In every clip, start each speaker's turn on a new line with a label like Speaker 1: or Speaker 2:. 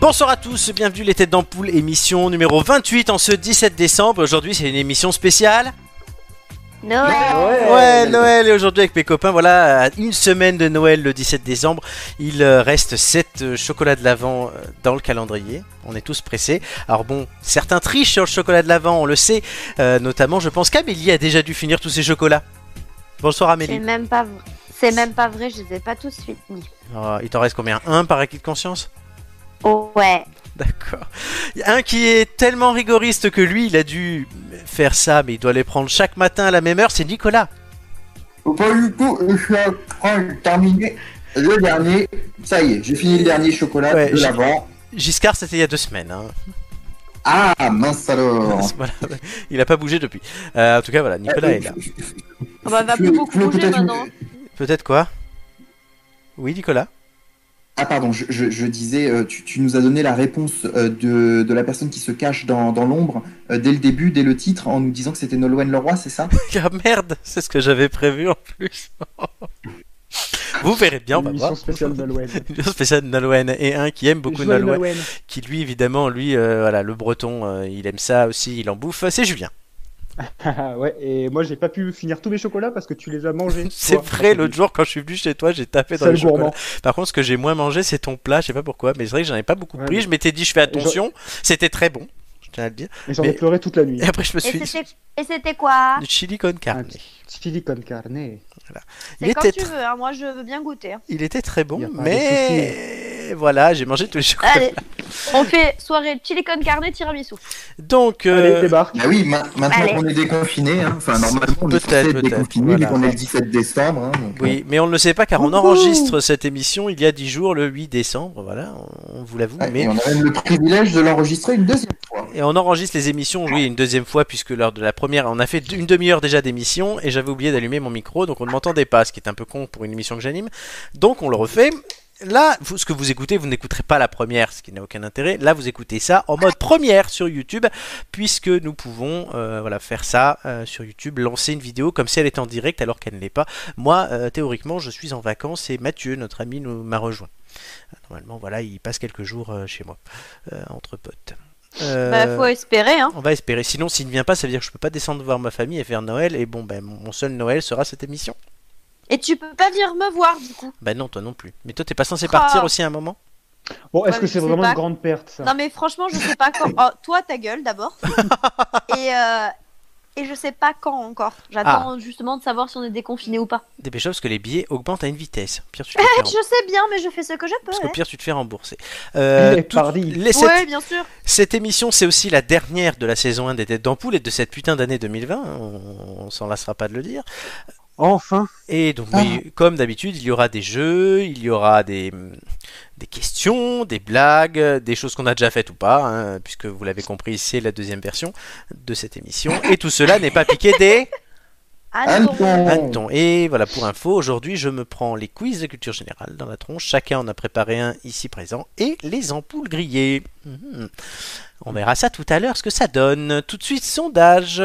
Speaker 1: Bonsoir à tous, bienvenue les têtes d'ampoule, émission numéro 28 en ce 17 décembre. Aujourd'hui, c'est une émission spéciale.
Speaker 2: Noël
Speaker 1: Ouais, Noël et aujourd'hui avec mes copains, voilà, à une semaine de Noël le 17 décembre, il euh, reste 7 euh, chocolats de l'Avent euh, dans le calendrier. On est tous pressés. Alors bon, certains trichent sur le chocolat de l'Avent, on le sait, Euh, notamment je pense qu'Amélie a déjà dû finir tous ses chocolats. Bonsoir
Speaker 2: C'est
Speaker 1: Amélie.
Speaker 2: même pas vrai. C'est même pas vrai, je les ai pas tous finis.
Speaker 1: Oh, il t'en reste combien Un par acquis de conscience
Speaker 2: Oh, ouais.
Speaker 1: D'accord. Il y a Un qui est tellement rigoriste que lui, il a dû faire ça, mais il doit les prendre chaque matin à la même heure, c'est Nicolas.
Speaker 3: Pas du tout, je suis en train de terminer le dernier. Ça y est, j'ai fini le dernier chocolat
Speaker 1: Ouais,
Speaker 3: de
Speaker 1: j'ai-
Speaker 3: l'avant.
Speaker 1: Giscard, c'était il y a deux semaines. hein.
Speaker 3: Ah, mince alors.
Speaker 1: Voilà. Il n'a pas bougé depuis. Euh, en tout cas, voilà, Nicolas est là.
Speaker 4: Ah bah, va
Speaker 3: Je-
Speaker 4: plus beaucoup
Speaker 3: je-
Speaker 4: bouger
Speaker 3: peut-être-
Speaker 4: maintenant.
Speaker 1: Peut-être quoi Oui, Nicolas
Speaker 3: Ah, pardon, je, je- je disais, euh, tu, tu nous as donné la réponse euh, de, de la personne qui se cache dans, dans l'ombre euh, dès le début, dès le titre, en nous disant que c'était Nolwenn Leroy, c'est ça
Speaker 1: Ah merde, c'est ce que j'avais prévu en plus. Vous verrez bien, on va
Speaker 5: Une
Speaker 1: voir.
Speaker 5: émission spéciale d'Halloween.
Speaker 1: Une émission spéciale Nolwenn et un qui aime beaucoup
Speaker 5: Joyeux
Speaker 1: Nolwenn.
Speaker 5: Halloween.
Speaker 1: qui lui évidemment lui euh, voilà le breton euh, il aime ça aussi il en bouffe c'est Julien
Speaker 5: Ah ouais, et moi j'ai pas pu finir tous mes chocolats parce que tu les as mangés.
Speaker 1: c'est
Speaker 5: toi.
Speaker 1: vrai l'autre jour quand je suis venu chez toi j'ai tapé dans
Speaker 5: Sale
Speaker 1: le chocolat
Speaker 5: gourmand.
Speaker 1: par contre ce que j'ai moins mangé c'est ton plat je sais pas pourquoi mais c'est vrai que j'en ai pas beaucoup
Speaker 5: Ouais,
Speaker 1: pris
Speaker 5: mais-
Speaker 1: je m'étais dit je fais attention c'était très bon je tiens à le dire
Speaker 5: Et j'en
Speaker 1: Mais-
Speaker 5: ai pleuré toute la nuit.
Speaker 1: et après je me
Speaker 2: Et
Speaker 1: suis dit
Speaker 2: c'était- Et c'était quoi
Speaker 1: du chili con carne
Speaker 5: Ah, Chili con carne.
Speaker 1: il
Speaker 4: C'est quand
Speaker 1: était
Speaker 4: tu
Speaker 1: tr-
Speaker 4: veux, hein, moi je veux bien goûter.
Speaker 1: il était très
Speaker 5: Y a
Speaker 1: bon
Speaker 5: pas de
Speaker 1: mais voilà j'ai mangé tous les chocolats
Speaker 4: Allez, on fait soirée chili con carne tiramisu.
Speaker 1: donc euh,
Speaker 5: Allez, débarque.
Speaker 3: Bah oui, ma- maintenant
Speaker 2: Allez.
Speaker 3: qu'on est déconfiné, hein, enfin normalement on est
Speaker 1: Peut-être,
Speaker 3: censé être
Speaker 1: peut-être,
Speaker 3: déconfiné,
Speaker 1: voilà.
Speaker 3: vu qu'on est le 17 décembre. hein, donc,
Speaker 1: Oui, mais on ne le sait pas car on
Speaker 5: Coucou.
Speaker 1: enregistre cette émission il y a 10 jours, le 8 décembre, voilà, on vous l'avoue.
Speaker 3: euh, ouais,
Speaker 1: mais
Speaker 3: Et on a même le privilège de l'enregistrer une deuxième fois.
Speaker 1: Et on enregistre les émissions, oui, une deuxième fois, puisque lors de la première, on a fait une demi-heure déjà d'émission, et j'avais oublié d'allumer mon micro, donc on ne m'entendait pas, ce qui est un peu con pour une émission que j'anime. Donc on le refait. Là, vous- ce que vous écoutez, vous n'écouterez pas la première, ce qui n'a aucun intérêt. Là, vous écoutez ça en mode première sur YouTube, puisque nous pouvons euh, voilà, faire ça euh, sur YouTube, lancer une vidéo comme si elle était en direct alors qu'elle ne l'est pas. Moi, euh, théoriquement, je suis en vacances et Mathieu, notre ami, nous m'a rejoint. Euh, Normalement, voilà, il passe quelques jours euh, chez moi, euh, entre potes. Euh,
Speaker 4: Bah, faut espérer, hein.
Speaker 1: on va espérer. Sinon, s'il ne vient pas, ça veut dire que je peux pas descendre voir ma famille et faire Noël. Et bon, ben, mon mon seul Noël sera cette émission.
Speaker 4: Et tu peux pas venir me voir du coup.
Speaker 1: Ben non, toi non plus. Mais toi, t'es pas censé
Speaker 4: Oh.
Speaker 1: partir aussi à un moment
Speaker 5: Bon,
Speaker 4: Ouais,
Speaker 5: est-ce que
Speaker 4: mais
Speaker 5: c'est
Speaker 4: je sais
Speaker 5: vraiment
Speaker 4: pas.
Speaker 5: une grande perte ça
Speaker 4: Non mais franchement, je sais pas quand. Oh, toi, ta gueule d'abord. et, euh, et je sais pas quand encore. J'attends
Speaker 1: Ah.
Speaker 4: justement de savoir si on est déconfiné ou pas.
Speaker 1: Dépêche-toi parce que les billets augmentent à une vitesse. Pire, tu te fais rembourser.
Speaker 4: Eh, Je sais bien, mais je fais ce que je peux.
Speaker 1: Parce que
Speaker 4: hein.
Speaker 1: pire, tu te fais rembourser. Euh,
Speaker 5: Eh, pardi.
Speaker 1: les- cette,
Speaker 4: Ouais, bien sûr.
Speaker 1: cette émission, c'est aussi la dernière de la saison 1 des Têtes d'Ampoule et de cette putain d'année 2020. hein, On, on s'en lassera pas de le dire.
Speaker 5: Enfin
Speaker 1: Et donc, oui, comme d'habitude, il y aura des jeux, il y aura des, mm, des questions, des blagues, des choses qu'on a déjà faites ou pas, hein, puisque vous l'avez compris, c'est la deuxième version de cette émission. Et tout cela n'est pas piqué des
Speaker 4: Ah non.
Speaker 3: Anton
Speaker 1: hannetons. Et voilà, pour info, aujourd'hui, je me prends les quiz de culture générale dans la tronche. Chacun en a préparé un ici présent et les ampoules grillées. Mhm. On verra ça tout à l'heure, ce que ça donne. Tout de suite, sondage.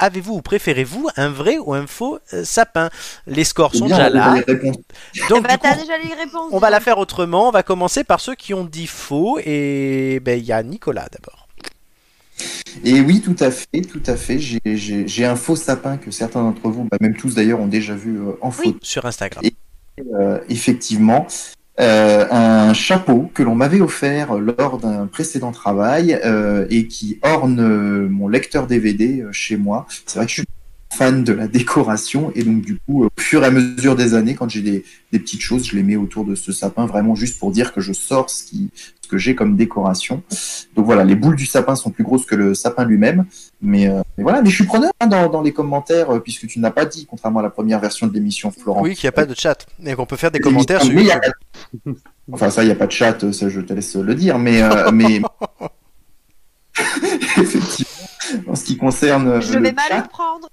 Speaker 1: Avez-vous ou préférez-vous un vrai ou un faux euh, sapin Les scores
Speaker 3: Eh
Speaker 1: sont
Speaker 3: bien,
Speaker 1: déjà
Speaker 3: on a
Speaker 1: là.
Speaker 3: les réponses.
Speaker 1: Donc,
Speaker 4: Bah
Speaker 1: du coup,
Speaker 4: t'as déjà les réponses.
Speaker 1: on va la faire autrement. On va commencer par ceux qui ont dit faux. Et ben, il y a Nicolas d'abord.
Speaker 3: Et oui, tout à fait, tout à fait. J'ai- J'ai j'ai un faux sapin que certains d'entre vous, bah, même tous d'ailleurs, ont déjà vu euh, en photo,
Speaker 1: Sur Instagram.
Speaker 3: euh, effectivement. Euh, un chapeau que l'on m'avait offert lors d'un précédent travail euh, et qui orne euh, mon lecteur DVD euh, chez moi. C'est vrai que je suis fan de la décoration et donc du coup, euh, au fur et à mesure des années, quand j'ai des, des petites choses, je les mets autour de ce sapin vraiment juste pour dire que je sors ce, qui, ce que j'ai comme décoration. Donc voilà, les boules du sapin sont plus grosses que le sapin lui-même, mais, euh, mais voilà, mais je suis preneur hein, dans, dans les commentaires euh, puisque tu n'as pas dit, contrairement à la première version de l'émission, Florent.
Speaker 1: Oui, qu'il n'y a pas de chat. Et qu'on peut faire des
Speaker 3: Les
Speaker 1: commentaires sur
Speaker 3: émissions, oui, y a
Speaker 1: YouTube.
Speaker 3: pas de- Enfin, ça, il n'y a pas de chat, euh, ça, je te laisse le dire, mais. euh, mais... Effectivement, en ce qui concerne. euh,
Speaker 4: Je
Speaker 3: le
Speaker 4: vais mal
Speaker 3: chat,
Speaker 4: le prendre.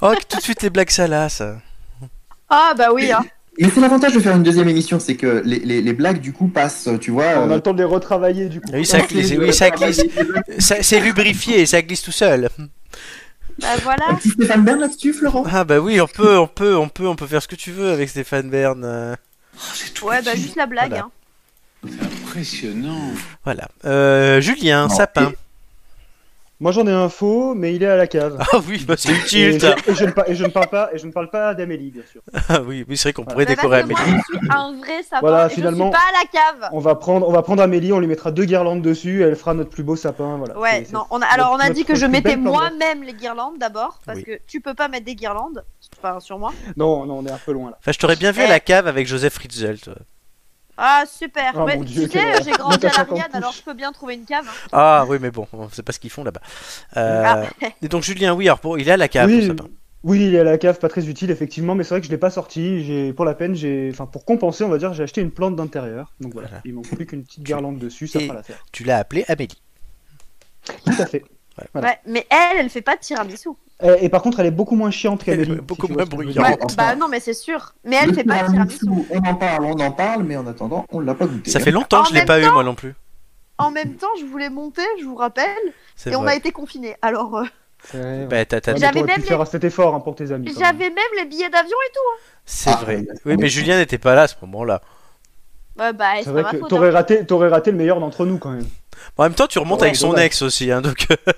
Speaker 1: Oh, que tout de suite les blagues salaces.
Speaker 4: Ah bah oui. Hein.
Speaker 3: Mais c'est l'avantage de faire une deuxième émission, c'est que les, les, les blagues, du coup, passent, tu vois.
Speaker 5: Ah, On a
Speaker 3: euh,
Speaker 5: le temps de les retravailler du coup.
Speaker 1: Ah Oui, ça glisse. Oui, ça glisse. Ça- C'est lubrifié et ça glisse tout seul.
Speaker 4: Bah voilà.
Speaker 3: Un petit Stéphane Bern là-dessus, Florent
Speaker 1: Ah bah oui, on peut, on peut, on peut, on peut faire ce que tu veux avec Stéphane Bern. euh.
Speaker 4: Ouais, bah juste la blague.
Speaker 1: Voilà.
Speaker 4: hein.
Speaker 6: C'est impressionnant.
Speaker 1: Voilà. Euh, Julien,
Speaker 3: Non.
Speaker 1: sapin.
Speaker 5: Moi j'en ai un faux, mais il est à la cave.
Speaker 1: Ah oui, bah, c'est
Speaker 5: et,
Speaker 1: utile ça.
Speaker 5: je, et je ne par- et je ne parle pas, et je ne parle pas d'Amélie, bien sûr.
Speaker 1: Ah oui, oui, c'est vrai qu'on pourrait
Speaker 4: Mais
Speaker 1: décorer
Speaker 4: Bah, parce que
Speaker 1: Amélie.
Speaker 4: Moi, je suis un vrai sapin
Speaker 5: Voilà,
Speaker 4: et
Speaker 5: finalement-
Speaker 4: je suis pas à la cave.
Speaker 5: On va prendre, on va prendre Amélie, on lui mettra deux guirlandes dessus, elle fera notre plus beau sapin. Voilà.
Speaker 4: Ouais,
Speaker 5: C'est- c'est-
Speaker 4: non, on a, alors on a
Speaker 5: notre-
Speaker 4: dit que
Speaker 5: notre
Speaker 4: je
Speaker 5: plus
Speaker 4: mettais
Speaker 5: belle tendresse.
Speaker 4: moi-même les guirlandes d'abord, parce
Speaker 1: Oui.
Speaker 4: que tu peux pas mettre des guirlandes, enfin sur moi.
Speaker 5: Non, non, on est un peu loin là.
Speaker 1: Enfin, je t'aurais bien vu à la cave avec Joseph Ritzel. toi.
Speaker 4: Ah super,
Speaker 5: Ah,
Speaker 4: Ouais,
Speaker 5: mon
Speaker 4: tu
Speaker 5: Dieu,
Speaker 4: sais,
Speaker 5: quelle
Speaker 4: euh,
Speaker 5: horreur.
Speaker 4: j'ai grandi à
Speaker 5: Natacha
Speaker 4: l'Ariane,
Speaker 5: Campouche.
Speaker 4: alors je peux bien trouver une cave. hein.
Speaker 1: Ah oui, mais bon, on sait pas ce qu'ils font là-bas. Euh,
Speaker 4: Ah.
Speaker 1: Et donc Julien, oui, alors pour- il est à la cave. le
Speaker 5: oui,
Speaker 1: sapin.
Speaker 5: oui, il est à la cave, pas très utile effectivement, mais c'est vrai que je l'ai pas sorti. J'ai, pour la peine, j'ai, enfin pour compenser, on va dire, j'ai acheté une plante d'intérieur. Donc voilà,
Speaker 1: Voilà.
Speaker 5: il manque plus qu'une petite guirlande dessus, ça
Speaker 1: Et-
Speaker 5: fera l'affaire.
Speaker 1: Tu l'as appelé Amélie.
Speaker 5: Tout à fait. Voilà.
Speaker 4: Ouais, mais elle, elle fait pas de tiramisu.
Speaker 5: Et, et par contre, elle est beaucoup moins chiante
Speaker 1: Elle est
Speaker 5: qu'Amélie.
Speaker 1: beaucoup
Speaker 5: tu
Speaker 1: moins
Speaker 5: vois ce que je veux
Speaker 1: bruyante.
Speaker 5: dire.
Speaker 4: Ouais,
Speaker 3: enfin.
Speaker 4: bah non, mais c'est sûr. Mais elle
Speaker 3: Le
Speaker 4: fait
Speaker 5: Bah,
Speaker 4: pas de
Speaker 3: tiramisu,
Speaker 4: tiramisu.
Speaker 3: On en parle, on en parle, mais en attendant, on l'a pas goûté.
Speaker 1: Ça fait longtemps
Speaker 4: En
Speaker 1: que je l'ai
Speaker 4: même
Speaker 1: pas eu moi non plus.
Speaker 4: En même temps, je voulais monter, je vous rappelle,
Speaker 1: C'est
Speaker 4: et on a
Speaker 1: vrai.
Speaker 4: été confinés. Alors, euh,
Speaker 5: C'est vrai, ouais.
Speaker 1: Bah, t'as- t'as-
Speaker 5: Ouais, mais
Speaker 4: J'avais
Speaker 5: t'aurais
Speaker 4: même
Speaker 5: pu faire cet effort hein, pour tes amis. quand même.
Speaker 4: j'avais même les billets d'avion et
Speaker 1: C'est
Speaker 3: Ah,
Speaker 1: vrai.
Speaker 3: ouais,
Speaker 1: Oui, mais
Speaker 3: ouais.
Speaker 1: Julien n'était pas là à ce moment-là.
Speaker 4: tout. Ouais, bah,
Speaker 5: C'est
Speaker 4: c'est
Speaker 5: vrai
Speaker 4: pas ma
Speaker 5: que
Speaker 4: faute.
Speaker 5: t'aurais raté, t'aurais raté le meilleur d'entre nous quand même.
Speaker 1: En même temps, tu remontes
Speaker 5: Ouais,
Speaker 1: avec son
Speaker 5: dommage.
Speaker 1: ex aussi, hein, donc.
Speaker 4: hein.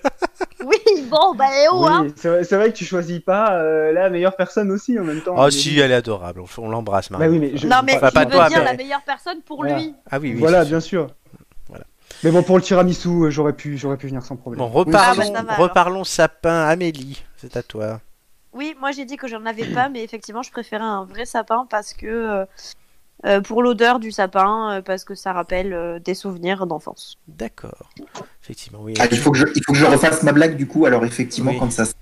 Speaker 4: Oui, bon, bah, eh oh, hein.
Speaker 5: Oui, c'est vrai, c'est vrai que tu choisis pas euh, la meilleure personne aussi en même temps.
Speaker 1: Ah
Speaker 5: Mais-
Speaker 1: si, elle est adorable. On- On l'embrasse,
Speaker 5: Bah
Speaker 1: Marie.
Speaker 5: oui, mais je-
Speaker 4: Non, mais
Speaker 5: je-
Speaker 1: Bah,
Speaker 4: je
Speaker 1: pas
Speaker 4: veux
Speaker 1: toi,
Speaker 4: dire
Speaker 1: mais-
Speaker 4: la meilleure personne pour
Speaker 5: Voilà.
Speaker 4: lui.
Speaker 1: Ah oui, oui.
Speaker 5: voilà,
Speaker 1: c'est sûr.
Speaker 5: bien sûr.
Speaker 1: Voilà.
Speaker 5: Mais bon, pour le tiramisu, euh, j'aurais pu, j'aurais pu venir sans problème.
Speaker 1: Bon, reparlons,
Speaker 4: Ah, bah, ça va, alors.
Speaker 1: reparlons sapin. Amélie, c'est à toi.
Speaker 4: Oui, moi j'ai dit que j'en avais pas, mais effectivement, je préférais un vrai sapin parce que euh, euh, pour l'odeur du sapin, euh, parce que ça rappelle euh, des souvenirs d'enfance.
Speaker 1: D'accord. Effectivement, oui.
Speaker 3: Ah, il, faut que je, il faut que je refasse ma blague du coup. Alors effectivement,
Speaker 1: Oui.
Speaker 3: quand ça, se-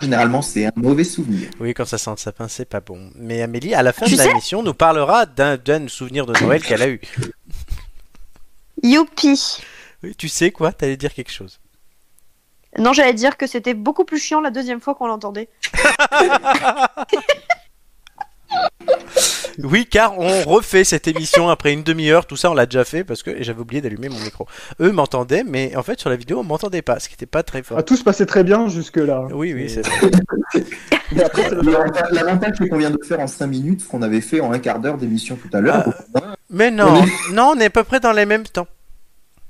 Speaker 3: généralement, c'est un mauvais souvenir.
Speaker 1: Oui, quand ça sent le sapin, c'est pas bon. Mais Amélie, à la fin
Speaker 4: Tu
Speaker 1: de la
Speaker 4: sais-
Speaker 1: mission, nous parlera d'un, d'un souvenir de Noël qu'elle a eu.
Speaker 4: Youpi
Speaker 1: Oui, tu sais quoi T'allais dire quelque chose.
Speaker 4: Non, j'allais dire que c'était beaucoup plus chiant la deuxième fois qu'on l'entendait.
Speaker 1: Oui, car on refait cette émission après une demi-heure. Tout ça, on l'a déjà fait parce que et j'avais oublié d'allumer mon micro. Eux m'entendaient, mais en fait, sur la vidéo, on m'entendait pas, ce qui n'était pas très fort.
Speaker 5: Ah, tout se passait très bien jusque là.
Speaker 1: Oui, oui, c'est
Speaker 5: Mais après, c'est-
Speaker 3: L'avantage l'avantage, c'est qu'on vient de faire en 5 minutes ce qu'on avait fait en un quart d'heure d'émission tout à l'heure.
Speaker 1: Ah. Mais non,
Speaker 3: Oui.
Speaker 1: non, on est à peu près dans les mêmes temps.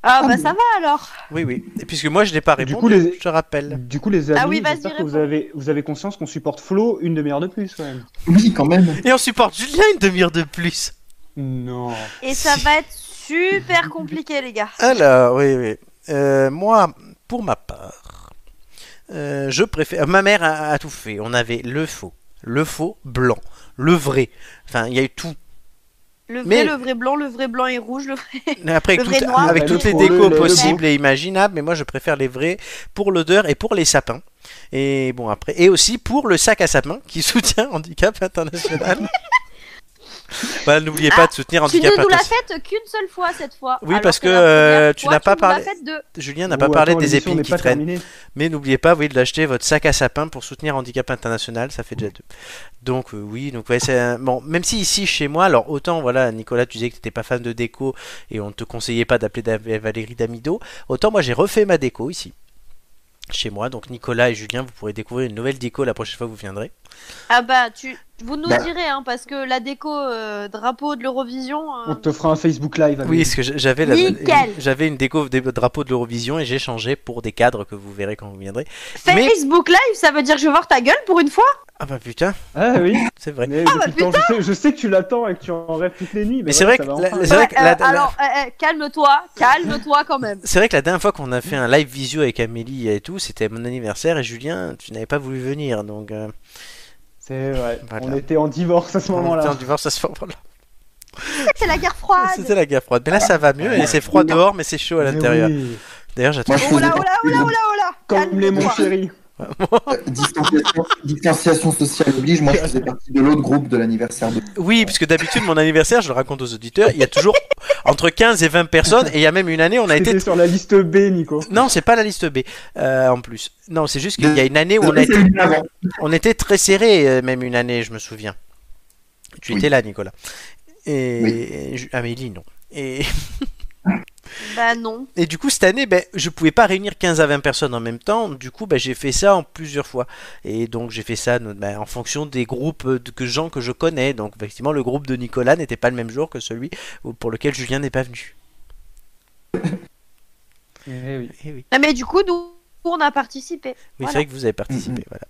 Speaker 4: Ah, bah ça va alors
Speaker 1: Oui, oui. Et puisque moi, je n'ai pas
Speaker 5: Du
Speaker 1: répondu,
Speaker 5: coup, les-
Speaker 1: je te rappelle.
Speaker 5: du coup, les amis,
Speaker 4: Ah oui, vas-y,
Speaker 5: j'espère que
Speaker 4: réponds.
Speaker 5: vous avez, vous avez conscience qu'on supporte Flo une demi-heure de plus. quand même.
Speaker 3: Oui, quand même.
Speaker 1: Et on supporte Julien une demi-heure de plus.
Speaker 5: Non.
Speaker 4: Et ça
Speaker 1: Si.
Speaker 4: va être super compliqué, les gars.
Speaker 1: Alors, oui, oui. Euh, moi, pour ma part, euh, je préfère. Ma mère a, a tout fait. On avait le faux, le faux blanc, le vrai. Enfin, il y a eu tout.
Speaker 4: Le vrai,
Speaker 1: Mais-
Speaker 4: le vrai blanc, le vrai blanc et rouge, le vrai.
Speaker 1: Après,
Speaker 4: Le
Speaker 1: tout-
Speaker 4: vrai noir,
Speaker 1: avec
Speaker 5: le
Speaker 1: toutes les
Speaker 5: faux,
Speaker 1: décos
Speaker 5: le- le
Speaker 1: possibles et imaginables, mais moi, je préfère les vrais pour l'odeur et pour les sapins. Et bon, après. Et aussi pour le sac à sapin qui soutient Handicap International. Voilà, n'oubliez pas de soutenir
Speaker 4: Ah, Tu
Speaker 1: Handicap
Speaker 4: ne nous l'as
Speaker 1: International.
Speaker 4: faite qu'une seule fois cette fois.
Speaker 1: Oui,
Speaker 4: alors
Speaker 1: parce
Speaker 4: que
Speaker 1: que,
Speaker 4: la première
Speaker 1: euh, tu
Speaker 4: fois,
Speaker 1: n'as pas
Speaker 4: nous l'as
Speaker 1: parlé-
Speaker 4: faite de-
Speaker 1: Julien n'a pas
Speaker 5: Oh,
Speaker 1: parlé
Speaker 5: attends,
Speaker 1: des
Speaker 5: l'émission
Speaker 1: épines
Speaker 5: n'est
Speaker 1: qui
Speaker 5: pas
Speaker 1: traînent.
Speaker 5: terminée.
Speaker 1: Mais n'oubliez pas, oui, de l'acheter votre sac à sapin pour soutenir Handicap International, ça fait déjà deux. Donc euh, oui, donc ouais, c'est un- bon. Même si ici chez moi, alors autant voilà, Nicolas, tu disais que t'étais pas fan de déco et on ne te conseillait pas d'appeler Da- Valérie Damido, autant moi j'ai refait ma déco ici. Chez moi, donc Nicolas et Julien, vous pourrez découvrir une nouvelle déco la prochaine fois que vous viendrez.
Speaker 4: Ah bah, tu... vous nous
Speaker 3: Bah.
Speaker 4: direz, hein, parce que la déco euh, drapeau de l'Eurovision. euh,
Speaker 5: On te fera un Facebook Live. Amélie.
Speaker 1: Oui, parce que j'a- j'avais la-
Speaker 4: Nickel.
Speaker 1: j'avais une déco des drapeaux de l'Eurovision et j'ai changé pour des cadres que vous verrez quand vous viendrez. Mais-
Speaker 4: Facebook Live, ça veut dire que je vais voir ta gueule pour une fois
Speaker 1: Ah bah putain,
Speaker 5: Ah oui.
Speaker 1: c'est vrai.
Speaker 5: Mais
Speaker 4: bah,
Speaker 5: depuis le temps, je sais, je sais que tu l'attends et que tu en rêves toutes les nuits.
Speaker 1: Mais c'est vrai que
Speaker 5: ça va
Speaker 1: la-
Speaker 5: enfin.
Speaker 1: la- C'est vrai que
Speaker 4: Ouais, euh,
Speaker 1: la-
Speaker 4: Alors, euh, euh, calme-toi, calme-toi quand même.
Speaker 1: C'est vrai que la dernière fois qu'on a fait un live visio avec Amélie et tout, c'était à mon anniversaire et Julien, tu n'avais pas voulu venir donc. euh,
Speaker 5: C'est vrai.
Speaker 1: Voilà.
Speaker 5: On était en divorce à ce
Speaker 1: on était en
Speaker 5: moment-là.
Speaker 1: divorce à ce moment-là.
Speaker 4: C'est la guerre froide.
Speaker 1: C'était la guerre froide. Mais là, ça va mieux et c'est froid dehors, mais c'est chaud à
Speaker 5: Mais
Speaker 1: l'intérieur.
Speaker 5: oui.
Speaker 1: D'ailleurs, j'attends.
Speaker 3: Moi, je
Speaker 4: Oh
Speaker 3: faisais
Speaker 4: là, oh là, oh là, oh là, oh là.
Speaker 5: Comme les mon
Speaker 4: Calme-toi.
Speaker 5: chéri.
Speaker 3: euh, distanciation, distanciation sociale oblige. Moi, je faisais partie de l'autre groupe de l'anniversaire de.
Speaker 1: Oui, puisque d'habitude, mon anniversaire, je le raconte aux auditeurs, il y a toujours entre 15 et 20 personnes et il y a même une année, on a été.
Speaker 5: C'était sur la liste B, Nico.
Speaker 1: Non, c'est pas la liste B euh, en plus. Non, c'est juste qu'il y a une année où on, a été-
Speaker 3: C'est une avant.
Speaker 1: on était très serré, euh, même une année, je me souviens. Tu
Speaker 3: Oui.
Speaker 1: étais là, Nicolas. Et
Speaker 3: Oui.
Speaker 1: et Ju- Amélie, non. Et
Speaker 4: Bah non.
Speaker 1: Et du coup, cette année, ben, je pouvais pas réunir 15 à 20 personnes en même temps. Du coup, ben, j'ai fait ça en plusieurs fois. Et donc, j'ai fait ça ben, en fonction des groupes euh, de que gens que je connais. Donc, effectivement, le groupe de Nicolas n'était pas le même jour que celui au- pour lequel Julien n'est pas venu.
Speaker 6: Eh oui.
Speaker 1: Eh oui,
Speaker 4: Ah, mais du coup, nous, on a participé.
Speaker 1: Oui, c'est
Speaker 4: Voilà.
Speaker 1: vrai que vous avez participé. Voilà.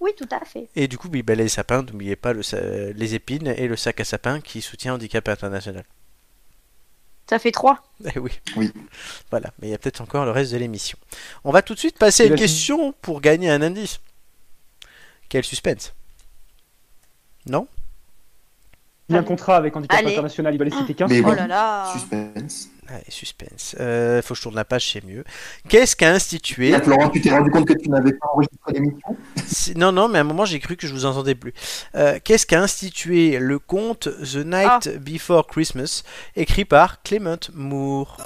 Speaker 2: Oui, tout à fait.
Speaker 1: Et du coup, oui, ben, les sapins, n'oubliez pas le sa- les épines et le sac à sapins qui soutient Handicap International.
Speaker 4: Ça fait trois.
Speaker 1: Eh oui.
Speaker 3: Oui.
Speaker 1: Voilà, mais il y a peut-être encore le reste de l'émission. On va tout de suite passer à
Speaker 6: Il
Speaker 1: une
Speaker 6: a fini.
Speaker 1: question pour gagner un indice. Quel suspense
Speaker 5: Il y a un contrat avec Handicap
Speaker 4: Allez.
Speaker 5: International, il va les citer 15.
Speaker 3: Mais
Speaker 4: Oh
Speaker 3: oui,
Speaker 4: là
Speaker 1: Ah.
Speaker 4: là.
Speaker 3: suspense.
Speaker 1: Allez, Ah, suspense. Euh, faut que je tourne la page, c'est mieux. Qu'est-ce qu'a institué
Speaker 3: Et là, Florent, tu t'es rendu compte que tu n'avais pas enregistré l'émission
Speaker 1: C'est- Non, non, mais à un moment, j'ai cru que je vous entendais plus. Euh, Qu'est-ce qu'a institué le conte The Night Before Christmas, écrit par Clement Moore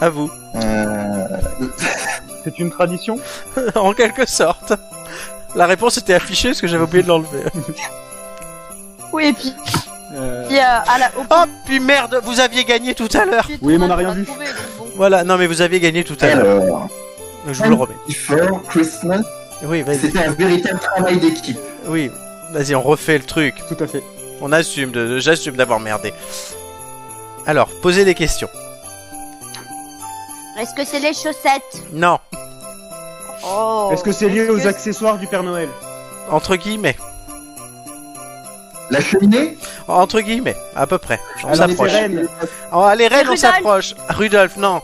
Speaker 1: À vous,
Speaker 3: euh,
Speaker 5: C'est une tradition.
Speaker 1: en quelque sorte. La réponse était affichée parce que j'avais oublié de l'enlever.
Speaker 4: Oui, et puis,
Speaker 5: Euh,
Speaker 4: puis, euh, à la, au
Speaker 1: Oh, puis merde, vous aviez gagné tout à l'heure.
Speaker 4: plus,
Speaker 5: Oui, mais on
Speaker 4: a
Speaker 5: a rien vu.
Speaker 4: trouvé, donc bon.
Speaker 1: Voilà, non, mais vous aviez gagné tout à l'heure.
Speaker 3: Alors,
Speaker 1: Donc, Je vous le remets.
Speaker 3: Before Christmas,
Speaker 1: Oui, vas-y.
Speaker 3: c'était un véritable travail d'équipe.
Speaker 1: Oui, vas-y, on refait le truc.
Speaker 5: Tout à fait.
Speaker 1: On assume, de, de- j'assume d'avoir merdé. Alors, posez des questions.
Speaker 2: Est-ce que c'est les chaussettes
Speaker 1: Non,
Speaker 4: Oh.
Speaker 5: Est-ce que c'est lié
Speaker 4: Est-ce
Speaker 5: aux
Speaker 4: que-
Speaker 5: accessoires du Père Noël
Speaker 1: entre guillemets.
Speaker 3: La cheminée
Speaker 1: Entre guillemets, à peu près. On
Speaker 5: Alors,
Speaker 1: s'approche.
Speaker 5: les rennes.
Speaker 1: Oh, allez, Rennes, on
Speaker 4: Rudolph.
Speaker 1: s'approche. Rudolph, non.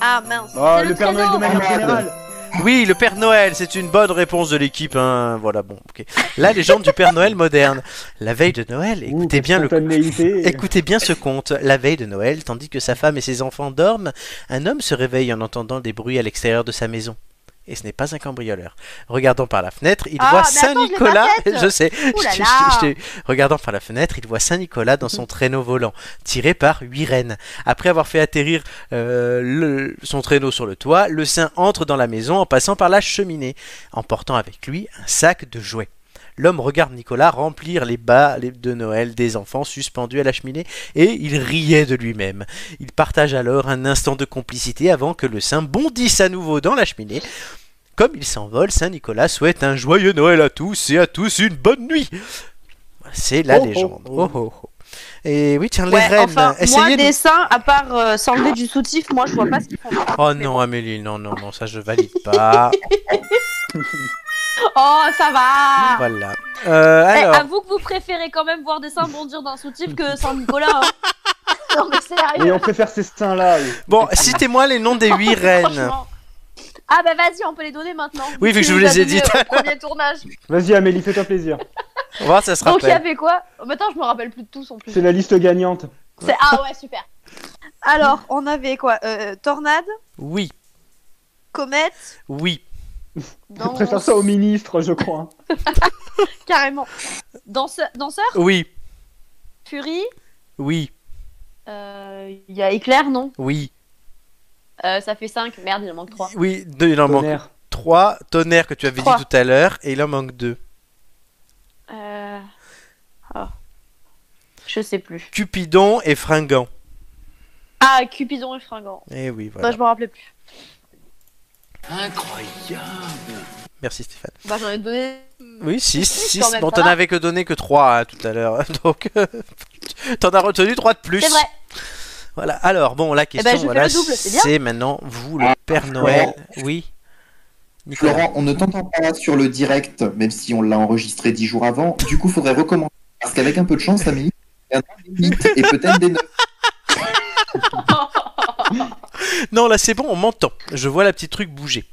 Speaker 4: Ah mince.
Speaker 5: Ah,
Speaker 4: C'est
Speaker 5: le Père Noël
Speaker 4: traîneau.
Speaker 5: de manière
Speaker 3: Armade.
Speaker 5: générale.
Speaker 1: Oui, le Père Noël, c'est une bonne réponse de l'équipe. hein. Voilà, bon, ok. La légende du Père Noël moderne. La veille de Noël,
Speaker 5: Ouh,
Speaker 1: écoutez
Speaker 5: quelle
Speaker 1: bien le
Speaker 5: spontanéité.
Speaker 1: Écoutez bien ce conte. La veille de Noël, tandis que sa femme et ses enfants dorment, un homme se réveille en entendant des bruits à l'extérieur de sa maison. Et ce n'est pas un cambrioleur. Regardant par la fenêtre, il
Speaker 4: Ah,
Speaker 1: voit
Speaker 4: mais attends, je l'ai
Speaker 1: Saint-Nicolas.
Speaker 4: pas faite.
Speaker 1: sais.
Speaker 4: Ouh là
Speaker 1: je- je-
Speaker 4: là.
Speaker 1: je t'ai eu. Regardant par la fenêtre, il voit Saint-Nicolas dans son traîneau volant, tiré par huit rennes. Après avoir fait atterrir euh, le- son traîneau sur le toit, le saint entre dans la maison en passant par la cheminée, emportant avec lui un sac de jouets. L'homme regarde Nicolas remplir les bas de Noël des enfants suspendus à la cheminée et il riait de lui-même. Il partage alors un instant de complicité avant que le saint bondisse à nouveau dans la cheminée. Comme il s'envole, Saint Nicolas souhaite un joyeux Noël à tous et à tous une bonne nuit. C'est la
Speaker 5: Oh, oh,
Speaker 1: légende.
Speaker 5: oh.
Speaker 1: Oh, oh, oh. Et oui, tiens, les
Speaker 4: Ouais,
Speaker 1: reines.
Speaker 4: enfin, moi,
Speaker 1: essayez de-
Speaker 4: des seins, à part euh, s'enlever du soutif, moi, je vois pas ce qu'ils font.
Speaker 1: Oh non, Amélie, non, non, non, ça je valide pas.
Speaker 4: Oh, ça va
Speaker 1: voilà. Euh,
Speaker 2: Ah. Eh,
Speaker 1: alors,
Speaker 2: Avoue que vous préférez quand même voir des seins bondir dans un soutif que sans Nicolas. hein. non mais sérieux.
Speaker 5: Et on préfère ces seins-là. oui.
Speaker 1: bon, citez-moi les noms des huit reines.
Speaker 2: Franchement. Ah bah vas-y, on peut les donner maintenant.
Speaker 1: Oui, vu que
Speaker 2: Tu
Speaker 1: je vous
Speaker 2: nous as
Speaker 1: les ai
Speaker 2: donné
Speaker 1: dit.
Speaker 2: au Premier tournage.
Speaker 5: Vas-y Amélie, fais-toi plaisir.
Speaker 1: On va voir, si ça se
Speaker 2: Donc il y
Speaker 1: rappelle.
Speaker 2: avait quoi Maintenant, je me rappelle plus de tous en plus.
Speaker 5: C'est la liste gagnante.
Speaker 2: C'est- Ah ouais, super.
Speaker 4: Alors, on avait quoi euh, Tornade,
Speaker 1: Oui,
Speaker 4: comète,
Speaker 1: oui.
Speaker 5: Je
Speaker 2: Dans...
Speaker 5: préfère ça au ministre, je crois.
Speaker 4: carrément.
Speaker 2: Danse- Danseur
Speaker 1: Oui,
Speaker 2: Fury
Speaker 1: oui,
Speaker 2: Euh, Il y a éclair, non
Speaker 1: oui,
Speaker 2: Euh, Ça fait 5. Merde, il en manque 3.
Speaker 1: oui. Deux, il en manque
Speaker 5: Tonnerre.
Speaker 1: trois. Tonnerre que tu avais
Speaker 4: Trois.
Speaker 1: dit tout à l'heure, et il en manque deux.
Speaker 2: Euh... oh. Je sais plus.
Speaker 1: Cupidon et Fringant.
Speaker 2: Ah, Cupidon et Fringant.
Speaker 1: Eh oui,
Speaker 4: Bah,
Speaker 1: voilà.
Speaker 4: je me rappelais plus.
Speaker 1: Merci Stéphane.
Speaker 2: Bah, j'en ai donné.
Speaker 1: Oui, six, six.
Speaker 2: quand même,
Speaker 1: Bon,
Speaker 2: ça
Speaker 1: t'en
Speaker 2: va.
Speaker 1: avais que donné que trois hein, tout à l'heure, donc euh, t'en as retenu trois de plus.
Speaker 2: C'est vrai.
Speaker 1: Voilà. Alors, bon, la question,
Speaker 4: ben, je fais
Speaker 1: voilà,
Speaker 4: le double, c'est bien.
Speaker 1: c'est maintenant vous, le
Speaker 3: Ah,
Speaker 1: Père Noël. Oui. Nicolas.
Speaker 3: Florent, on ne t'entend pas sur le direct, même si on l'a enregistré dix jours avant. Du coup, faudrait recommencer. Parce qu'avec un peu de chance, Amélie, il y a des mythes et peut-être des neufs.
Speaker 1: Non, là c'est bon, on m'entend. Je vois la petite truc bouger.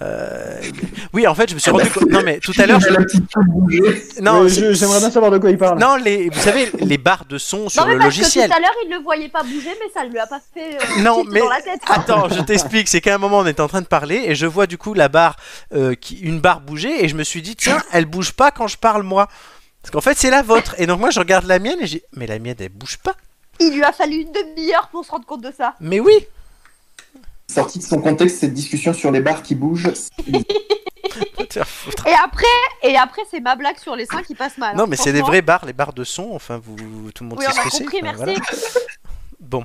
Speaker 1: Euh, Oui, en fait, je me suis rendu compte. Non, mais tout à l'heure, je-
Speaker 3: La petite chose bouger.
Speaker 1: non,
Speaker 5: Euh,
Speaker 1: c'est-
Speaker 5: je- j'aimerais bien savoir de quoi il parle.
Speaker 1: non, les, vous savez, les barres de son sur
Speaker 2: non, mais
Speaker 1: le
Speaker 2: parce
Speaker 1: logiciel.
Speaker 2: que tout à l'heure, il ne le voyait pas bouger, mais ça ne lui a pas fait euh,
Speaker 1: Non,
Speaker 2: tilt
Speaker 1: mais- ah.
Speaker 2: dans la tête.
Speaker 1: Attends, je t'explique. C'est qu'à un moment, on était en train de parler et je vois du coup la barre, euh, qui, une barre bouger et je me suis dit, tiens, elle bouge pas quand je parle moi. Parce qu'en fait, c'est la vôtre. Et donc, moi, je regarde la mienne et j'ai, mais la mienne, elle bouge pas.
Speaker 4: Il lui a fallu une demi-heure pour se rendre compte de ça.
Speaker 1: Mais oui.
Speaker 3: Sorti de son contexte, cette discussion sur les bars qui bougent, c'est-
Speaker 1: te faire foutre.
Speaker 2: Et après, et après c'est ma blague sur les seins qui passe mal.
Speaker 1: non,
Speaker 2: hein,
Speaker 1: mais c'est des
Speaker 2: franchement.
Speaker 1: vraies barres, les barres de son. Enfin, vous, tout le monde
Speaker 2: Oui,
Speaker 1: sait
Speaker 2: on
Speaker 1: ce
Speaker 2: a
Speaker 1: que c'est.
Speaker 2: compris,
Speaker 1: enfin,
Speaker 2: merci.
Speaker 1: voilà. Bon.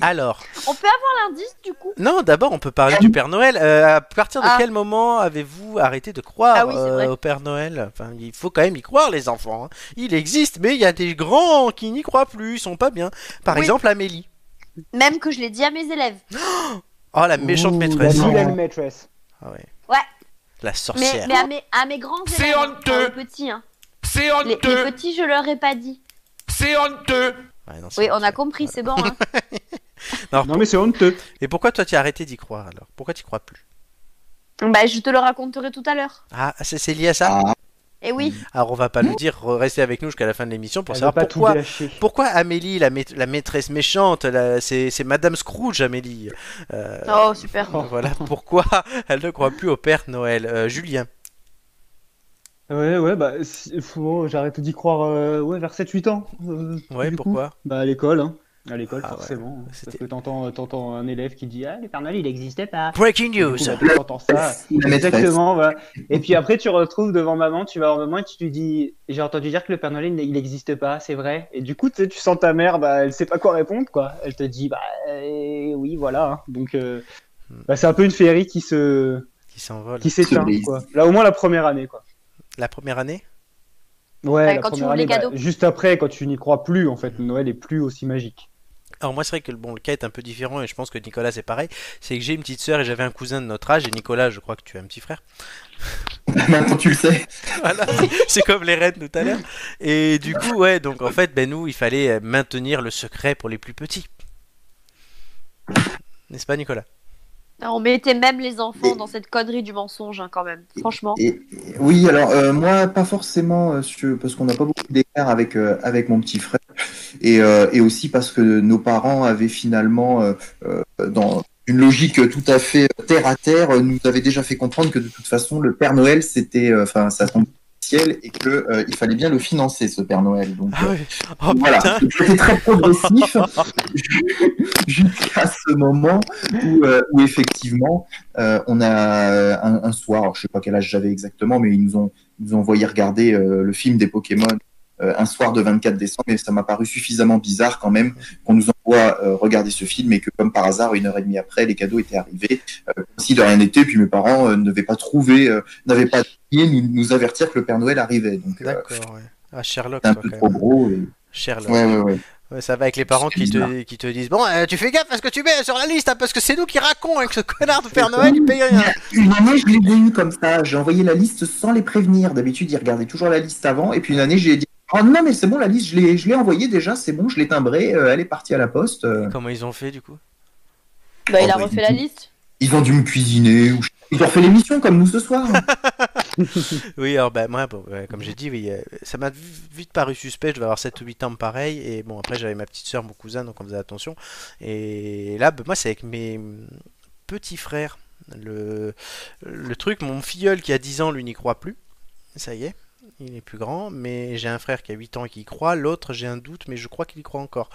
Speaker 1: Alors,
Speaker 2: On peut avoir l'indice du coup
Speaker 1: non, d'abord, on peut parler
Speaker 5: Ah.
Speaker 1: du Père Noël. Euh, à partir de
Speaker 2: Ah.
Speaker 1: quel moment avez-vous arrêté de croire
Speaker 2: Ah oui, c'est vrai.
Speaker 1: euh, au Père Noël Enfin, il faut quand même y croire, les enfants. hein. Il existe, mais il y a des grands qui n'y croient plus, ils sont pas bien. Par
Speaker 2: Oui.
Speaker 1: exemple, Amélie.
Speaker 2: Même que je l'ai dit à mes élèves.
Speaker 1: Oh, la méchante
Speaker 5: Ouh,
Speaker 1: maîtresse.
Speaker 5: La
Speaker 3: non.
Speaker 5: vilaine maîtresse.
Speaker 1: Ah ouais.
Speaker 2: Ouais.
Speaker 1: La
Speaker 2: Mais,
Speaker 1: sorcière.
Speaker 2: mais à, mes, à mes grands
Speaker 6: C'est
Speaker 2: élèves, hein,
Speaker 6: honteux.
Speaker 2: pas aux petits. hein.
Speaker 6: C'est
Speaker 2: Les, les
Speaker 6: honteux
Speaker 2: petits, je leur ai pas dit.
Speaker 6: C'est honteux
Speaker 1: Ouais, non, c'est
Speaker 2: Oui,
Speaker 1: bon.
Speaker 2: on a compris, c'est bon. hein.
Speaker 5: Non mais c'est honteux.
Speaker 1: Et pourquoi toi tu as arrêté d'y croire alors Pourquoi tu crois plus
Speaker 2: bah, je te le raconterai tout à l'heure.
Speaker 1: Ah, c'est c'est lié à ça
Speaker 3: Ah,
Speaker 2: Et oui.
Speaker 1: Alors on va pas le dire, re- restez avec nous jusqu'à la fin de l'émission pour
Speaker 5: Elle veut
Speaker 1: savoir
Speaker 5: pas
Speaker 1: pourquoi.
Speaker 5: tout lâcher.
Speaker 1: Pourquoi Amélie, la, mait- la maîtresse méchante, la- c'est c'est Madame Scrooge, Amélie. Euh,
Speaker 2: Oh, super.
Speaker 5: Oh.
Speaker 1: Voilà pourquoi elle ne croit plus au Père Noël. Euh, Julien,
Speaker 5: Ouais ouais bah si- faut- j'ai arrêté d'y croire euh, ouais vers 7 8 ans. euh,
Speaker 1: ouais,
Speaker 5: du coup.
Speaker 1: pourquoi
Speaker 5: Bah à l'école hein. À l'école
Speaker 1: Ah,
Speaker 5: forcément. hein. Parce
Speaker 1: C'était-
Speaker 5: que t'entends t'entends un élève qui dit ah le Père Noël il existait pas.
Speaker 1: Breaking
Speaker 5: Du coup,
Speaker 1: news
Speaker 5: bah, toi, t'entends ça.
Speaker 3: la maîtresse.
Speaker 5: Exactement, voilà. Et puis après, tu retrouves devant maman, tu vas voir maman et tu lui dis J'ai entendu dire que le Père Noël, il- il n'existe pas, c'est vrai. Et du coup, tu sais, tu sens ta mère, bah, elle sait pas quoi répondre, quoi. Elle te dit Bah euh, oui, voilà. hein. Donc, euh,
Speaker 1: Hmm.
Speaker 5: bah, c'est un peu une féerie qui se
Speaker 1: qui s'envole.
Speaker 5: qui s'éteint,
Speaker 3: Cerise.
Speaker 5: quoi. Là, au moins, la première année, quoi.
Speaker 1: La première année
Speaker 5: Ouais,
Speaker 2: Ouais,
Speaker 5: la
Speaker 2: quand tu
Speaker 5: première
Speaker 2: ouvres les
Speaker 5: année, bah,
Speaker 2: cadeaux.
Speaker 5: juste après, quand tu n'y crois plus, en
Speaker 1: Hmm.
Speaker 5: fait, Noël est plus aussi magique.
Speaker 1: Alors moi c'est vrai que bon, le cas est un peu différent et je pense que Nicolas c'est pareil. C'est que j'ai une petite sœur et j'avais un cousin de notre âge et Nicolas je crois que tu as un petit frère.
Speaker 3: Maintenant tu le sais.
Speaker 1: Voilà, c'est comme les reines tout à l'heure. Et du coup, ouais, donc en fait, ben nous, il fallait euh, maintenir le secret pour les plus petits. N'est-ce pas, Nicolas
Speaker 2: On mettait même les enfants dans cette connerie du mensonge, hein, quand même. Franchement.
Speaker 3: Et, et- oui, alors euh, moi, pas forcément, euh, sur- parce qu'on n'a pas beaucoup d'écart avec, euh, avec mon petit frère, et, euh, et aussi parce que nos parents avaient finalement, euh, euh, dans une logique tout à fait terre à terre, euh, nous avaient déjà fait comprendre que de toute façon, le Père Noël, c'était, euh, enfin, ça tombait du ciel et que euh, il fallait bien le financer, ce Père Noël. Donc, euh,
Speaker 1: oui Oh
Speaker 3: voilà,
Speaker 1: putain
Speaker 3: c'était très progressif jusqu'à ce moment où, euh, où effectivement, euh, on a un, un soir, je sais pas quel âge j'avais exactement, mais ils nous ont, ils nous ont envoyé regarder euh, le film des Pokémon euh, un soir de 24 décembre, et ça m'a paru suffisamment bizarre quand même qu'on nous envoie euh, regarder ce film et que comme par hasard, une heure et demie après, les cadeaux étaient arrivés, euh, comme si de rien n'était, puis mes parents euh, n'avaient pas trouvé, euh, n'avaient pas trié nous, nous avertir que le Père Noël arrivait. Donc, euh,
Speaker 1: D'accord, ouais. Ah, Sherlock,
Speaker 3: c'était un
Speaker 1: toi,
Speaker 3: peu
Speaker 1: quand
Speaker 3: trop
Speaker 1: même.
Speaker 3: gros. Et...
Speaker 1: Sherlock.
Speaker 3: Ouais, ouais, ouais.
Speaker 1: Ouais, ça va avec les parents
Speaker 3: C'est
Speaker 1: qui te,
Speaker 3: bizarre.
Speaker 1: qui te disent Bon, euh, tu fais gaffe à ce que tu mets sur la liste, hein, parce que c'est nous qui raconons avec ce connard de Père Noël, il paye rien.
Speaker 3: Une année, je l'ai eu comme ça. J'ai envoyé la liste sans les prévenir. D'habitude, ils regardaient toujours la liste avant. Et puis une année, j'ai dit Oh non, mais c'est bon, la liste, je l'ai, je l'ai envoyée déjà. C'est bon, je l'ai timbrée. euh, elle est partie à la poste. euh.
Speaker 1: Comment ils ont fait du coup
Speaker 2: Bah, il a
Speaker 3: bah,
Speaker 2: refait
Speaker 3: du
Speaker 2: la
Speaker 3: coup.
Speaker 2: liste.
Speaker 3: Ils ont dû me cuisiner. Ou... je- Ils ont fait l'émission comme nous ce soir.
Speaker 1: Oui, alors ben, moi, bon, ouais, comme j'ai dit, oui, euh, ça m'a v- vite paru suspect. Je vais avoir 7 ou 8 ans pareil. Et bon, après, j'avais ma petite soeur, mon cousin, donc on faisait attention. Et là, ben, moi, c'est avec mes mm, petits frères. Le, le truc, mon filleul qui a 10 ans, lui, n'y croit plus. Ça y est, il est plus grand. Mais j'ai un frère qui a 8 ans et qui y croit. L'autre, j'ai un doute, mais je crois qu'il y croit encore.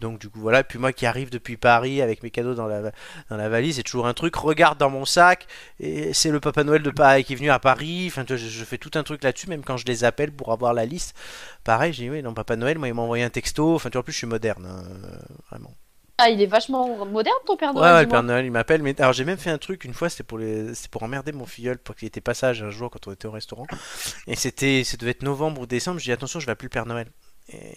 Speaker 1: Donc, du coup, voilà. Et puis, moi qui arrive depuis Paris avec mes cadeaux dans la, dans la valise, c'est toujours un truc. Regarde dans mon sac. Et c'est le Papa Noël de Paris qui est venu à Paris. Enfin, tu vois, je, je fais tout un truc là-dessus, même quand je les appelle pour avoir la liste. Pareil, j'ai dit, oui, non, Papa Noël, moi, il m'a envoyé un texto. Enfin, tu vois, en plus, je suis moderne, hein, euh, vraiment.
Speaker 2: Ah, il est vachement moderne, ton Père
Speaker 1: Ouais,
Speaker 2: Noël.
Speaker 1: ouais, le
Speaker 2: dis-moi.
Speaker 1: Père Noël, il m'appelle. Mais alors, j'ai même fait un truc une fois, c'était pour, les... c'était pour emmerder mon filleul, pour qu'il était passage un jour quand on était au restaurant. Et c'était, ça devait être novembre ou décembre. J'ai dit, attention, je vais appeler le Père Noël. Et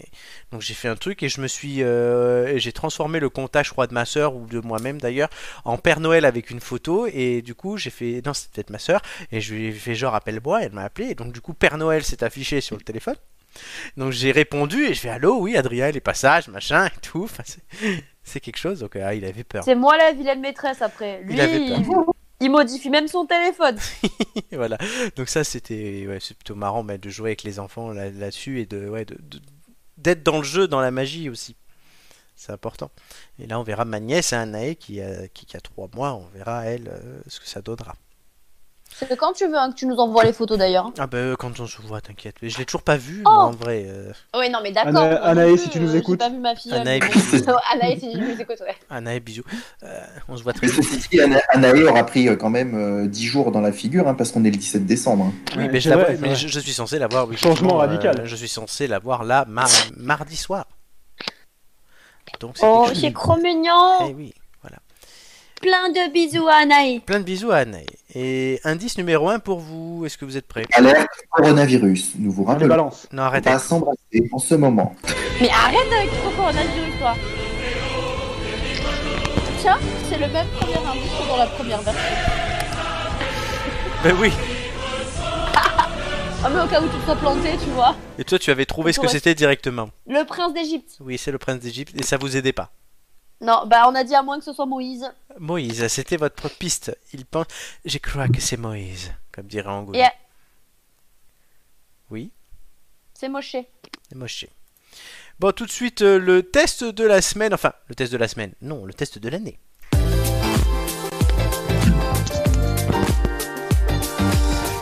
Speaker 1: donc j'ai fait un truc et je me suis, euh, et j'ai transformé le contact, je crois, de ma sœur ou de moi-même d'ailleurs, en Père Noël avec une photo. Et du coup, j'ai fait, non, c'était peut-être ma sœur. Et je lui ai fait genre appelle-moi, elle m'a appelé. Et donc du coup Père Noël s'est affiché sur le téléphone. Donc j'ai répondu et je fais allô, oui Adrien, les passages, machin et tout. Enfin, c'est- c'est quelque chose. Donc ah, il avait peur.
Speaker 2: C'est moi la vilaine maîtresse après. Lui,
Speaker 1: Il avait peur.
Speaker 2: il, il modifie même son téléphone.
Speaker 1: Et voilà. Donc ça c'était, ouais, c'est plutôt marrant mais de jouer avec les enfants là- là-dessus et de, ouais, de- de- d'être dans le jeu, dans la magie aussi. C'est important. Et là on verra ma nièce, hein, Anae, qui a, qui, qui a trois mois, on verra elle euh, ce que ça donnera.
Speaker 2: C'est quand tu veux hein, que tu nous envoies les photos d'ailleurs. hein.
Speaker 1: Ah bah euh, quand on se voit, t'inquiète. Mais je l'ai toujours pas vu, moi,
Speaker 2: Oh
Speaker 1: en vrai. euh,
Speaker 2: Oui, non, mais d'accord.
Speaker 5: Ana-
Speaker 2: moi non
Speaker 5: Anaïs,
Speaker 2: plus,
Speaker 5: si tu
Speaker 2: euh,
Speaker 5: nous écoutes.
Speaker 2: J'ai pas vu ma fille.
Speaker 1: Anaïs, bisous.
Speaker 2: Anaïs, si tu nous écoutes, ouais.
Speaker 1: Anna et bisous. Euh, on se voit très
Speaker 3: Mais ceci dit, Ana- Anae aura pris euh, quand même euh, 10 jours dans la figure, hein, parce qu'on est le 17 décembre. hein.
Speaker 1: Oui,
Speaker 5: Ouais,
Speaker 1: mais, je,
Speaker 5: c'est
Speaker 1: la
Speaker 5: vrai,
Speaker 1: vois-
Speaker 5: c'est
Speaker 1: mais
Speaker 5: vrai.
Speaker 1: je, je suis censé la voir. oui,
Speaker 5: Changement
Speaker 1: justement,
Speaker 5: radical.
Speaker 1: euh, je suis censé la voir là mar- mardi soir. Donc c'est
Speaker 4: Oh,
Speaker 1: quelque
Speaker 4: c'est
Speaker 1: chose.
Speaker 4: trop mignon.
Speaker 1: Eh oui.
Speaker 4: Plein de bisous à Anaï.
Speaker 1: Plein de bisous à Anaï. Et indice numéro 1 pour vous. Est-ce que vous êtes prêts
Speaker 3: Alerte coronavirus, nous vous
Speaker 5: On les
Speaker 3: rappelons.
Speaker 5: balance.
Speaker 1: Non,
Speaker 3: On
Speaker 1: arrêtez.
Speaker 3: va s'embrasser en ce moment.
Speaker 2: Mais arrête avec ton coronavirus, toi. Tiens, c'est le même premier indice que dans la première version.
Speaker 1: Ben oui.
Speaker 2: Ah, mais au cas où tu te sois planté, tu vois.
Speaker 1: Et toi, tu avais trouvé ce que
Speaker 2: Correct.
Speaker 1: c'était directement.
Speaker 2: Le prince d'Égypte.
Speaker 1: Oui, c'est le prince d'Égypte et ça vous aidait pas.
Speaker 2: Non, bah on a dit à moins que ce soit Moïse.
Speaker 1: Moïse, c'était votre piste. Il pense. Je crois que c'est Moïse, comme dirait Angoulême.
Speaker 2: Yeah.
Speaker 1: Oui,
Speaker 2: C'est Moshe.
Speaker 1: c'est Moshe. Bon, tout de suite, euh, le test de la semaine. Enfin, le test de la semaine. Non, le test de l'année.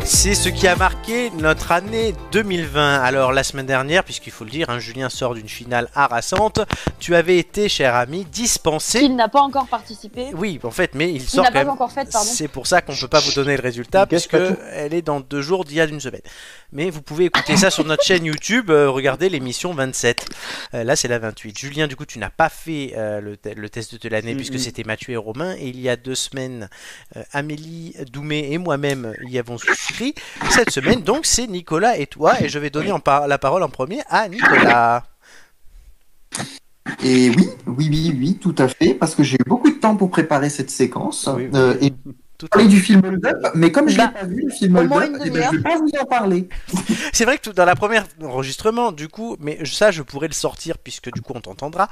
Speaker 1: C'est ce qui a marqué notre année 2020. Alors la semaine dernière, puisqu'il faut le dire, hein, Julien sort d'une finale harassante. Tu avais été, cher ami, dispensé.
Speaker 2: Il n'a pas encore participé.
Speaker 1: Oui, en fait, mais il
Speaker 2: Il
Speaker 1: sort
Speaker 2: n'a
Speaker 1: quand
Speaker 2: pas
Speaker 1: même
Speaker 2: encore fait, pardon.
Speaker 1: C'est pour ça qu'on peut pas vous donner le résultat
Speaker 5: Il cache
Speaker 1: puisque
Speaker 5: pas tout.
Speaker 1: elle est dans deux jours d'il y a une semaine. Mais vous pouvez écouter ça sur notre chaîne YouTube. euh, regardez l'émission 27. Euh, là, c'est la 28. Julien, du coup, tu n'as pas fait euh, le, te- le test de l'année
Speaker 5: Mm,
Speaker 1: puisque
Speaker 5: mm.
Speaker 1: c'était Mathieu et Romain. Et il y a deux semaines, euh, Amélie, Doumé et moi-même y avons souscrit. Cette semaine, donc, c'est Nicolas et toi. Et je vais donner en par- la parole en premier à Nicolas.
Speaker 3: Et oui, oui, oui, oui, tout à fait, parce que j'ai eu beaucoup de temps pour préparer cette séquence.
Speaker 1: Oui, oui.
Speaker 3: euh, et
Speaker 1: Tout à
Speaker 3: parler du film Hold Up, mais comme je
Speaker 2: Bah,
Speaker 3: l'ai pas vu, le film
Speaker 2: au
Speaker 3: Hold
Speaker 2: moins
Speaker 3: Up,
Speaker 2: une
Speaker 3: eh ben,
Speaker 2: demi-heure.
Speaker 3: je vais pas vous en parler.
Speaker 1: C'est vrai que tout- dans la première enregistrement, du coup, mais je- ça, je pourrais le sortir puisque du coup, on t'entendra.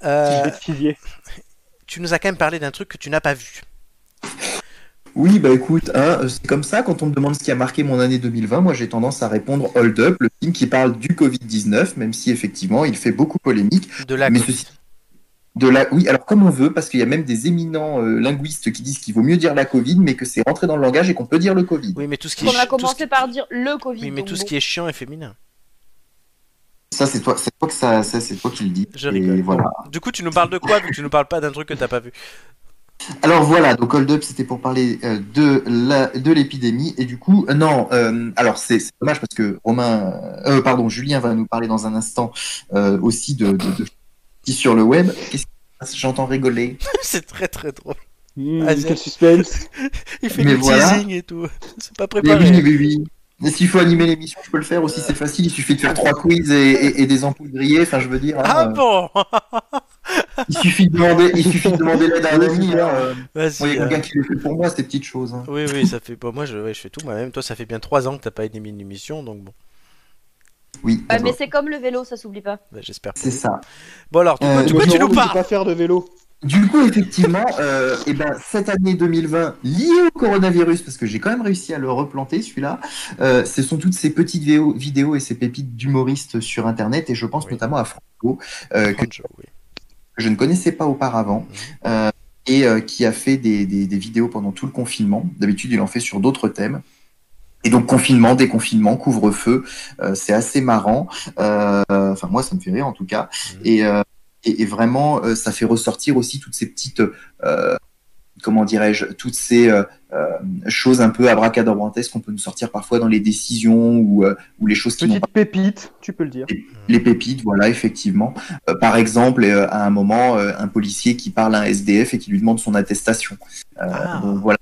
Speaker 5: Si
Speaker 1: Euh,
Speaker 5: je vais te fusiller.
Speaker 1: tu nous as quand même parlé d'un truc que tu n'as pas vu.
Speaker 3: Oui, bah écoute, hein, euh, c'est comme ça, quand on me demande ce qui a marqué mon année 2020, moi j'ai tendance à répondre Hold Up, le film qui parle du Covid-19, même si effectivement il fait beaucoup polémique.
Speaker 1: De la
Speaker 3: Mais
Speaker 1: Covid.
Speaker 3: ceci- De la... Oui, alors comme on veut, parce qu'il y a même des éminents euh, linguistes qui disent qu'il vaut mieux dire la Covid, mais que c'est rentré dans le langage et qu'on peut dire le Covid.
Speaker 1: Oui, mais tout ce qui est
Speaker 2: On a
Speaker 1: chi- tout ce
Speaker 2: commencé
Speaker 1: qui-
Speaker 2: par dire le Covid.
Speaker 1: Oui, mais
Speaker 2: donc
Speaker 1: tout ce
Speaker 2: bon.
Speaker 1: qui est chiant est féminin.
Speaker 3: Ça, c'est toi, c'est toi, que ça, ça, c'est toi qui le dis.
Speaker 1: Je
Speaker 3: Et
Speaker 1: rigole.
Speaker 3: voilà.
Speaker 1: Du coup, tu nous parles de quoi vu que tu nous parles pas d'un truc que t'as pas vu
Speaker 3: Alors voilà, donc Hold Up, c'était pour parler euh, de la de l'épidémie et du coup, euh, non, euh, alors c'est c'est dommage parce que Romain, euh, pardon, Julien va nous parler dans un instant euh, aussi de, de, de- qui sur le web. Qu'est-ce qui se passe J'entends rigoler.
Speaker 1: C'est très très drôle.
Speaker 5: Mmh,
Speaker 1: Vas-y.
Speaker 5: quel suspense.
Speaker 1: Il fait
Speaker 3: Mais
Speaker 1: du
Speaker 3: voilà.
Speaker 1: teasing et tout. C'est pas
Speaker 3: Mais
Speaker 1: préparé.
Speaker 3: oui, oui, oui. Mais S'il faut animer l'émission, je peux le faire aussi, c'est facile. Il suffit de faire trois quiz et, et- et des ampoules grillées. Enfin, je veux dire, hein,
Speaker 1: Ah
Speaker 3: euh,
Speaker 1: bon
Speaker 3: il suffit de demander, il suffit de demander l'aide à un ami. hein, euh. Moi, il
Speaker 1: Vas-y.
Speaker 3: y a
Speaker 1: euh,
Speaker 3: quelqu'un qui le fait pour moi ces petites choses. hein.
Speaker 1: Oui, oui, ça fait. Bon, moi, je, ouais, je fais tout moi-même. Toi, ça fait bien trois ans que t'as pas animé une émission, donc bon,
Speaker 3: Oui,
Speaker 2: Ouais,
Speaker 3: d'accord.
Speaker 2: mais c'est comme le vélo, ça s'oublie
Speaker 5: Ah,
Speaker 2: pas.
Speaker 1: bah, j'espère.
Speaker 3: c'est ça.
Speaker 1: Bon alors, du coup,
Speaker 3: Euh,
Speaker 1: du
Speaker 5: Moi,
Speaker 1: coup,
Speaker 5: je
Speaker 1: tu
Speaker 5: me rends
Speaker 1: nous
Speaker 5: compte que je peux
Speaker 1: parles.
Speaker 5: pas faire de vélo.
Speaker 3: Du coup, effectivement, euh, eh ben, cette année 2020, liée au coronavirus, parce que j'ai quand même réussi à le replanter, celui-là, euh, ce sont toutes ces petites vidéos, vidéos et ces pépites d'humoristes sur Internet, et je pense
Speaker 1: Oui.
Speaker 3: notamment à Franco, euh, que
Speaker 1: Franjo, oui.
Speaker 3: je ne connaissais pas auparavant, euh, et euh, qui a fait des, des- des vidéos pendant tout le confinement. D'habitude, il en fait sur d'autres thèmes. Et donc confinement, déconfinement, couvre-feu, euh, c'est assez marrant. Euh, Enfin moi, ça me fait rire en tout cas.
Speaker 1: Mhm.
Speaker 3: Et, euh, et, et vraiment, euh, ça fait ressortir aussi toutes ces petites, euh, comment dirais-je, toutes ces euh, euh, choses un peu abracadabrantesques qu'on peut nous sortir parfois dans les décisions ou, euh, ou les choses qui n'ont
Speaker 5: Petite pépite, tu peux le dire.
Speaker 3: les pépites, voilà, effectivement. Euh, par exemple, euh, à un moment, euh, un policier qui parle à un SDF et qui lui demande son attestation. Euh,
Speaker 1: Ah.
Speaker 3: donc voilà.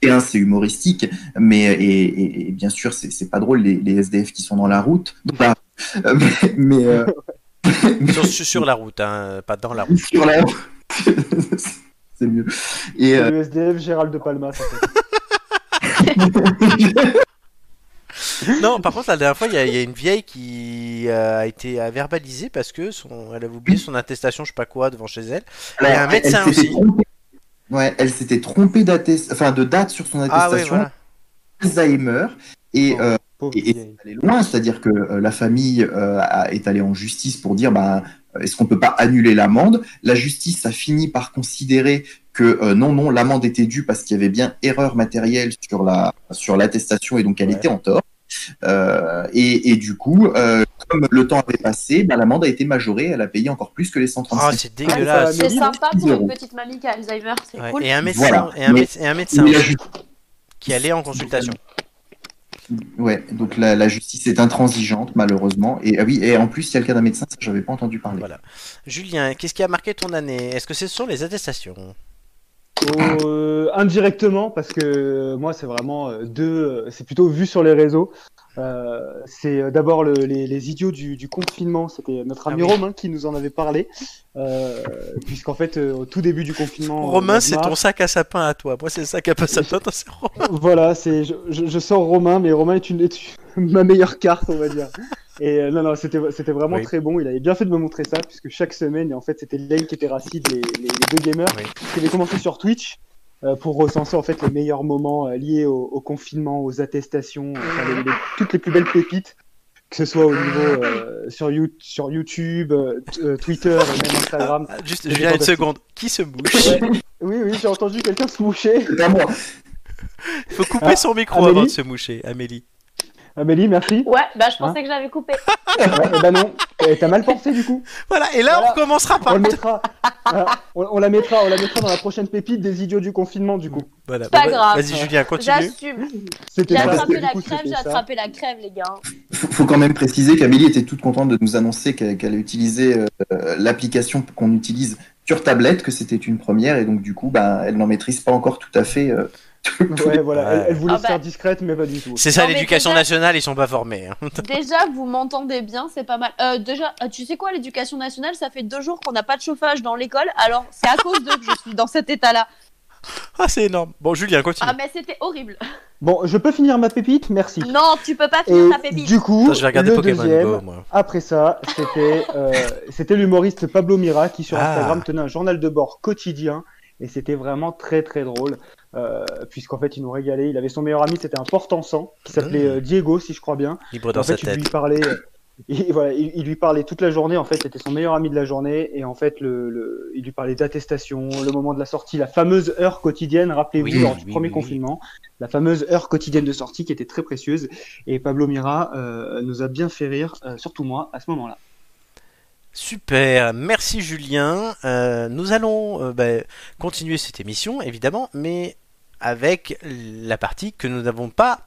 Speaker 3: Et un, c'est humoristique, mais euh, et, et- et bien sûr, c'est c'est pas drôle les, les SDF qui sont dans la route. Dans la- Euh, mais mais, euh,
Speaker 1: Sur, sur la route, hein, pas dans la route.
Speaker 3: sur la c'est mieux. Et euh,
Speaker 5: Le SDF Gérald de Palma, ça fait.
Speaker 1: Non, par contre, la dernière fois, il y, a- il y a une vieille qui euh, a été euh, verbalisée parce que son, elle avait oublié son attestation, je sais pas quoi, devant chez elle. Et un médecin
Speaker 3: elle s'était
Speaker 1: aussi.
Speaker 3: trompée- Ouais, elle s'était trompée d'attest- enfin, de date sur son
Speaker 1: Ah oui,
Speaker 3: attestation
Speaker 1: voilà.
Speaker 3: Alzheimer. Et
Speaker 5: Oh.
Speaker 3: euh,
Speaker 5: Pauvre
Speaker 3: Et- et-
Speaker 5: vieille.
Speaker 3: allée loin, c'est-à-dire que euh, la famille euh, a- est allée en justice pour dire bah est-ce qu'on peut pas annuler l'amende La justice a fini par considérer que euh, non, non, l'amende était due parce qu'il y avait bien erreur matérielle sur la sur l'attestation et donc elle
Speaker 5: Ouais.
Speaker 3: était en tort. Euh, et, et du coup, euh, comme le temps avait passé, bah, l'amende a été majorée, elle a payé encore plus que les
Speaker 1: Ah,
Speaker 3: 136.
Speaker 1: c'est dégueulasse.
Speaker 2: C'est sympa pour
Speaker 3: Zéro.
Speaker 2: une petite mamie qui a Alzheimer, c'est
Speaker 1: Ouais,
Speaker 2: cool.
Speaker 1: Et un médecin,
Speaker 3: Voilà.
Speaker 1: et un
Speaker 3: Mais-
Speaker 1: méde- et un médecin
Speaker 3: Mais la ju-
Speaker 1: qui allait en consultation.
Speaker 3: ouais, donc la, la justice est intransigeante malheureusement. Et ah oui, et en plus il y a le cas d'un médecin, ça j'avais pas entendu parler.
Speaker 1: Voilà. Julien, qu'est-ce qui a marqué ton année Est-ce que ce sont les attestations
Speaker 5: Euh, indirectement, parce que moi, c'est vraiment euh, deux. euh, C'est plutôt vu sur les réseaux. Euh, c'est euh, d'abord le- les, les idiots du, du confinement. C'était notre
Speaker 1: Ah
Speaker 5: ami
Speaker 1: oui.
Speaker 5: Romain qui nous en avait parlé, euh, puisqu'en fait, euh, au tout début du confinement, euh,
Speaker 1: Romain,
Speaker 5: mois de
Speaker 1: c'est
Speaker 5: mars,
Speaker 1: ton sac à sapin à toi. Moi, c'est le sac à pas sapin, toi, c'est Romain.
Speaker 5: Voilà, c'est je, je, je sors Romain, mais Romain est, une, est une- ma meilleure carte, on va dire. Et euh, non, non, c'était c'était vraiment
Speaker 1: Oui.
Speaker 5: très bon. Il avait bien fait de me montrer ça, puisque chaque semaine, et en fait, c'était Lane qui était racide, les, les, les deux gamers,
Speaker 1: Oui.
Speaker 5: qui avaient commencé sur Twitch euh, pour recenser en fait les meilleurs moments euh, liés au, au confinement, aux attestations, euh, enfin, les- les- toutes les plus belles pépites, que ce soit au niveau euh, sur, You- sur YouTube, euh, t- euh, Twitter, et même Instagram.
Speaker 1: Ah, Juste,
Speaker 5: C'est
Speaker 1: Julien, une
Speaker 5: fantastique.
Speaker 1: seconde. Qui se mouche
Speaker 5: Ouais. Oui, oui, j'ai entendu quelqu'un se moucher.
Speaker 3: C'est à moi.
Speaker 1: Faut couper son micro
Speaker 5: Ah, Amélie
Speaker 1: avant de se moucher, Amélie.
Speaker 5: Amélie, merci.
Speaker 2: Ouais, bah je
Speaker 5: Hein
Speaker 2: pensais que j'avais coupé.
Speaker 5: Ouais, et ben non, Eh, t'as mal pensé du coup.
Speaker 1: Voilà, et là,
Speaker 5: Voilà.
Speaker 1: on recommencera
Speaker 5: On,
Speaker 1: par.
Speaker 5: le mettra, euh, on, on la mettra, on la mettra dans la prochaine pépite des idiots du confinement du coup.
Speaker 1: Voilà,
Speaker 2: Pas
Speaker 1: bah,
Speaker 2: grave.
Speaker 1: Vas-y, Julien, continue.
Speaker 2: J'assume.
Speaker 5: C'était
Speaker 2: J'ai
Speaker 5: ça,
Speaker 2: attrapé
Speaker 5: c'était-
Speaker 2: la
Speaker 5: du coup,
Speaker 2: crève,
Speaker 5: c'était
Speaker 2: j'ai
Speaker 5: ça.
Speaker 2: attrapé la crève, les gars.
Speaker 3: faut faut quand même préciser qu'Amélie était toute contente de nous annoncer qu'elle qu'elle utilisait euh, l'application qu'on utilise sur tablette, que c'était une première, et donc du coup, bah, elle n'en maîtrise pas encore tout à fait. euh, tout- tout-
Speaker 5: Ouais, voilà, elle, elle voulait
Speaker 2: Ah
Speaker 5: se
Speaker 2: bah.
Speaker 5: faire discrète mais pas du tout.
Speaker 1: C'est ça,
Speaker 2: Non, mais
Speaker 1: l'éducation
Speaker 2: déjà-
Speaker 1: nationale, ils sont pas formés. hein.
Speaker 2: Déjà, vous m'entendez bien, c'est pas mal. Euh, déjà, euh, tu sais quoi, l'éducation nationale, ça fait deux jours qu'on n'a pas de chauffage dans l'école, alors c'est à cause d'eux que je suis dans cet état-là.
Speaker 1: Ah, c'est énorme. Bon, Julien, continue.
Speaker 2: Ah, mais c'était horrible.
Speaker 5: Bon, je peux finir ma pépite, merci.
Speaker 2: Non, tu peux pas
Speaker 5: Et
Speaker 2: finir ta pépite.
Speaker 5: du coup,
Speaker 1: Attends, je vais regarder
Speaker 5: le
Speaker 1: Pokémon
Speaker 5: deuxième,
Speaker 1: Go, moi.
Speaker 5: après ça, c'était euh, c'était l'humoriste Pablo Mira qui sur
Speaker 1: Ah.
Speaker 5: Instagram tenait un journal de bord quotidien et c'était vraiment très très drôle euh, puisqu'en fait il nous régalait. Il avait son meilleur ami, c'était un porte-en-sang qui s'appelait
Speaker 1: Mmh.
Speaker 5: euh, Diego si je crois bien.
Speaker 1: Libre
Speaker 5: En
Speaker 1: dans
Speaker 5: fait,
Speaker 1: sa
Speaker 5: il
Speaker 1: tête.
Speaker 5: lui parlait, euh, il, voilà, il, il lui parlait toute la journée. En fait, c'était son meilleur ami de la journée. Et en fait, le, le- il lui parlait d'attestation, le moment de la sortie, la fameuse heure quotidienne, rappelez-vous,
Speaker 1: Oui,
Speaker 5: lors du
Speaker 1: oui,
Speaker 5: premier
Speaker 1: oui.
Speaker 5: confinement, la fameuse heure quotidienne de sortie qui était très précieuse. Et Pablo Mira euh, nous a bien fait rire, euh, surtout moi, à ce moment-là.
Speaker 1: Super, merci Julien. Euh, nous allons euh, bah, continuer cette émission, évidemment, mais avec la partie que nous n'avons pas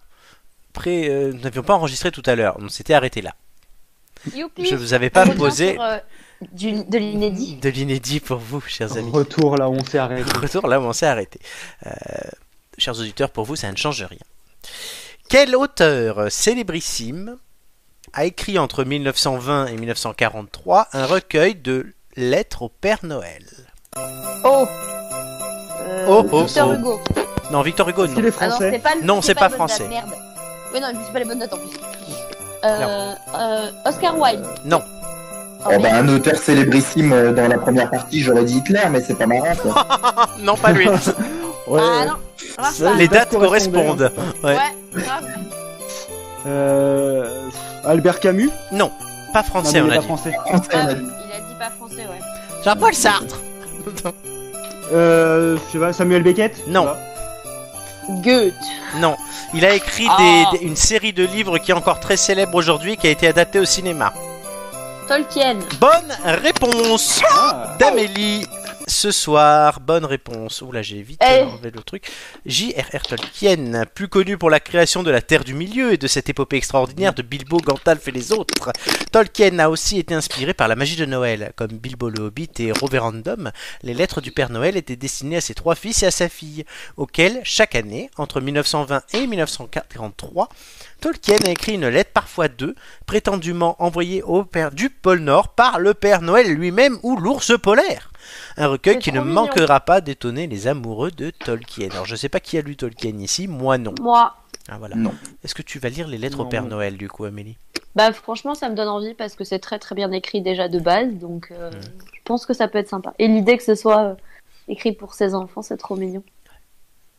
Speaker 1: pré- euh, nous n'avions pas enregistrée tout à l'heure. On s'était arrêté là.
Speaker 2: Youpi.
Speaker 1: Je ne vous avais
Speaker 2: On
Speaker 1: pas
Speaker 2: revient
Speaker 1: posé
Speaker 2: sur, euh, du- de l'inédit.
Speaker 1: de l'inédit pour vous, chers amis.
Speaker 5: Retour là, on s'est arrêté.
Speaker 1: Retour là où on s'est arrêté. Euh, chers auditeurs, pour vous, ça ne change rien. Quel auteur célébrissime a écrit entre 1920 et 1943 un recueil de lettres au Père Noël
Speaker 2: Oh. Euh,
Speaker 1: Oh, oh,
Speaker 2: Victor
Speaker 1: oh.
Speaker 2: Hugo.
Speaker 1: Non, Victor Hugo,
Speaker 5: Est-ce
Speaker 1: non.
Speaker 5: qu'il est
Speaker 2: Ah non,
Speaker 5: français
Speaker 2: c'est pas le-
Speaker 1: Non, c'est pas
Speaker 2: les bonnes
Speaker 1: français.
Speaker 2: dates, Merde. Mais non, je suis pas les bonnes dates en plus. Euh, euh, Oscar Wilde.
Speaker 1: Non.
Speaker 2: Oh,
Speaker 5: Ah Eh
Speaker 3: Oh, bah,
Speaker 5: ben,
Speaker 2: merde.
Speaker 3: un auteur célébrissime euh, dans la première partie, j'aurais dit Hitler, mais c'est pas marrant.
Speaker 5: Ah.
Speaker 3: quoi.
Speaker 1: Non, pas lui.
Speaker 5: Ouais,
Speaker 2: ah
Speaker 5: ouais.
Speaker 2: non. ça marche
Speaker 5: Ça,
Speaker 2: pas.
Speaker 1: Les
Speaker 5: dates
Speaker 1: dates correspondent. Ouais.
Speaker 2: Ouais, grave.
Speaker 5: Euh, Albert Camus
Speaker 1: Non, pas
Speaker 5: Non,
Speaker 1: français,
Speaker 5: mais
Speaker 1: on
Speaker 5: il est
Speaker 1: a
Speaker 5: pas
Speaker 1: dit.
Speaker 5: français.
Speaker 3: Français,
Speaker 2: Ah
Speaker 3: on a
Speaker 2: oui,
Speaker 3: dit.
Speaker 2: il a dit pas français, ouais.
Speaker 1: Jean-Paul Sartre.
Speaker 5: Euh, je sais pas, Samuel Beckett
Speaker 1: Non.
Speaker 5: Voilà.
Speaker 2: Goethe.
Speaker 1: Non, il a écrit
Speaker 2: Ah.
Speaker 1: des- des- une série de livres qui est encore très célèbre aujourd'hui, qui a été adaptée au cinéma.
Speaker 2: Tolkien.
Speaker 1: Bonne réponse
Speaker 5: Ah.
Speaker 1: d'Amélie ce soir. Bonne réponse. Oula, j'ai vite
Speaker 2: Eh.
Speaker 1: enlevé le truc. J.R.R. Tolkien, plus connu pour la création de la Terre du Milieu et de cette épopée extraordinaire de Bilbo, Gandalf et les autres. Tolkien a aussi été inspiré par la magie de Noël. Comme Bilbo le Hobbit et Roverandom, les lettres du Père Noël étaient destinées à ses trois fils et à sa fille, auxquels, chaque année, entre 1920 et 1943, Tolkien a écrit une lettre, parfois deux, prétendument envoyée au père du pôle Nord par le Père Noël lui-même ou l'ours polaire. Un recueil
Speaker 2: C'est
Speaker 1: qui ne
Speaker 2: trop mignon.
Speaker 1: manquera pas d'étonner les amoureux de Tolkien. Alors je sais pas qui a lu Tolkien ici, moi non.
Speaker 2: Moi.
Speaker 1: Ah, voilà.
Speaker 3: Non.
Speaker 1: Est-ce que tu vas lire les lettres au
Speaker 5: Non,
Speaker 1: Père
Speaker 5: non.
Speaker 1: Noël du coup, Amélie
Speaker 2: Bah franchement, ça me donne envie parce que c'est très très bien écrit déjà de base, donc euh,
Speaker 1: Ouais.
Speaker 2: je pense que ça peut être sympa. Et l'idée que ce soit euh, écrit pour ses enfants, c'est trop mignon.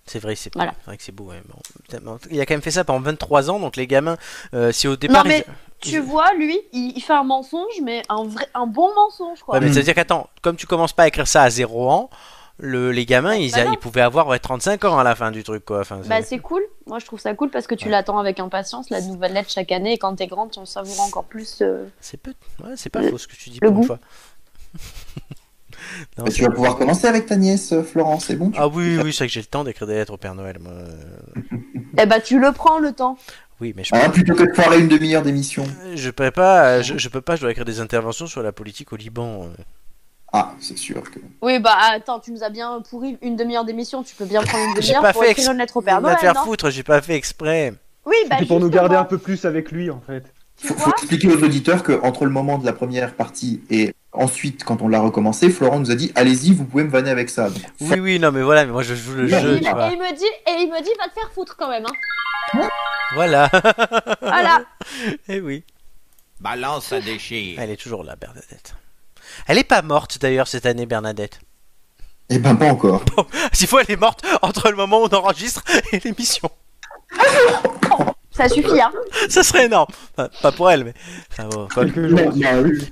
Speaker 1: C'est vrai, c'est
Speaker 2: Voilà.
Speaker 1: c'est vrai que c'est beau. ouais. Bon, putain, mais en tout- il a quand même fait ça pendant 23 ans, donc les gamins, euh, si au départ,
Speaker 2: mais-
Speaker 1: ils-
Speaker 4: tu vois, lui, il, il fait un mensonge, mais un, vrai, un bon mensonge, quoi.
Speaker 1: Ouais, mais
Speaker 3: Mm.
Speaker 1: c'est-à-dire qu'attends, comme tu commences pas à écrire ça à 0 ans, le, les gamins, ils,
Speaker 4: Bah
Speaker 1: a-
Speaker 4: non.
Speaker 1: ils pouvaient avoir ouais, 35 ans à la fin du truc, quoi. Enfin, c'est-
Speaker 4: Bah c'est cool, moi je trouve ça cool parce que tu
Speaker 1: Ouais.
Speaker 4: l'attends avec impatience, la nouvelle lettre chaque année et quand t'es grande tu en savoures encore plus. euh.
Speaker 1: c'est peu... ouais, c'est pas
Speaker 4: Le-
Speaker 1: faux ce que tu dis
Speaker 4: le
Speaker 1: pour une
Speaker 4: goût.
Speaker 1: fois. Non,
Speaker 3: Bah,
Speaker 1: c'est-
Speaker 3: tu vas pouvoir commencer avec ta nièce, euh, Florent, c'est bon tu-
Speaker 1: Ah oui, oui, oui, c'est vrai que j'ai le temps d'écrire des lettres au Père Noël. Moi. euh,
Speaker 4: Eh bah tu le prends le temps.
Speaker 1: Oui,
Speaker 5: Ah,
Speaker 1: mais je
Speaker 3: Hein, Plutôt que de foirer une demi-heure d'émission.
Speaker 1: Je peux pas, je, je peux pas, je dois écrire des interventions sur la politique au Liban. euh.
Speaker 3: Ah, c'est sûr que.
Speaker 4: Oui bah attends, tu nous as bien pourri une demi-heure d'émission, tu peux bien prendre une
Speaker 1: J'ai
Speaker 4: demi-heure
Speaker 1: pas
Speaker 4: pour
Speaker 1: fait
Speaker 4: écrire
Speaker 1: ex-
Speaker 4: une lettre au Père
Speaker 1: Va
Speaker 4: Noël,
Speaker 1: te faire
Speaker 4: non
Speaker 1: foutre, j'ai pas fait exprès.
Speaker 4: Oui bah
Speaker 5: C'était pour nous garder
Speaker 4: justement,
Speaker 5: un peu plus avec lui, en fait.
Speaker 4: Tu
Speaker 3: Faut,
Speaker 4: vois
Speaker 3: faut expliquer aux auditeurs que entre le moment de la première partie et ensuite, quand on l'a recommencé, Florent nous a dit allez-y, vous pouvez me vanner avec ça.
Speaker 5: Ah,
Speaker 3: Donc,
Speaker 1: Oui, oui, non, mais voilà, mais moi je joue le
Speaker 3: Oui,
Speaker 4: Et
Speaker 1: jeu,
Speaker 4: il,
Speaker 1: tu vois.
Speaker 4: et il me dit, et il me dit, va te faire foutre quand même. Hein.
Speaker 1: Voilà.
Speaker 4: Voilà.
Speaker 1: Eh oui.
Speaker 6: Balance, ça déchire.
Speaker 1: Elle est toujours là, Bernadette. Elle est pas morte d'ailleurs cette année, Bernadette.
Speaker 3: Eh ben, pas encore.
Speaker 1: S'il faut, elle est morte entre le moment où on enregistre et l'émission.
Speaker 4: Ça suffit, hein.
Speaker 1: Ça serait énorme. Enfin, pas pour elle, mais. enfin, bon, quoi.
Speaker 5: Quelques jours.
Speaker 3: bah,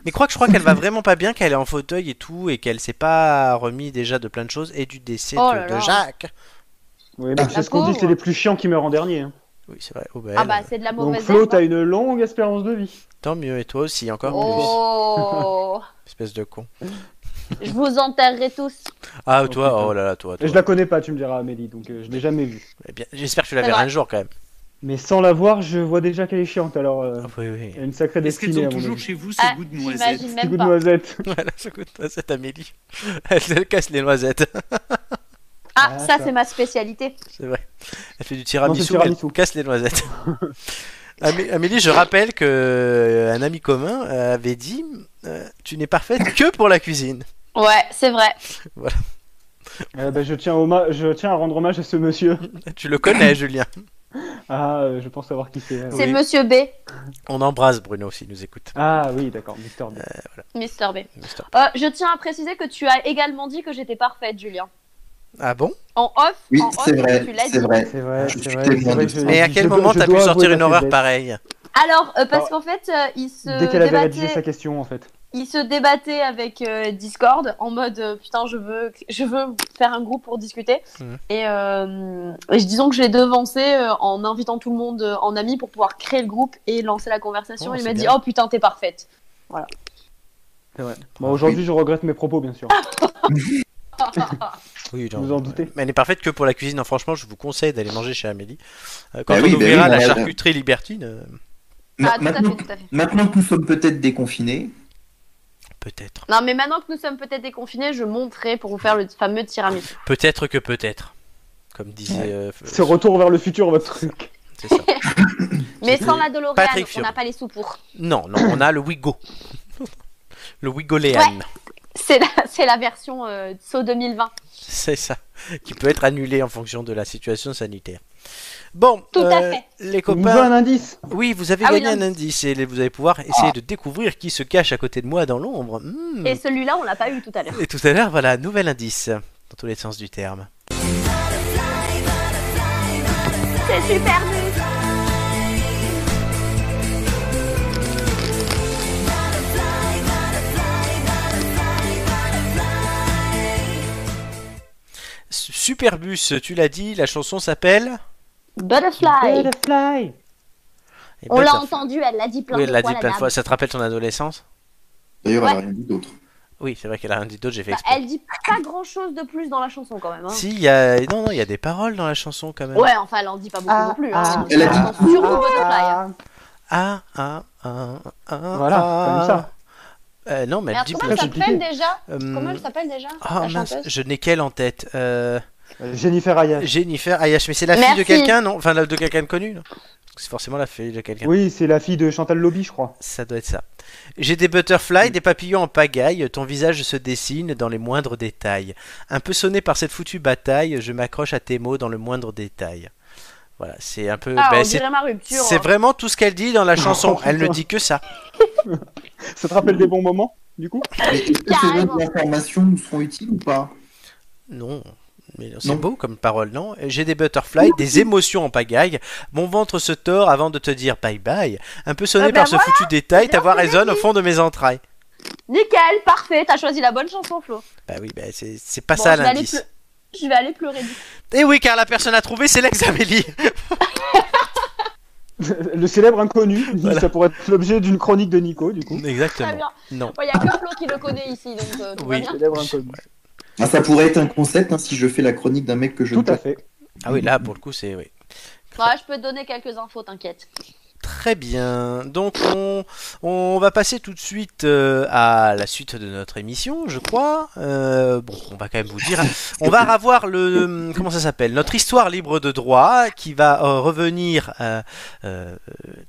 Speaker 1: Mais crois que je crois qu'elle va vraiment pas bien, qu'elle est en fauteuil et tout, et qu'elle s'est pas remis déjà de plein de choses et du décès
Speaker 4: Oh
Speaker 1: de,
Speaker 4: là
Speaker 1: de
Speaker 4: là.
Speaker 1: Jacques.
Speaker 5: Oui, mais c'est ce qu'on dit, c'est les plus chiants qui meurent en dernier. hein.
Speaker 1: Oui, c'est vrai. Oh, bah,
Speaker 4: Ah
Speaker 1: elle,
Speaker 4: bah c'est de la
Speaker 5: Donc
Speaker 4: mauvaise
Speaker 5: Flo,
Speaker 4: herbe.
Speaker 5: t'as une longue espérance de vie.
Speaker 1: Tant mieux, et toi aussi, encore plus.
Speaker 4: Oh,
Speaker 1: Espèce de con.
Speaker 4: je vous enterrerai tous.
Speaker 1: Ah,
Speaker 5: Oh,
Speaker 1: toi,
Speaker 5: putain.
Speaker 1: oh là là, toi.
Speaker 5: Et
Speaker 1: toi.
Speaker 5: je la connais pas, tu me diras, Amélie, donc euh, je l'ai jamais vue.
Speaker 1: Eh bien, J'espère que tu la
Speaker 4: C'est
Speaker 1: verras
Speaker 4: vrai.
Speaker 1: un jour quand même.
Speaker 5: Mais sans la voir, je vois déjà qu'elle est chiante, alors euh,
Speaker 1: Ah, oui, oui.
Speaker 5: elle a une sacrée
Speaker 6: Est-ce qu'elles
Speaker 5: destinée,
Speaker 6: ont
Speaker 5: à mon
Speaker 6: toujours
Speaker 5: avis.
Speaker 6: chez vous ce
Speaker 4: Ah,
Speaker 6: goût de noisette
Speaker 4: j'imagine
Speaker 5: Petit
Speaker 4: même
Speaker 5: goût de
Speaker 4: pas.
Speaker 5: noisette.
Speaker 1: Voilà, ce coup de noisette, Amélie. Elle, elle casse les noisettes,
Speaker 4: Ah, ça
Speaker 5: ça.
Speaker 4: c'est ma spécialité.
Speaker 1: c'est vrai. Elle fait du tiramisu,
Speaker 5: Non, c'est tiramisu.
Speaker 1: elle casse les noisettes. Amé- Amélie, je rappelle que euh, un ami commun euh, avait dit euh, Tu n'es parfaite que pour la cuisine.
Speaker 4: Ouais, c'est vrai.
Speaker 5: Euh, bah, je, tiens homma- je tiens à rendre hommage à ce monsieur.
Speaker 1: Tu le connais, Julien.
Speaker 5: Ah, euh, je pense savoir qui c'est. alors.
Speaker 4: C'est
Speaker 1: Oui.
Speaker 4: Monsieur B,
Speaker 1: On embrasse Bruno s'il nous écoute.
Speaker 5: Ah oui, d'accord, Mister B.
Speaker 3: Euh,
Speaker 4: Mister B.
Speaker 1: Mister.
Speaker 4: Euh, je tiens à préciser que tu as également dit que j'étais parfaite, Julien.
Speaker 1: Ah bon
Speaker 4: En off,
Speaker 3: Oui,
Speaker 4: en off,
Speaker 3: c'est vrai,
Speaker 4: tu l'as
Speaker 3: c'est
Speaker 4: dit.
Speaker 3: vrai.
Speaker 5: C'est vrai,
Speaker 3: Je
Speaker 5: c'est
Speaker 3: suis
Speaker 5: vrai. c'est
Speaker 3: témoin
Speaker 5: vrai
Speaker 3: de
Speaker 5: que
Speaker 3: ça.
Speaker 5: je-
Speaker 1: Mais à
Speaker 5: je
Speaker 1: quel
Speaker 5: dois-
Speaker 1: moment
Speaker 5: je
Speaker 1: t'as pu
Speaker 5: dois
Speaker 1: sortir
Speaker 5: avouer
Speaker 1: une
Speaker 5: ma
Speaker 1: horreur
Speaker 5: faiblesse.
Speaker 1: pareille
Speaker 4: Alors, euh, parce
Speaker 5: Ah.
Speaker 4: qu'en fait, euh, il se
Speaker 5: Dès qu'elle avait rédigé
Speaker 4: débattait.
Speaker 5: sa question, en fait.
Speaker 3: Ah,
Speaker 4: Il se débattait avec euh, Discord en mode euh, putain je veux je veux faire un groupe pour discuter
Speaker 1: Mhm.
Speaker 4: et, euh, et je disons que je l'ai devancé euh, en invitant tout le monde euh, en ami pour pouvoir créer le groupe et lancer la conversation
Speaker 1: Oh,
Speaker 4: il
Speaker 1: c'est
Speaker 4: m'a dit
Speaker 1: bien.
Speaker 4: oh putain t'es parfaite
Speaker 5: C'est vrai. Bon, aujourd'hui, je regrette mes propos, bien
Speaker 4: Ah.
Speaker 5: sûr.
Speaker 1: Oui,
Speaker 5: Vous en doutez.
Speaker 1: Mais elle est parfaite que pour la cuisine. Non, franchement, je vous conseille d'aller manger chez Amélie. Euh, Quand
Speaker 3: Bah
Speaker 1: on
Speaker 3: oui, bah
Speaker 1: ouvrira
Speaker 3: oui,
Speaker 1: la
Speaker 3: bah, bah.
Speaker 1: charcuterie libertine, euh,
Speaker 3: Ma-
Speaker 4: ah tout à
Speaker 3: maintenant,
Speaker 4: fait tout à fait
Speaker 3: maintenant que nous sommes peut-être déconfinés,
Speaker 1: peut-être.
Speaker 4: non mais maintenant que nous sommes peut-être déconfinés je monterai pour vous faire le fameux tiramisu
Speaker 1: Peut-être que peut-être. Comme disait. euh, F-
Speaker 5: C'est retour vers le futur, votre truc.
Speaker 1: c'est ça.
Speaker 4: mais
Speaker 1: C'est-
Speaker 4: sans la Doloréane
Speaker 1: Patrick
Speaker 4: on
Speaker 1: Fiori.
Speaker 4: n'a pas les sous pour
Speaker 1: Non, non, on a le Wigo. Le Wigoléan.
Speaker 4: c'est la c'est la version euh, saut 2020
Speaker 1: C'est ça. Qui peut être annulé en fonction de la situation sanitaire. Bon,
Speaker 4: Tout à
Speaker 1: euh,
Speaker 4: fait.
Speaker 1: les
Speaker 5: Vous
Speaker 1: copains,
Speaker 5: un indice
Speaker 1: oui, vous avez
Speaker 4: Ah oui,
Speaker 1: gagné un
Speaker 4: non. Ah.
Speaker 1: indice et les- vous allez pouvoir essayer de découvrir qui se cache à côté de moi dans l'ombre. Hmm.
Speaker 4: et celui-là on l'a pas eu tout à l'heure
Speaker 1: Et tout à l'heure, voilà, nouvel indice, dans tous les sens du terme.
Speaker 4: c'est super nul.
Speaker 1: S- Superbus, tu l'as dit, la chanson s'appelle
Speaker 4: butterfly
Speaker 5: Butterfly
Speaker 1: Eh
Speaker 4: On
Speaker 1: ben,
Speaker 4: l'a
Speaker 1: t'as-
Speaker 4: entendu, elle l'a dit plein
Speaker 1: Oui,
Speaker 4: de
Speaker 1: elle l'a
Speaker 4: fois.
Speaker 1: dit plein de
Speaker 4: dame.
Speaker 1: fois. Ça te rappelle ton adolescence
Speaker 3: d'ailleurs, elle n'a
Speaker 4: Ouais.
Speaker 3: rien dit d'autre.
Speaker 1: Oui, c'est vrai qu'elle a rien dit d'autre, j'ai fait
Speaker 4: Bah,
Speaker 1: exprès.
Speaker 4: elle dit pas grand chose de plus dans la chanson quand même. hein.
Speaker 1: Si, il y a... Non, non, il y a des paroles dans la chanson quand même.
Speaker 4: Ouais, enfin, elle en dit pas beaucoup non plus. hein.
Speaker 5: ah,
Speaker 3: Elle a
Speaker 4: Je
Speaker 3: dit-
Speaker 4: pense sur le butterfly. hein.
Speaker 1: Ah, ah, ah, ah,
Speaker 5: Voilà,
Speaker 1: ah.
Speaker 5: comme ça.
Speaker 1: Euh, non, mais elle
Speaker 4: Merde,
Speaker 1: dit
Speaker 4: comment
Speaker 1: pas-
Speaker 4: elle
Speaker 5: Après, c'est
Speaker 4: s'appelle
Speaker 5: piqué.
Speaker 4: déjà
Speaker 1: Euh,
Speaker 4: Comment elle s'appelle déjà
Speaker 1: Ah
Speaker 4: La
Speaker 1: mince,
Speaker 4: chanteuse
Speaker 1: je n'ai qu'elle en tête. Euh,
Speaker 5: Euh, Jennifer Ayash.
Speaker 1: Jennifer Ayash, mais c'est la fille de
Speaker 4: Merci.
Speaker 1: quelqu'un, non Enfin, la- de quelqu'un de connu, non Parce que C'est forcément la fille de quelqu'un.
Speaker 5: Oui, c'est la fille de Chantal Lobby, je crois.
Speaker 1: Ça doit être ça. J'ai des butterflies, des papillons en pagaille, ton visage se dessine dans les moindres détails. Un peu sonné par cette foutue bataille, je m'accroche à tes mots dans le moindre détail. Voilà, c'est un peu.
Speaker 4: Ah,
Speaker 1: ben,
Speaker 4: on
Speaker 1: c'est
Speaker 4: dirait hein. ma rupture.
Speaker 2: hein.
Speaker 1: c'est vraiment tout ce qu'elle dit dans la chanson. Elle ne
Speaker 5: putain.
Speaker 1: dit que ça.
Speaker 5: Ça te rappelle des bons moments, du coup
Speaker 3: Mais est-ce que ces
Speaker 4: Carrément.
Speaker 3: informations nous seront utiles ou pas
Speaker 1: Non, Mais C'est beau comme parole, non J'ai des butterflies, des émotions en pagaille, mon ventre se tord avant de te dire bye bye, un peu sonné
Speaker 2: Ah ben
Speaker 1: par ce foutu détail, ta voix
Speaker 2: que j'ai
Speaker 1: résonne au
Speaker 2: dit.
Speaker 1: fond de mes entrailles.
Speaker 2: Nickel, parfait, t'as choisi la bonne chanson, Flo.
Speaker 1: Bah oui, bah c'est c'est pas
Speaker 2: Bon,
Speaker 1: ça
Speaker 2: je vais aller
Speaker 1: l'indice.
Speaker 2: pleu- Je vais aller pleurer. du coup.
Speaker 1: Et oui, car la personne à trouver, c'est l'ex-Amélie.
Speaker 5: Le célèbre inconnu.
Speaker 1: Voilà.
Speaker 5: Ça pourrait être l'objet d'une chronique de Nico, du coup.
Speaker 2: Très
Speaker 1: Exactement.
Speaker 2: bien.
Speaker 1: Non.
Speaker 2: Bon, Il y a que Flo qui le connaît ici, donc euh, tout va
Speaker 1: Oui.
Speaker 2: bien.
Speaker 5: Célèbre inconnu.
Speaker 3: Ah, ça pourrait être un concept hein, si je fais la chronique d'un mec que je
Speaker 5: Tout
Speaker 3: ne
Speaker 5: à
Speaker 3: connais
Speaker 5: fait.
Speaker 1: Ah oui, là, pour le coup, c'est... Oui.
Speaker 2: Ouais, je peux te donner quelques infos, t'inquiète.
Speaker 1: Très bien. Donc on, on va passer tout de suite euh, à la suite de notre émission, je crois. Euh, bon, on va quand même vous dire. On va avoir le comment ça s'appelle notre histoire libre de droit qui va euh, revenir euh, euh,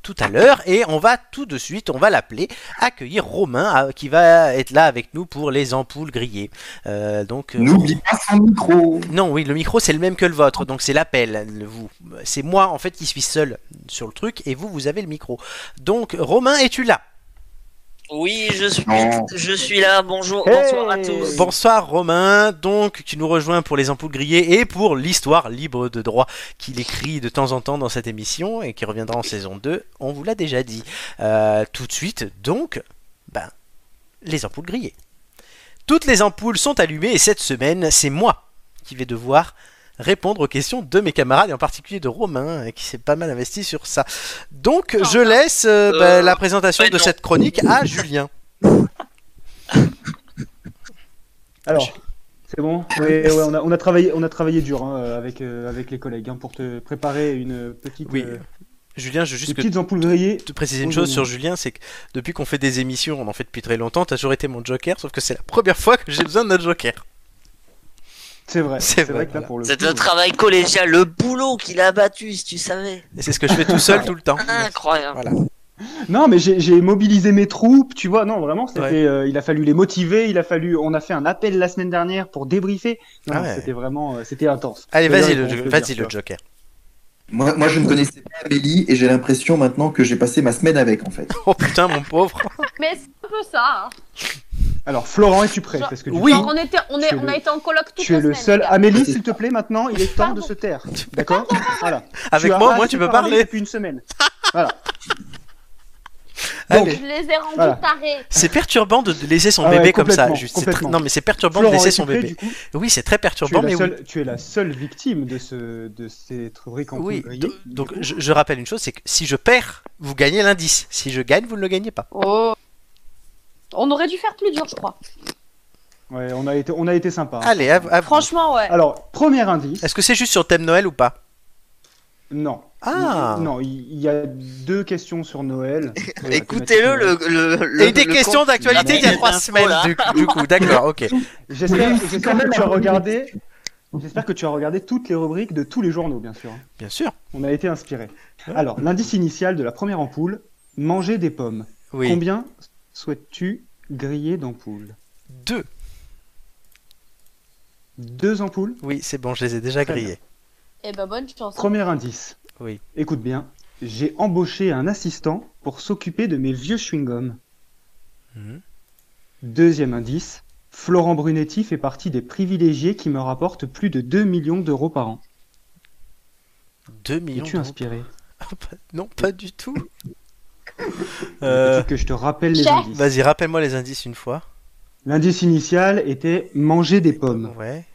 Speaker 1: tout à l'heure et on va tout de suite, on va l'appeler, accueillir Romain euh, qui va être là avec nous pour les ampoules grillées. Euh, donc euh,
Speaker 3: N'oublie pas son micro.
Speaker 1: non, oui, le micro c'est le même que le vôtre, donc c'est l'appel. le Vous, c'est moi en fait qui suis seul sur le truc et vous, vous avez le micro. Donc, Romain, es-tu là
Speaker 7: Oui, je suis,
Speaker 3: Non.
Speaker 7: je suis là. Bonjour,
Speaker 5: Hey.
Speaker 7: bonsoir à tous.
Speaker 1: Bonsoir, Romain. Donc, tu nous rejoins pour les ampoules grillées et pour l'histoire libre de droit qu'il écrit de temps en temps dans cette émission et qui reviendra en saison 2. On vous l'a déjà dit. Euh, tout de suite, donc, ben, les ampoules grillées. Toutes les ampoules sont allumées et cette semaine, c'est moi qui vais devoir répondre aux questions de mes camarades et en particulier de Romain euh, qui s'est pas mal investi sur ça. Donc je laisse euh,
Speaker 7: Euh,
Speaker 1: ben, la présentation
Speaker 7: ouais,
Speaker 1: de
Speaker 7: non.
Speaker 1: cette chronique à Julien.
Speaker 5: Alors, c'est bon. Ouais, ouais, on, a, on a travaillé, on a travaillé dur hein, euh, avec euh, avec les collègues hein, pour te préparer une petite,
Speaker 1: Oui,
Speaker 5: euh,
Speaker 1: Julien, je veux
Speaker 5: des
Speaker 1: juste que
Speaker 5: petites ampoules grillées.
Speaker 1: te préciser une
Speaker 5: Oui,
Speaker 1: chose
Speaker 5: oui,
Speaker 1: sur
Speaker 5: oui.
Speaker 1: Julien, c'est que depuis qu'on fait des émissions, on en fait depuis très longtemps, t'as toujours été mon joker, sauf que c'est la première fois que j'ai besoin de notre joker.
Speaker 5: C'est vrai.
Speaker 1: C'est
Speaker 5: C'est
Speaker 1: vrai,
Speaker 5: vrai que là
Speaker 1: voilà.
Speaker 5: pour le.
Speaker 7: C'est
Speaker 5: coup,
Speaker 7: le travail collégial, le boulot qu'il a battu, si tu savais.
Speaker 1: Et c'est ce que je fais tout seul tout le temps.
Speaker 7: Ah, Incroyable.
Speaker 5: Non, mais j'ai j'ai mobilisé mes troupes, tu vois. Non, vraiment, c'était.
Speaker 1: Ouais.
Speaker 5: euh, il a fallu les motiver. Il a fallu. On a fait un appel la semaine dernière pour débriefer. Non,
Speaker 1: Ah
Speaker 5: non,
Speaker 1: ouais.
Speaker 5: C'était vraiment. euh, c'était intense.
Speaker 1: Allez,
Speaker 5: C'est
Speaker 1: vas-y
Speaker 5: là
Speaker 1: le,
Speaker 5: qu'on peut
Speaker 1: vas
Speaker 5: dire,
Speaker 1: le
Speaker 5: tu
Speaker 1: joker.
Speaker 3: Moi, moi, je ne connaissais pas Amélie et j'ai l'impression maintenant que j'ai passé ma semaine avec, en fait.
Speaker 1: Oh putain, mon pauvre.
Speaker 2: Mais c'est un peu ça. hein.
Speaker 5: vois. Alors, Florent, es-tu prêt
Speaker 2: Genre-
Speaker 5: Parce que du
Speaker 1: Oui.
Speaker 5: coup,
Speaker 2: Genre, on, était, on, est,
Speaker 5: Tu es
Speaker 2: on a
Speaker 5: le-
Speaker 2: été en coloc toute
Speaker 5: tu
Speaker 2: la
Speaker 5: es le
Speaker 2: semaine,
Speaker 5: seul.
Speaker 2: les gars.
Speaker 5: Amélie, s'il te plaît, maintenant, il est temps de
Speaker 2: Pardon.
Speaker 5: se taire. D'accord Voilà.
Speaker 1: Avec
Speaker 5: Tu as
Speaker 1: moi, moi
Speaker 5: assez
Speaker 1: tu peux
Speaker 5: parlé
Speaker 1: parler.
Speaker 5: Depuis une semaine.
Speaker 1: Allez.
Speaker 2: Je les ai rendus
Speaker 5: Voilà.
Speaker 2: tarés.
Speaker 1: C'est perturbant de de laisser son
Speaker 5: Ah ouais,
Speaker 1: bébé comme ça.
Speaker 5: complètement,
Speaker 1: Juste, c'est
Speaker 5: complètement.
Speaker 1: très- Non, mais c'est perturbant
Speaker 5: Florent,
Speaker 1: de laisser
Speaker 5: es-tu
Speaker 1: son
Speaker 5: prêt,
Speaker 1: bébé.
Speaker 5: du coup
Speaker 1: Oui, c'est très
Speaker 5: tu, es
Speaker 1: perturbant,
Speaker 5: la
Speaker 1: mais oui.
Speaker 5: seule, tu es la seule victime de, ce, de cette rubrique en
Speaker 1: Oui,
Speaker 5: poudrier.
Speaker 1: do- donc je, je rappelle une chose, c'est que si je perds, vous gagnez l'indice. Si je gagne, vous ne le gagnez pas.
Speaker 2: Oh. On aurait dû faire plus dur, je crois.
Speaker 5: Ouais, on a été, on a été sympa. hein.
Speaker 1: Allez, à, à vous. Ah.
Speaker 2: Franchement, ouais.
Speaker 5: Alors, premier indice.
Speaker 1: Est-ce que c'est juste sur le thème Noël ou pas
Speaker 5: Non.
Speaker 1: Ah.
Speaker 5: Il- Non, il il y a deux questions sur Noël. Ouais, la
Speaker 7: Écoutez-le,
Speaker 5: thématique
Speaker 7: le, le, le-
Speaker 1: Et des
Speaker 7: le
Speaker 1: questions
Speaker 7: compte-
Speaker 1: d'actualité il y a
Speaker 7: la
Speaker 1: trois
Speaker 7: petite
Speaker 1: semaines,
Speaker 7: info, là.
Speaker 1: du, du coup. D'accord, ok.
Speaker 5: Noël. J'espère
Speaker 3: Oui,
Speaker 5: j'espère
Speaker 3: quand même
Speaker 5: que tu
Speaker 3: la
Speaker 5: as
Speaker 3: rubrique.
Speaker 5: regardé. J'espère que tu as regardé toutes les rubriques de tous les journaux, bien sûr.
Speaker 1: Bien sûr.
Speaker 5: On a été inspiré. Alors, l'indice initial de la première ampoule manger des pommes.
Speaker 1: Oui.
Speaker 5: Combien souhaites-tu griller d'ampoules
Speaker 1: Deux.
Speaker 5: Deux ampoules
Speaker 1: Oui, c'est bon, je les ai déjà
Speaker 5: Très
Speaker 1: grillés.
Speaker 2: Eh ben, bonne chance.
Speaker 5: Premier indice.
Speaker 1: Oui.
Speaker 5: Écoute bien, j'ai embauché un assistant pour s'occuper de mes vieux chewing-gums.
Speaker 1: Mhm.
Speaker 5: Deuxième indice, Florent Brunetti fait partie des privilégiés qui me rapportent plus de 2 millions d'euros par an.
Speaker 1: 2 millions
Speaker 5: Es-tu
Speaker 1: d'euros.
Speaker 5: inspiré
Speaker 1: Ah, pas- Non, pas du tout.
Speaker 5: Faut-il
Speaker 1: Euh,
Speaker 5: Que je te rappelle les
Speaker 2: Chef
Speaker 5: indices.
Speaker 1: Vas-y, rappelle-moi les indices une fois.
Speaker 5: L'indice initial était manger des pommes.
Speaker 1: Ouais.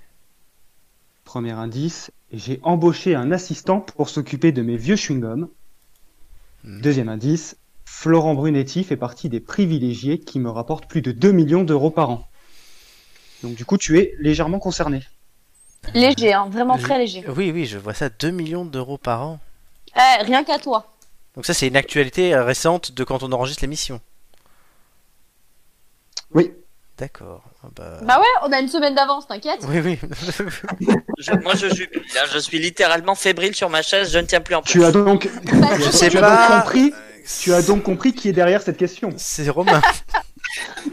Speaker 5: Premier indice, j'ai embauché un assistant pour s'occuper de mes vieux chewing-gums.
Speaker 1: Mhm.
Speaker 5: Deuxième indice, Florent Brunetti fait partie des privilégiés qui me rapportent plus de 2 millions d'euros par an. Donc du coup, tu es légèrement concerné.
Speaker 2: Léger, hein, vraiment très léger.
Speaker 1: Oui, oui, je vois ça, 2 millions d'euros par an.
Speaker 2: Eh, rien qu'à toi.
Speaker 1: Donc ça, c'est une actualité euh, récente de quand on enregistre l'émission.
Speaker 5: Oui.
Speaker 1: D'accord. Ah bah-
Speaker 2: Bah ouais, on a une semaine d'avance, t'inquiète.
Speaker 1: Oui, oui.
Speaker 7: Je- moi, je suis là, je suis littéralement fébrile sur ma chaise. Je ne tiens plus en place.
Speaker 5: Tu as donc,
Speaker 2: Bah,
Speaker 1: Je sais
Speaker 5: tu as
Speaker 1: pas.
Speaker 5: donc compris, tu as donc compris qui est derrière cette question.
Speaker 1: C'est Romain.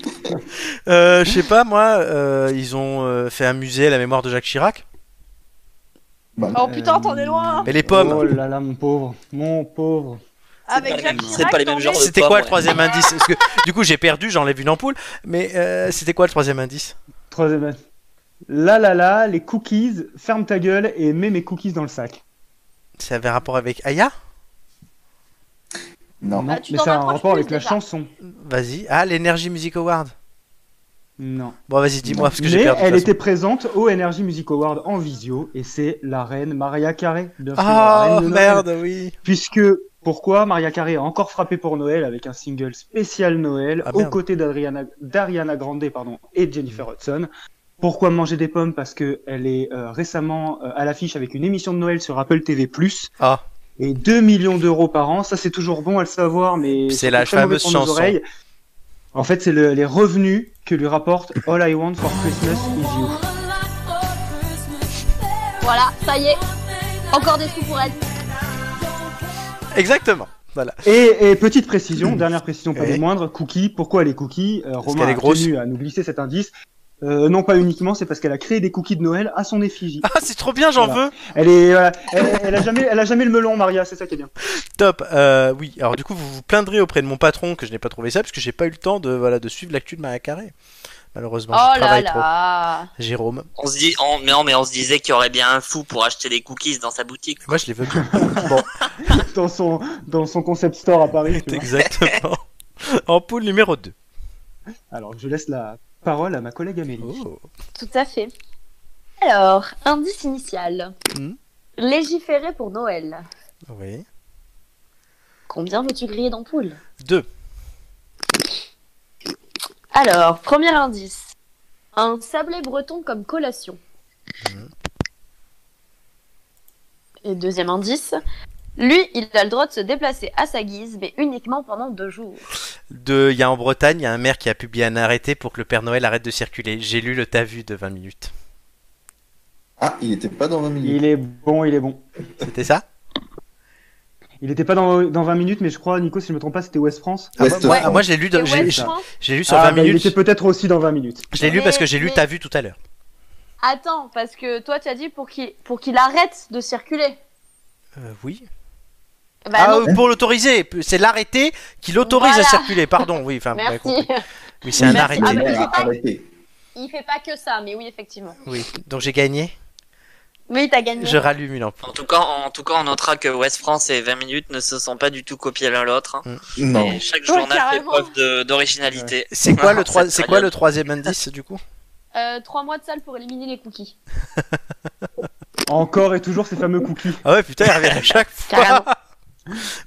Speaker 1: Euh, je sais pas, moi, euh, ils ont euh, fait un musée à la mémoire de Jacques Chirac.
Speaker 3: Bah,
Speaker 2: Oh putain, t'en es loin. hein.
Speaker 1: Mais les pommes.
Speaker 5: Oh là là, mon pauvre, mon pauvre.
Speaker 7: pas
Speaker 4: Avec
Speaker 7: les
Speaker 4: Jacques
Speaker 7: mêmes-
Speaker 4: Chirac,
Speaker 7: c'est pas les mêmes
Speaker 4: non,
Speaker 7: genres
Speaker 4: mais-
Speaker 7: de-
Speaker 1: C'était
Speaker 7: pommes,
Speaker 1: quoi le
Speaker 7: ouais.
Speaker 1: troisième indice Parce que du coup j'ai perdu, j'enlève une ampoule. Mais euh, c'était quoi le troisième indice
Speaker 5: Troisième. Là, là, là, les cookies, ferme ta gueule et mets mes cookies dans le sac.
Speaker 1: Ça avait rapport avec Aya
Speaker 3: Non.
Speaker 5: Non,
Speaker 2: Ah, tu
Speaker 5: mais
Speaker 2: t'en
Speaker 5: ça a un
Speaker 2: rapproches
Speaker 5: rapport
Speaker 2: plus,
Speaker 5: avec la
Speaker 2: déjà.
Speaker 5: chanson.
Speaker 1: Vas-y. Ah, l'Energy Music Award.
Speaker 5: Non.
Speaker 1: Bon, vas-y, dis-moi, parce que j'ai
Speaker 5: Mais
Speaker 1: perdu. de
Speaker 5: elle
Speaker 1: toute
Speaker 5: était présente au Energy Music Award en visio et c'est la reine Maria Carré. bien
Speaker 1: façon.
Speaker 5: sûr, la
Speaker 1: Ah,
Speaker 5: reine de Noël.
Speaker 1: merde, oui.
Speaker 5: Puisque, pourquoi Maria Carré a encore frappé pour Noël avec un single spécial Noël
Speaker 1: Ah,
Speaker 5: aux
Speaker 1: merde. Mm.
Speaker 5: côtés d'Adriana- d'Ariana Grande pardon, et Jennifer Hudson. Pourquoi manger des pommes Parce qu'elle est euh, récemment euh, à l'affiche avec une émission de Noël sur Apple TV+.
Speaker 1: Ah.
Speaker 5: Et 2 millions d'euros par an, ça c'est toujours bon à le savoir, mais
Speaker 1: C'est
Speaker 5: ça
Speaker 1: la
Speaker 5: fait très mauvais
Speaker 1: fameuse
Speaker 5: pour nos
Speaker 1: chanson.
Speaker 5: oreilles. En fait, c'est le- les revenus que lui rapporte All I Want for Christmas is You.
Speaker 2: Voilà, ça y est. Encore des sous pour elle.
Speaker 1: Exactement. Voilà.
Speaker 5: Et, et petite précision, dernière précision, pas
Speaker 1: Oui.
Speaker 5: des moindres, Cookie, pourquoi les cookies euh, Romain
Speaker 1: qu'elle est
Speaker 5: a
Speaker 1: grosse.
Speaker 5: tenu à nous glisser cet indice. Euh, non, pas uniquement, c'est parce qu'elle a créé des cookies de Noël à son effigie.
Speaker 1: Ah, c'est trop bien, j'en
Speaker 5: Voilà.
Speaker 1: veux.
Speaker 5: Elle est, voilà, elle, elle a jamais, elle a jamais le melon, Maria, c'est ça qui est bien.
Speaker 1: Top. Euh, oui. Alors, du coup, vous vous plaindrez auprès de mon patron que je n'ai pas trouvé ça, parce que j'ai pas eu le temps de, voilà, de suivre l'actu de Maria Carré. Malheureusement,
Speaker 2: oh
Speaker 1: je
Speaker 2: là
Speaker 1: travaille trop.
Speaker 2: là.
Speaker 1: Jérôme.
Speaker 7: On se dit, on- non, mais on se disait qu'il y aurait bien un fou pour acheter des cookies dans sa boutique.
Speaker 1: Moi, je les veux bien.
Speaker 5: Dans son, dans son concept store à Paris. tu vois.
Speaker 1: Exactement. en poule numéro 2.
Speaker 5: Alors, je laisse la parole à ma collègue Amélie.
Speaker 1: Oh,
Speaker 2: Tout à fait. Alors, indice initial.
Speaker 1: Hmm.
Speaker 2: Légiférer pour Noël.
Speaker 1: Oui.
Speaker 2: Combien veux-tu griller d'ampoules
Speaker 1: 2.
Speaker 2: Alors, premier indice. Un sablé breton comme collation. Et deuxième indice. Lui, il a le droit de se déplacer à sa guise, mais uniquement pendant deux jours.
Speaker 1: De, il y a en Bretagne, il y a un maire qui a publié un arrêté pour que le Père Noël arrête de circuler. J'ai lu le t'as vu de 20 minutes.
Speaker 3: Ah, il était pas dans 20 minutes.
Speaker 5: Il est bon, il est bon.
Speaker 1: C'était ça
Speaker 5: Il était pas dans, dans 20 minutes, mais je crois, Nico, si je me trompe pas, c'était West France.
Speaker 1: Ah,
Speaker 3: West
Speaker 1: moi, moi-
Speaker 3: France.
Speaker 1: moi, je l'ai lu, dans-
Speaker 2: Et
Speaker 1: j'ai,
Speaker 2: West
Speaker 1: j'ai-
Speaker 2: France-
Speaker 1: j'ai lu sur
Speaker 5: Ah,
Speaker 1: 20
Speaker 5: bah, il
Speaker 1: minutes.
Speaker 5: était peut-être aussi dans 20 minutes.
Speaker 1: Je l'ai lu parce que j'ai lu
Speaker 2: Mais-
Speaker 1: t'as vu tout à l'heure.
Speaker 2: Attends, parce que toi, tu as dit pour qu'il pour qu'il arrête de circuler.
Speaker 1: Euh, oui.
Speaker 2: Bah
Speaker 1: ah,
Speaker 2: non,
Speaker 1: euh, pour l'autoriser. C'est l'arrêté qui l'autorise à
Speaker 2: Voilà.
Speaker 1: circuler. Pardon, oui. Enfin, vous avez
Speaker 2: merci.
Speaker 1: compris. oui, c'est un
Speaker 2: Merci.
Speaker 1: arrêté.
Speaker 2: Ah, bah,
Speaker 3: il a
Speaker 2: j'ai pas-
Speaker 3: arrêté.
Speaker 2: Il fait pas que ça, mais oui, effectivement.
Speaker 1: Oui. Donc j'ai gagné.
Speaker 2: Oui, t'as gagné.
Speaker 1: Je rallume une ampoule.
Speaker 7: En tout cas, en tout cas, on notera que West France et 20 minutes ne se sont pas du tout copiés l'un l'autre. hein.
Speaker 3: Non.
Speaker 7: Et chaque
Speaker 2: Ouais,
Speaker 7: journal fait
Speaker 2: carrément.
Speaker 7: preuve de- d'originalité.
Speaker 1: C'est quoi le
Speaker 7: Cette
Speaker 1: trois- Ah, c'est quoi
Speaker 7: période.
Speaker 1: le troisième indice du coup
Speaker 2: Euh, trois mois de salle pour éliminer les cookies.
Speaker 5: Encore et toujours ces fameux cookies.
Speaker 1: Ah ouais, putain, il revient à chaque fois.
Speaker 2: Carrément.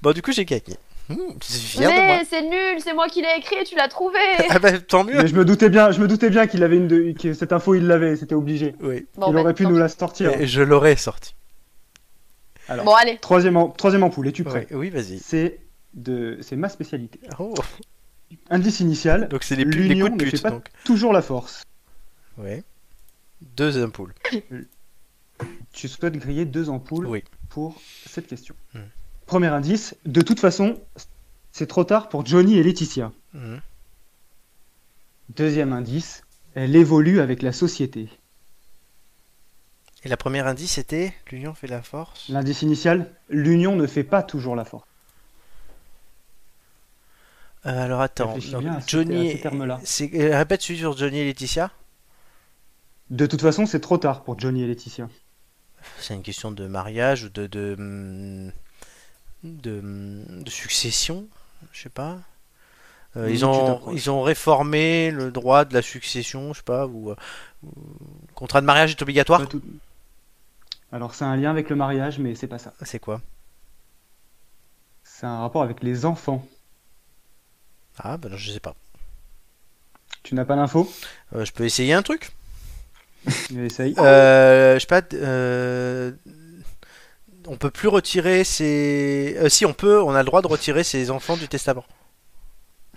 Speaker 1: bon, du coup, j'ai gagné. Hmm, c'est fier de moi.
Speaker 2: Mais c'est nul, c'est moi qui l'ai écrit et tu l'as trouvé.
Speaker 1: Ah bah, tant mieux.
Speaker 5: Mais je me doutais bien, je me doutais bien qu'il avait une de, que cette info, il l'avait, c'était obligé.
Speaker 1: Oui,
Speaker 2: Bon,
Speaker 5: il
Speaker 2: bah,
Speaker 5: aurait pu
Speaker 2: tant
Speaker 5: nous
Speaker 2: pis.
Speaker 5: la sortir. hein.
Speaker 1: et je l'aurais sorti.
Speaker 5: Alors,
Speaker 2: Bon, allez.
Speaker 5: troisième, am- troisième ampoule, es-tu
Speaker 1: Oui,
Speaker 5: prêt
Speaker 1: oui, vas-y.
Speaker 5: C'est de, c'est ma spécialité.
Speaker 1: Oh,
Speaker 5: Indice initial,
Speaker 1: Donc c'est les, pu- les
Speaker 5: l'union
Speaker 1: coups de
Speaker 5: ne fait
Speaker 1: pute.
Speaker 5: pas
Speaker 1: Donc.
Speaker 5: toujours la force.
Speaker 1: Ouais. Deux ampoules.
Speaker 5: Tu souhaites griller deux ampoules
Speaker 1: Oui.
Speaker 5: pour cette question.
Speaker 1: Mm.
Speaker 5: Premier indice, de toute façon, c'est trop tard pour Johnny et Laetitia.
Speaker 1: Mhm.
Speaker 5: Deuxième indice, elle évolue avec la société.
Speaker 1: Et la première indice c'était l'union fait la force.
Speaker 5: L'indice initial, l'union ne fait pas toujours la force.
Speaker 1: Euh, alors attends,
Speaker 5: Réfléchis
Speaker 1: donc,
Speaker 5: bien à ces-
Speaker 1: Johnny.
Speaker 5: à ces termes-là.
Speaker 1: c'est- euh, répète celui sur Johnny et Laetitia.
Speaker 5: De toute façon, c'est trop tard pour Johnny et Laetitia.
Speaker 1: C'est une question de mariage ou de de hum, de, hum, de succession, je sais pas. Euh,
Speaker 5: Oui, tu
Speaker 1: ils ont
Speaker 5: t'approches.
Speaker 1: ils ont réformé le droit de la succession, je sais pas. Ou, euh, ou- le contrat de mariage est obligatoire.
Speaker 5: Pas tout- Alors, c'est un lien avec le mariage, mais c'est pas ça.
Speaker 1: C'est quoi
Speaker 5: C'est un rapport avec les enfants.
Speaker 1: Ah bah non, je sais pas.
Speaker 5: Tu n'as pas l'info
Speaker 1: Euh, je peux essayer un truc.
Speaker 5: Mais Essaye.
Speaker 1: Euh, je sais pas. euh, on peut plus retirer ses. euh, si on peut, on a le droit de retirer ses enfants du testament.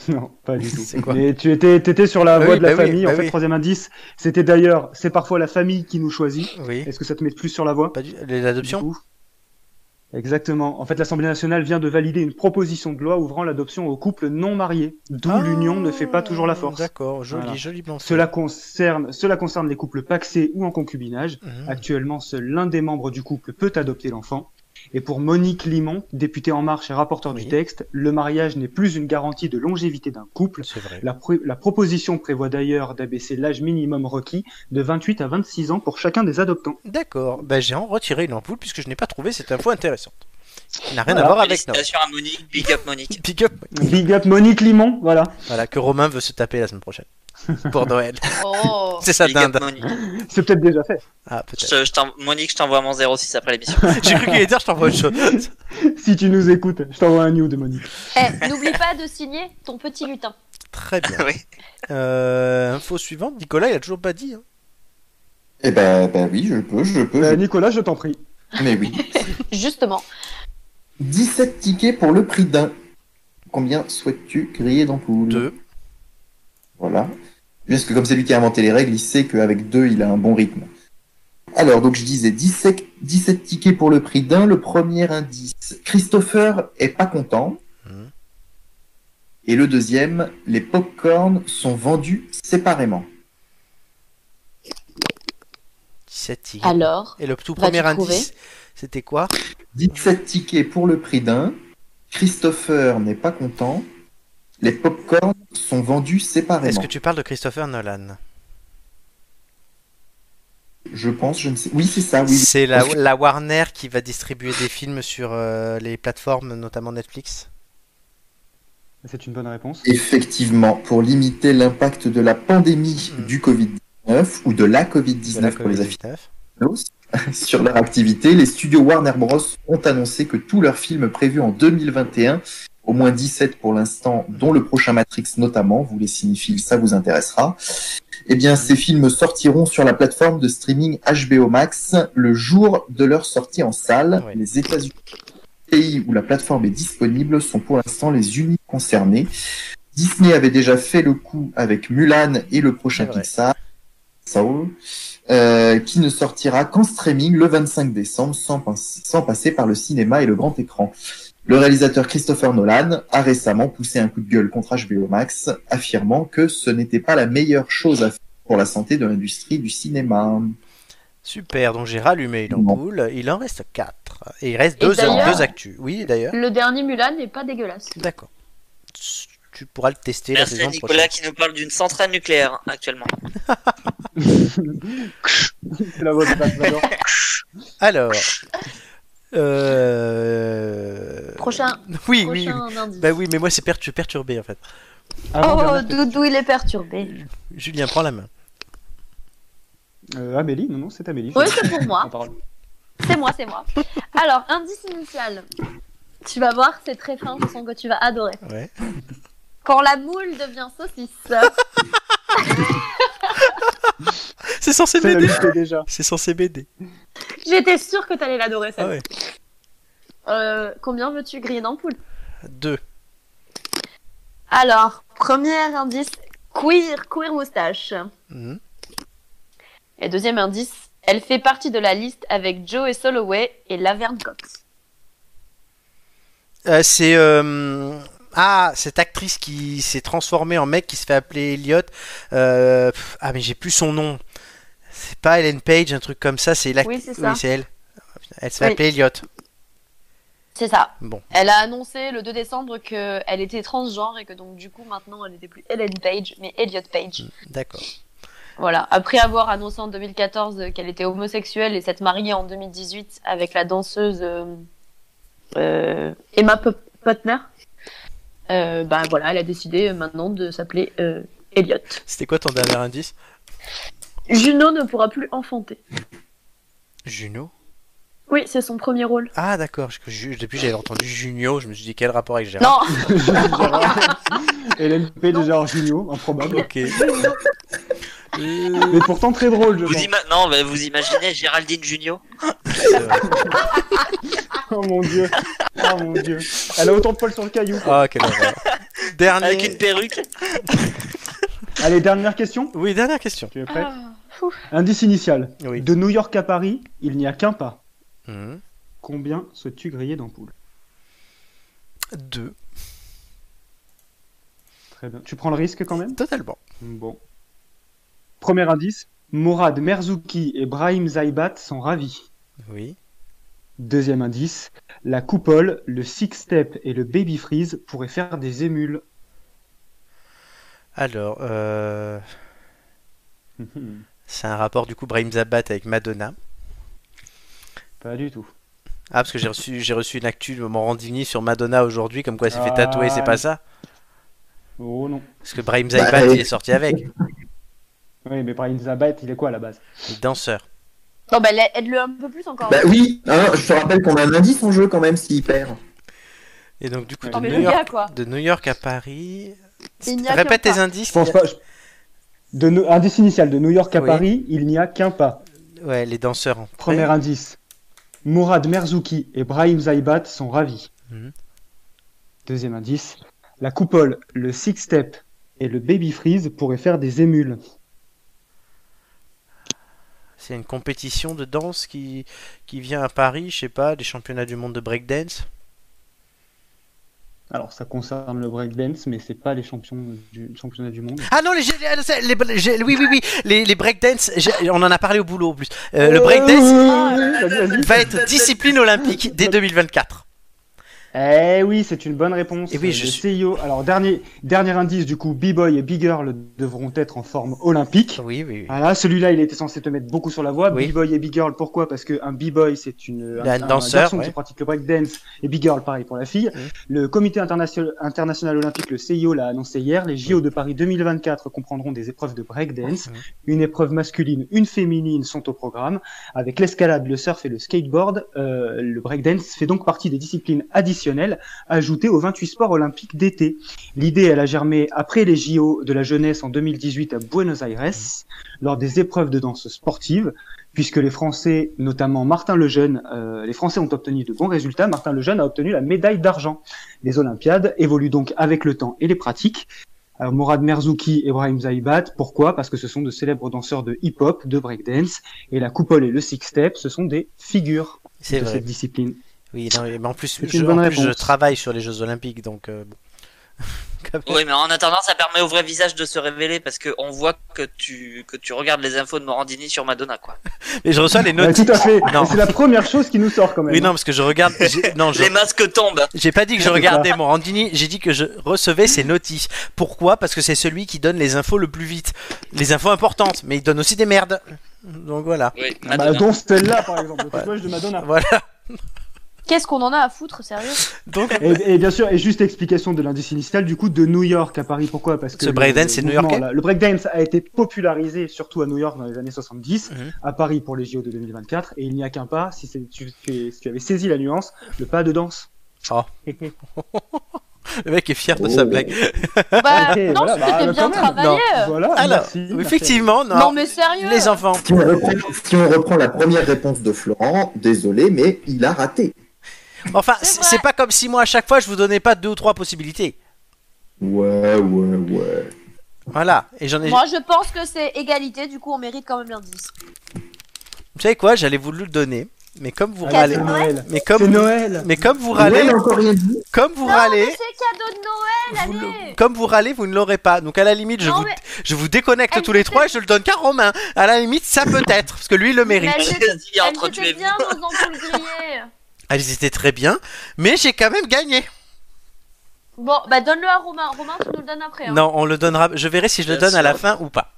Speaker 5: Non, pas du tout.
Speaker 1: C'est quoi
Speaker 5: Mais tu étais, t'étais sur la
Speaker 1: Bah
Speaker 5: voie
Speaker 1: oui,
Speaker 5: de la
Speaker 1: bah oui,
Speaker 5: famille. en
Speaker 1: bah
Speaker 5: fait,
Speaker 1: oui.
Speaker 5: troisième indice, c'était d'ailleurs, c'est parfois la famille qui nous choisit.
Speaker 1: Oui.
Speaker 5: Est-ce que ça te met plus sur la voie
Speaker 1: Pas du... L'adoption.
Speaker 5: Du coup Exactement. En fait, l'Assemblée nationale vient de valider une proposition de loi ouvrant l'adoption aux couples non mariés, d'où
Speaker 1: Ah,
Speaker 5: l'union ne fait pas toujours la force.
Speaker 1: D'accord. Joli,
Speaker 5: Voilà.
Speaker 1: joli blanc.
Speaker 5: Cela concerne, cela concerne les couples paxés ou en concubinage.
Speaker 1: Mhm.
Speaker 5: Actuellement, seul l'un des membres du couple peut adopter l'enfant. Et pour Monique Limon, députée En Marche et rapporteur
Speaker 1: Oui.
Speaker 5: du texte, le mariage n'est plus une garantie de longévité d'un couple.
Speaker 1: C'est vrai.
Speaker 5: La, pro- la proposition prévoit d'ailleurs d'abaisser l'âge minimum requis de 28 à 26 ans pour chacun des adoptants.
Speaker 1: D'accord. Ben, j'ai en retiré une ampoule puisque je n'ai pas trouvé cette info intéressante. Qui n'a rien à
Speaker 5: Voilà.
Speaker 1: voir avec notre
Speaker 7: Félicitations à Monique, big up Monique.
Speaker 1: Pick up.
Speaker 5: Big up Monique Limon, voilà.
Speaker 1: Voilà, que Romain veut se taper la semaine prochaine. Pour Noël.
Speaker 4: Oh.
Speaker 1: C'est ça,
Speaker 7: Big up
Speaker 1: dinde.
Speaker 7: Monique.
Speaker 5: C'est peut-être déjà fait.
Speaker 1: Ah,
Speaker 7: Je
Speaker 1: peut-être.
Speaker 7: te- je t'en- Monique, je t'envoie mon 06 après l'émission.
Speaker 1: J'ai cru qu'il allait dire, je t'envoie autre chose.
Speaker 5: Si tu nous écoutes, je t'envoie un new de Monique.
Speaker 4: Eh, N'oublie pas de signer ton petit lutin.
Speaker 1: Très bien.
Speaker 7: Oui.
Speaker 1: Euh, info suivante, Nicolas, il a toujours pas dit. hein.
Speaker 3: Eh ben, ben oui, je peux, je peux.
Speaker 5: Euh,
Speaker 3: je-
Speaker 5: Nicolas, je t'en prie.
Speaker 3: Mais oui.
Speaker 4: Justement.
Speaker 3: 17 tickets pour le prix d'un. Combien souhaites-tu griller d'ampoule
Speaker 1: Deux.
Speaker 3: Voilà. Parce que comme c'est lui qui a inventé les règles, il sait qu'avec deux, il a un bon rythme. Alors, donc je disais 17, 17 tickets pour le prix d'un. Le premier indice, Christopher est pas content.
Speaker 1: Mhm.
Speaker 3: Et le deuxième, les pop-corns sont vendus séparément.
Speaker 1: 17 tickets.
Speaker 4: Alors,
Speaker 1: Et le tout
Speaker 4: Vas-tu
Speaker 1: premier
Speaker 4: trouver
Speaker 1: indice, c'était quoi
Speaker 3: 17 tickets pour le prix d'un. Christopher n'est pas content. Les pop-corns sont vendus
Speaker 1: Est-ce
Speaker 3: séparément.
Speaker 1: que tu parles de Christopher Nolan
Speaker 3: Je pense, je ne sais. Oui, c'est ça, oui.
Speaker 1: C'est la,
Speaker 3: Parce que-
Speaker 1: la Warner qui va distribuer des films sur euh, les plateformes, notamment Netflix.
Speaker 5: C'est une bonne réponse.
Speaker 3: Effectivement, pour limiter l'impact de la pandémie
Speaker 1: Mm.
Speaker 3: du Covid-19 ou de la
Speaker 1: De la
Speaker 3: Covid-19 pour les
Speaker 1: COVID-19.
Speaker 3: aficionados sur leur activité, les studios Warner Bros. ont annoncé que tous leurs films prévus en 2021, au moins 17 pour l'instant, dont le prochain Matrix notamment, vous les cinéphiles, ça vous intéressera, eh
Speaker 1: Mm.
Speaker 3: bien ces films sortiront sur la plateforme de streaming HBO Max le jour de leur sortie en salle.
Speaker 1: Ouais.
Speaker 3: Les États-Unis, pays où la plateforme est disponible, sont pour l'instant les uniques concernés. Disney avait déjà fait le coup avec Mulan et le prochain
Speaker 1: C'est vrai.
Speaker 3: Pixar, Saul, euh, qui ne sortira qu'en streaming le 25 décembre sans, pas- sans passer par le cinéma et le grand écran. Le réalisateur Christopher Nolan a récemment poussé un coup de gueule contre HBO Max, affirmant que ce n'était pas la meilleure chose à faire pour la santé de l'industrie du cinéma.
Speaker 1: Super, donc j'ai rallumé une ampoule. Il en reste 4. Et il reste
Speaker 4: Et
Speaker 1: deux,
Speaker 4: d'ailleurs-
Speaker 1: deux actus. Oui, d'ailleurs.
Speaker 4: le dernier Mulan n'est pas dégueulasse.
Speaker 1: D'accord. Tu pourras le tester la
Speaker 7: Merci à
Speaker 1: saison
Speaker 7: Nicolas
Speaker 1: prochaine.
Speaker 7: qui nous parle d'une centrale nucléaire actuellement.
Speaker 5: C'est la bonne réponse, j'adore.
Speaker 1: Alors. Euh...
Speaker 4: Prochain,
Speaker 1: Oui, oui, oui.
Speaker 4: prochain indice.
Speaker 1: Bah oui, mais moi c'est per- je suis perturbé en fait.
Speaker 5: Avant-dernière
Speaker 8: Oh,
Speaker 5: question.
Speaker 8: Doudou, il est perturbé.
Speaker 1: Julien, prends la main.
Speaker 5: Euh, Amélie, non, non, c'est Amélie.
Speaker 4: Oui, c'est pour moi.
Speaker 5: La parole.
Speaker 4: C'est moi, c'est moi. Alors, indice initial. Tu vas voir, c'est très fin, ce son que tu vas adorer.
Speaker 1: Ouais.
Speaker 4: Quand la moule devient saucisse.
Speaker 1: C'est censé
Speaker 5: C'est la
Speaker 1: BD.
Speaker 5: liste déjà.
Speaker 1: C'est censé BD.
Speaker 4: J'étais sûre que t'allais l'adorer,
Speaker 1: Ah
Speaker 4: celle
Speaker 1: ouais.
Speaker 4: euh, Combien veux-tu griller d'ampoule
Speaker 1: Deux.
Speaker 4: Alors, premier indice, queer, queer moustache.
Speaker 1: Mhm.
Speaker 4: Et deuxième indice, elle fait partie de la liste avec Joe et Soloway et Laverne Cox.
Speaker 1: Euh, c'est euh, ah cette actrice qui s'est transformée en mec qui se fait appeler Elliot. Euh, pff, Ah mais j'ai plus son nom. C'est pas Ellen Page, un truc comme ça. C'est la.
Speaker 4: Oui, c'est ça.
Speaker 1: c'est elle. Elle se fait
Speaker 4: Oui.
Speaker 1: appeler Elliot.
Speaker 4: C'est ça.
Speaker 1: Bon.
Speaker 4: Elle a annoncé le 2 décembre qu'elle était transgenre et que donc du coup maintenant elle n'était plus Ellen Page mais Elliot Page.
Speaker 1: Mhm, D'accord.
Speaker 4: Voilà. Après avoir annoncé en 2014 qu'elle était homosexuelle et s'être mariée en 2018 avec la danseuse euh, euh, Emma P- Potner, euh, bah voilà, elle a décidé euh, maintenant de s'appeler euh, Elliot.
Speaker 1: C'était quoi ton dernier indice?
Speaker 4: Juno ne pourra plus enfanter.
Speaker 1: Juno.
Speaker 4: Oui, c'est son premier rôle.
Speaker 1: Ah d'accord. parce que ju- Depuis j'avais entendu Junio. Je me suis dit quel rapport avec Gérard.
Speaker 4: Non,
Speaker 5: Gérard. Hélène P. de Gérard Jugnot, improbable.
Speaker 1: Ah, Ok. euh,
Speaker 5: Mais pourtant très drôle, je
Speaker 7: Vous,
Speaker 5: pense.
Speaker 7: ima- non, mais vous imaginez Géraldine Junio
Speaker 5: Oh mon dieu. Oh mon dieu. Elle a autant de poils sur le caillou.
Speaker 1: Ah quelle horreur.
Speaker 7: avec
Speaker 1: Dernier.
Speaker 7: une perruque
Speaker 5: Allez, dernière question.
Speaker 1: Oui dernière question.
Speaker 5: Tu es
Speaker 4: Ah.
Speaker 5: prêt Indice initial.
Speaker 1: Oui.
Speaker 5: De New York à Paris, il n'y a qu'un pas.
Speaker 1: Mhm.
Speaker 5: Combien souhaites-tu griller d'ampoule
Speaker 1: Deux.
Speaker 5: Très bien. Tu prends le risque quand même
Speaker 1: Totalement.
Speaker 5: Bon. Premier indice. Mourad Merzouki et Brahim Zaibat sont ravis.
Speaker 1: Oui.
Speaker 5: Deuxième indice, la coupole, le six-step et le baby freeze pourraient faire des émules.
Speaker 1: Alors, euh,
Speaker 5: Hum,
Speaker 1: c'est un rapport du coup Brahim Zabat avec Madonna.
Speaker 5: Pas du tout.
Speaker 1: Ah, parce que j'ai reçu, j'ai reçu une actu de Morandini sur Madonna aujourd'hui, comme quoi elle s'est fait
Speaker 5: Ah,
Speaker 1: tatouer, c'est pas
Speaker 5: oui.
Speaker 1: ça
Speaker 5: Oh non.
Speaker 1: Parce que Brahim
Speaker 3: Bah,
Speaker 1: Zabat,
Speaker 3: oui.
Speaker 1: il est sorti avec,
Speaker 5: Oui, mais Brian Zabat, il est quoi à la base
Speaker 1: il est danseur.
Speaker 2: Non, bah la- aide-le un peu plus encore.
Speaker 3: Bah oui, hein, je te rappelle qu'on a un indice en jeu quand même s'il perd.
Speaker 1: Et donc, du coup, de
Speaker 2: non, Oh, mais
Speaker 1: New
Speaker 2: le
Speaker 1: York,
Speaker 2: gars, quoi.
Speaker 1: de New York à Paris.
Speaker 2: Il n'y a
Speaker 1: Répète
Speaker 2: qu'un
Speaker 1: tes
Speaker 2: pas.
Speaker 1: indices.
Speaker 5: Je pense pas. je- De No- Indice initial, de New York à
Speaker 1: Oui.
Speaker 5: Paris, il n'y a qu'un pas.
Speaker 1: Ouais, les danseurs. en
Speaker 5: Premier indice, Mourad Merzouki et Brahim Zaibat sont ravis.
Speaker 1: Mhm.
Speaker 5: Deuxième indice, la coupole, le six-step et le baby freeze pourraient faire des émules.
Speaker 1: C'est une compétition de danse qui, qui vient à Paris, je sais pas, des championnats du monde de breakdance.
Speaker 5: Alors, ça concerne le breakdance, mais c'est pas les champions du championnat du monde.
Speaker 1: Ah non, les, G- les, les G- oui, oui, oui, les, les breakdance, j'ai- on en a parlé au boulot en plus. Euh, le breakdance
Speaker 5: breakdance
Speaker 1: va être discipline olympique dès 2024.
Speaker 5: Eh oui, c'est une bonne réponse.
Speaker 1: Eh oui, je
Speaker 5: Le
Speaker 1: suis-
Speaker 5: CIO. Alors, dernier, dernier indice, du coup, B-Boy et Big Girl devront être en forme olympique.
Speaker 1: Oui, oui, oui.
Speaker 5: Voilà, celui-là, il était censé te mettre beaucoup sur la voie.
Speaker 1: Oui.
Speaker 5: B-Boy et Big Girl, pourquoi Parce qu'un B-Boy, c'est une
Speaker 1: Un danseur,
Speaker 5: garçon
Speaker 1: ouais.
Speaker 5: qui pratique le breakdance, et Big Girl, pareil pour la fille.
Speaker 1: Oui.
Speaker 5: Le comité international, international olympique, le CIO, l'a annoncé hier. Les JO de Paris 2024 comprendront des épreuves de breakdance.
Speaker 1: Oui.
Speaker 5: Une épreuve masculine, une féminine sont au programme. Avec l'escalade, le surf et le skateboard, euh, le breakdance fait donc partie des disciplines additionnelles ajoutées aux 28 sports olympiques d'été. L'idée, elle a germé après les JO de la jeunesse en 2018 à Buenos Aires, lors des épreuves de danse sportive, puisque les Français, notamment Martin Lejeune, euh, les Français ont obtenu de bons résultats. Martin Lejeune a obtenu la médaille d'argent. Les Olympiades évoluent donc avec le temps et les pratiques. Euh, Mourad Merzouki et Brahim Zaibat, pourquoi Parce que ce sont de célèbres danseurs de hip-hop, de breakdance, et la coupole et le six-step, ce sont des figures
Speaker 1: C'est
Speaker 5: de
Speaker 1: vrai.
Speaker 5: cette discipline.
Speaker 1: Oui, non, mais en plus,
Speaker 5: C'est
Speaker 1: je,
Speaker 5: une
Speaker 1: en
Speaker 5: bonne
Speaker 1: plus, je
Speaker 5: réponse.
Speaker 1: travaille sur les Jeux Olympiques, donc euh, bon.
Speaker 7: Oui, mais en attendant, ça permet au vrai visage de se révéler parce que on voit que tu que tu regardes les infos de Morandini sur Madonna, quoi.
Speaker 1: Mais je reçois les
Speaker 5: Ouais,
Speaker 1: notes.
Speaker 5: tout à fait.
Speaker 1: Non.
Speaker 5: Et C'est la première chose qui nous sort quand même.
Speaker 1: Oui, non, parce que je regarde. j'ai- Non, je,
Speaker 7: Les masques tombent.
Speaker 1: J'ai pas dit que je regardais Morandini, j'ai dit que je recevais ses notices. Pourquoi Parce que c'est celui qui donne les infos le plus vite. Les infos importantes, mais il donne aussi des merdes. Donc voilà.
Speaker 7: Oui,
Speaker 5: Bah,
Speaker 7: Madonna.
Speaker 5: dont celle-là, par exemple, le tatouage de Madonna.
Speaker 1: Voilà.
Speaker 2: Qu'est-ce qu'on en a à foutre, sérieux
Speaker 1: Donc
Speaker 5: Et, et bien sûr, et juste explication de l'indice initial, du coup, de New York à Paris. Pourquoi Parce que
Speaker 1: Ce
Speaker 5: le
Speaker 1: breakdance, c'est
Speaker 5: mouvement,
Speaker 1: new-yorkais
Speaker 5: là, Le breakdance a été popularisé surtout à New York dans les années 70,
Speaker 1: Mhm.
Speaker 5: à Paris pour les JO de 2024, et il n'y a qu'un pas, si, c'est- tu, tu- si tu avais saisi la nuance, le pas de danse.
Speaker 1: Oh. le mec est fier
Speaker 5: Oh.
Speaker 1: de sa blague.
Speaker 2: Bah,
Speaker 5: Ok,
Speaker 2: non,
Speaker 5: voilà,
Speaker 2: c'était
Speaker 5: bah, quand
Speaker 2: bien
Speaker 5: même.
Speaker 2: travaillé.
Speaker 5: Voilà,
Speaker 1: Alors,
Speaker 5: Ah, merci, merci.
Speaker 1: effectivement,
Speaker 2: Non,
Speaker 1: non.
Speaker 2: mais euh, sérieux.
Speaker 1: Les enfants.
Speaker 3: Si on, reprend, si on reprend la première réponse de Florent, désolé, mais il a raté.
Speaker 1: Enfin,
Speaker 2: C'est
Speaker 1: c'est
Speaker 2: vrai.
Speaker 1: c'est pas comme si moi à chaque fois je vous donnais pas deux ou trois possibilités.
Speaker 3: Ouais, ouais, ouais.
Speaker 1: Voilà. Et j'en ai.
Speaker 2: Moi, je pense que c'est égalité, du coup, on mérite quand même l'indice.
Speaker 1: Vous savez quoi J'allais vous le donner, mais comme vous
Speaker 5: Ah,
Speaker 2: Bah,
Speaker 1: râlez,
Speaker 5: c'est Noël.
Speaker 1: mais
Speaker 5: C'est
Speaker 1: comme
Speaker 5: Noël.
Speaker 1: mais comme vous
Speaker 3: Ouais,
Speaker 1: râlez,
Speaker 3: il a encore rien dit.
Speaker 1: comme vous râlez,
Speaker 2: C'est cadeau de Noël,
Speaker 1: vous le-
Speaker 2: allez
Speaker 1: comme vous râlez, vous ne l'aurez pas. Donc à la limite, je
Speaker 2: Non,
Speaker 1: vous
Speaker 2: mais-
Speaker 1: Je vous déconnecte
Speaker 2: Elle
Speaker 1: tous les
Speaker 2: était-
Speaker 1: trois et je le donne qu'à Romain. À la limite, ça peut être, parce que lui, il le mérite.
Speaker 2: Mais
Speaker 7: Qu'est-ce qu'il y a
Speaker 2: elles
Speaker 7: entre tu et
Speaker 2: étaient
Speaker 7: vous
Speaker 2: bien, nos ampoules grillées.
Speaker 1: Elles Ah, étaient très bien, mais j'ai quand même gagné.
Speaker 2: Bon, bah donne-le à Romain. Romain, tu nous le donnes après. hein.
Speaker 1: Non, on le donnera. Je verrai si je le
Speaker 7: Bien
Speaker 1: donne à la
Speaker 7: sûr.
Speaker 1: fin ou pas.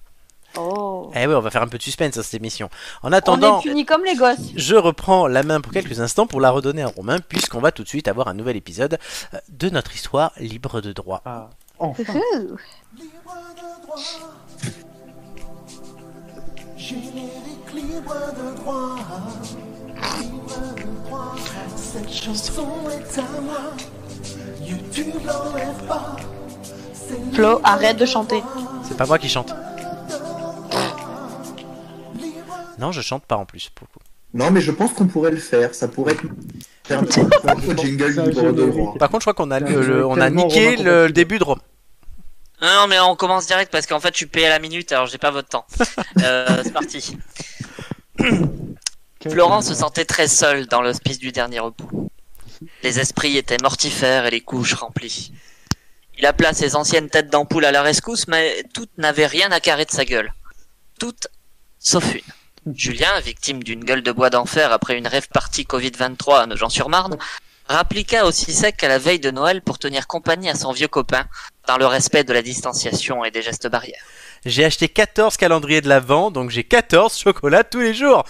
Speaker 2: Oh.
Speaker 1: Eh oui, on va faire un peu de suspense dans cette émission. En
Speaker 2: on
Speaker 1: attendant,
Speaker 2: est punis comme les gosses.
Speaker 1: je reprends la main pour quelques instants pour la redonner à Romain, puisqu'on va tout de suite avoir un nouvel épisode euh, de notre histoire libre de droit.
Speaker 5: Ah, enfin.
Speaker 9: Générique libre de droit. Libre de droit. Cette chanson est à moi. YouTube l'enlève pas. C'est
Speaker 4: Flo,
Speaker 9: libre
Speaker 4: arrête de chanter.
Speaker 9: droit.
Speaker 1: C'est pas moi qui chante. Non, je chante pas en plus. pour le coup.
Speaker 3: Non, mais je pense qu'on pourrait le faire. Ça pourrait être. Faire un jingle
Speaker 5: Ça,
Speaker 3: libre
Speaker 5: je
Speaker 3: de
Speaker 5: mérite.
Speaker 3: droit.
Speaker 1: Par contre, je crois qu'on a, le- le- on a
Speaker 5: Tellement
Speaker 1: niqué
Speaker 5: Romain
Speaker 1: le
Speaker 5: compatible.
Speaker 1: début de Romain.
Speaker 7: Non, non, mais on commence direct parce qu'en fait, je suis payé à la minute, alors j'ai pas votre temps. Euh, c'est parti. Florent se sentait très seul dans l'hospice du dernier repos. Les esprits étaient mortifères et les couches remplies. Il appela ses anciennes têtes d'ampoule à la rescousse, mais toutes n'avaient rien à carrer de sa gueule. Toutes, sauf une. Julien, victime d'une gueule de bois d'enfer après une rêve partie Covid-23 à Nogent-sur-Marne, rappliqua aussi sec à la veille de Noël pour tenir compagnie à son vieux copain, dans le respect de la distanciation et des gestes barrières.
Speaker 1: J'ai acheté 14 calendriers de l'Avent, donc j'ai 14 chocolats tous les jours.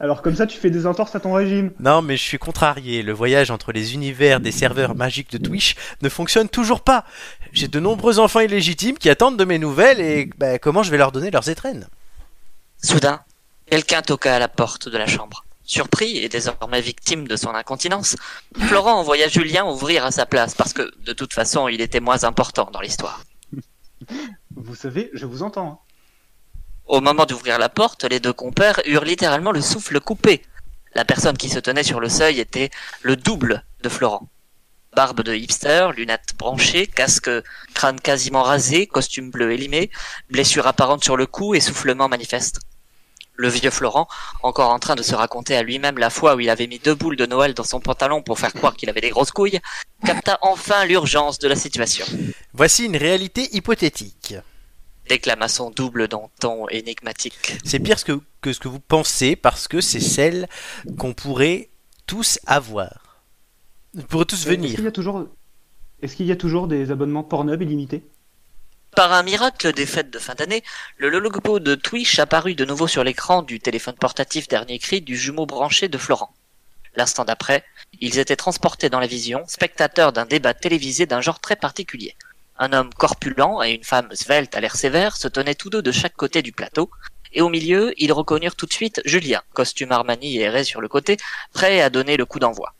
Speaker 5: Alors comme ça, tu fais des entorses à ton régime.
Speaker 1: Non, mais je suis contrarié. Le voyage entre les univers des serveurs magiques de Twitch ne fonctionne toujours pas. J'ai de nombreux enfants illégitimes qui attendent de mes nouvelles et bah, comment je vais leur donner leurs étrennes
Speaker 7: Soudain, quelqu'un toqua à la porte de la chambre. Surpris et désormais victime de son incontinence, Florent envoya Julien ouvrir à sa place parce que, de toute façon, il était moins important dans l'histoire.
Speaker 5: Vous savez, je vous entends. hein.
Speaker 7: Au moment d'ouvrir la porte, les deux compères eurent littéralement le souffle coupé. La personne qui se tenait sur le seuil était le double de Florent. Barbe de hipster, lunettes branchées, casque, crâne quasiment rasé, costume bleu élimé, blessure apparente sur le cou, essoufflement manifeste. Le vieux Florent, encore en train de se raconter à lui-même la fois où il avait mis deux boules de Noël dans son pantalon pour faire croire qu'il avait des grosses couilles, capta enfin l'urgence de la situation
Speaker 1: Voici une réalité hypothétique.
Speaker 7: déclama son double d'un ton énigmatique.
Speaker 1: C'est pire ce que, que ce que vous pensez parce que c'est celle qu'on pourrait tous avoir. Vous pourrez tous
Speaker 5: Est-ce
Speaker 1: venir.
Speaker 5: qu'il y a toujours, est-ce qu'il y a toujours des abonnements Pornhub illimités
Speaker 7: Par un miracle des fêtes de fin d'année, le logo de Twitch apparut de nouveau sur l'écran du téléphone portatif dernier cri du jumeau branché de Florent. L'instant d'après, ils étaient transportés dans la vision, spectateurs d'un débat télévisé d'un genre très particulier. Un homme corpulent et une femme svelte à l'air sévère se tenaient tous deux de chaque côté du plateau, et au milieu, ils reconnurent tout de suite Julien, costume Armani et erré sur le côté, prêt à donner le coup d'envoi.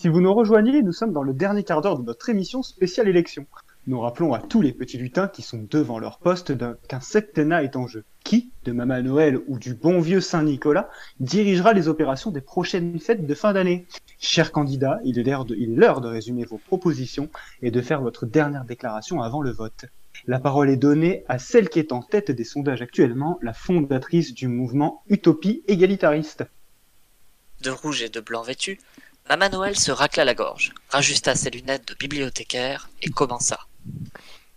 Speaker 5: Si vous nous rejoignez, nous sommes dans le dernier quart d'heure de notre émission spéciale élection. Nous rappelons à tous les petits lutins qui sont devant leur poste d'un- qu'un septennat est en jeu. Qui, de Maman Noël ou du bon vieux Saint-Nicolas, dirigera les opérations des prochaines fêtes de fin d'année Chers candidats, il est l'heure de, il est l'heure de résumer vos propositions et de faire votre dernière déclaration avant le vote. La parole est donnée à celle qui est en tête des sondages actuellement, la fondatrice du mouvement Utopie égalitariste.
Speaker 7: de rouge et de blanc vêtu, Maman Noël se racla la gorge, rajusta ses lunettes de bibliothécaire et commença.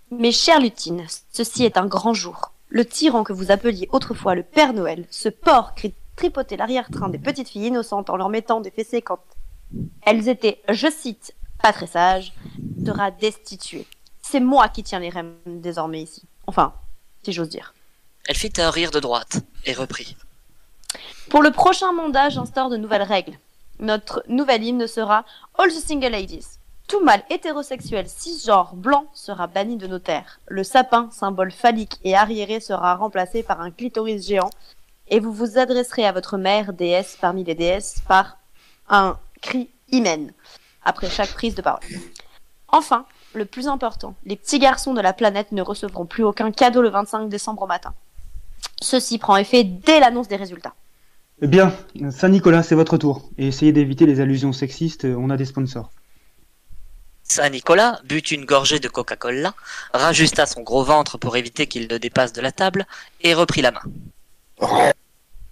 Speaker 4: Mes chères lutines, ceci est un grand jour. Le tyran que vous appeliez autrefois le Père Noël, ce porc qui tripotait l'arrière-train des petites filles innocentes en leur mettant des fessées quand elles étaient, je cite, pas très sages, sera destitué. C'est moi qui tiens les rênes désormais ici. Enfin, si j'ose dire.
Speaker 7: Elle fit un rire de droite et reprit.
Speaker 4: Pour le prochain mandat, j'instaure de nouvelles règles. Notre nouvelle hymne sera All the Single Ladies. Tout mâle hétérosexuel cisgenre blanc sera banni de nos terres. Le sapin, symbole phallique et arriéré, sera remplacé par un clitoris géant. Et vous vous adresserez à votre mère, déesse parmi les déesses, par un cri hymen, après chaque prise de parole. Enfin, le plus important, les petits garçons de la planète ne recevront plus aucun cadeau le 25 décembre au matin. Ceci prend effet dès l'annonce des résultats.
Speaker 5: Eh Bien, Saint-Nicolas, c'est votre tour. Et essayez d'éviter les allusions sexistes, euh, on a des sponsors.
Speaker 7: Saint-Nicolas but une gorgée de Coca-Cola, rajusta son gros ventre pour éviter qu'il ne dépasse de la table et reprit la main.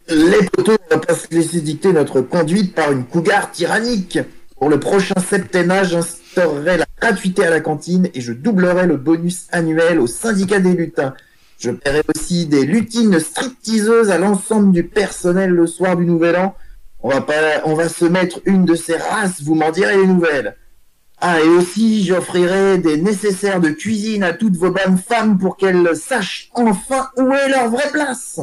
Speaker 3: Les poteaux ne vont pas se laisser dicter notre conduite par une cougar tyrannique. Pour le prochain septennat, j'instaurerai la gratuité à la cantine et je doublerai le bonus annuel au syndicat des lutins. Je paierai aussi des lutines stripteaseuses à l'ensemble du personnel le soir du nouvel an. On va pas, on va se mettre une de ces races, vous m'en direz les nouvelles. Ah, et aussi, j'offrirai des nécessaires de cuisine à toutes vos bonnes femmes pour qu'elles sachent enfin où est leur vraie place.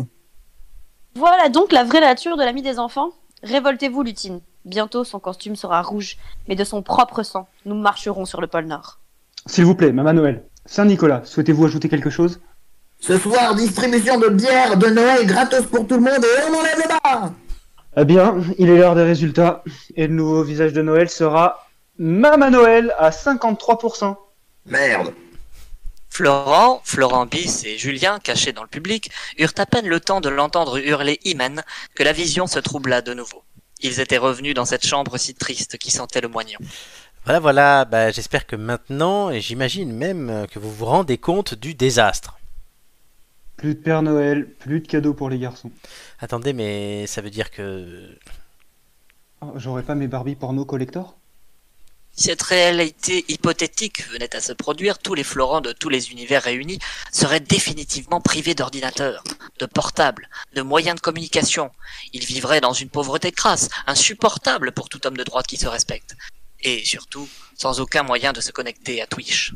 Speaker 4: Voilà donc la vraie nature de l'ami des enfants. Révoltez-vous, Lutine. Bientôt, son costume sera rouge, mais de son propre sang, nous marcherons sur le pôle Nord.
Speaker 5: S'il vous plaît, Maman Noël. Saint-Nicolas, souhaitez-vous ajouter quelque chose
Speaker 3: Ce soir, distribution de bière de Noël gratos pour tout le monde et on enlève les barres
Speaker 5: Eh bien, il est l'heure des résultats. Et le nouveau visage de Noël sera Maman Noël à 53%.
Speaker 3: Merde
Speaker 7: Florent, Florent Bis et Julien, cachés dans le public, eurent à peine le temps de l'entendre hurler hymen que la vision se troubla de nouveau. Ils étaient revenus dans cette chambre si triste qui sentait le moignon.
Speaker 1: Voilà, voilà, bah, j'espère que maintenant, et j'imagine même euh, que vous vous rendez compte du désastre.
Speaker 5: Plus de Père Noël, plus de cadeaux pour les garçons.
Speaker 1: Attendez, mais ça veut dire que...
Speaker 5: Oh, J'aurais pas mes Barbie porno collector
Speaker 7: Si cette réalité hypothétique venait à se produire, tous les Florents de tous les univers réunis seraient définitivement privés d'ordinateur, de portable, de moyens de communication. Il vivrait dans une pauvreté crasse, insupportable pour tout homme de droite qui se respecte. Et surtout, sans aucun moyen de se connecter à Twitch.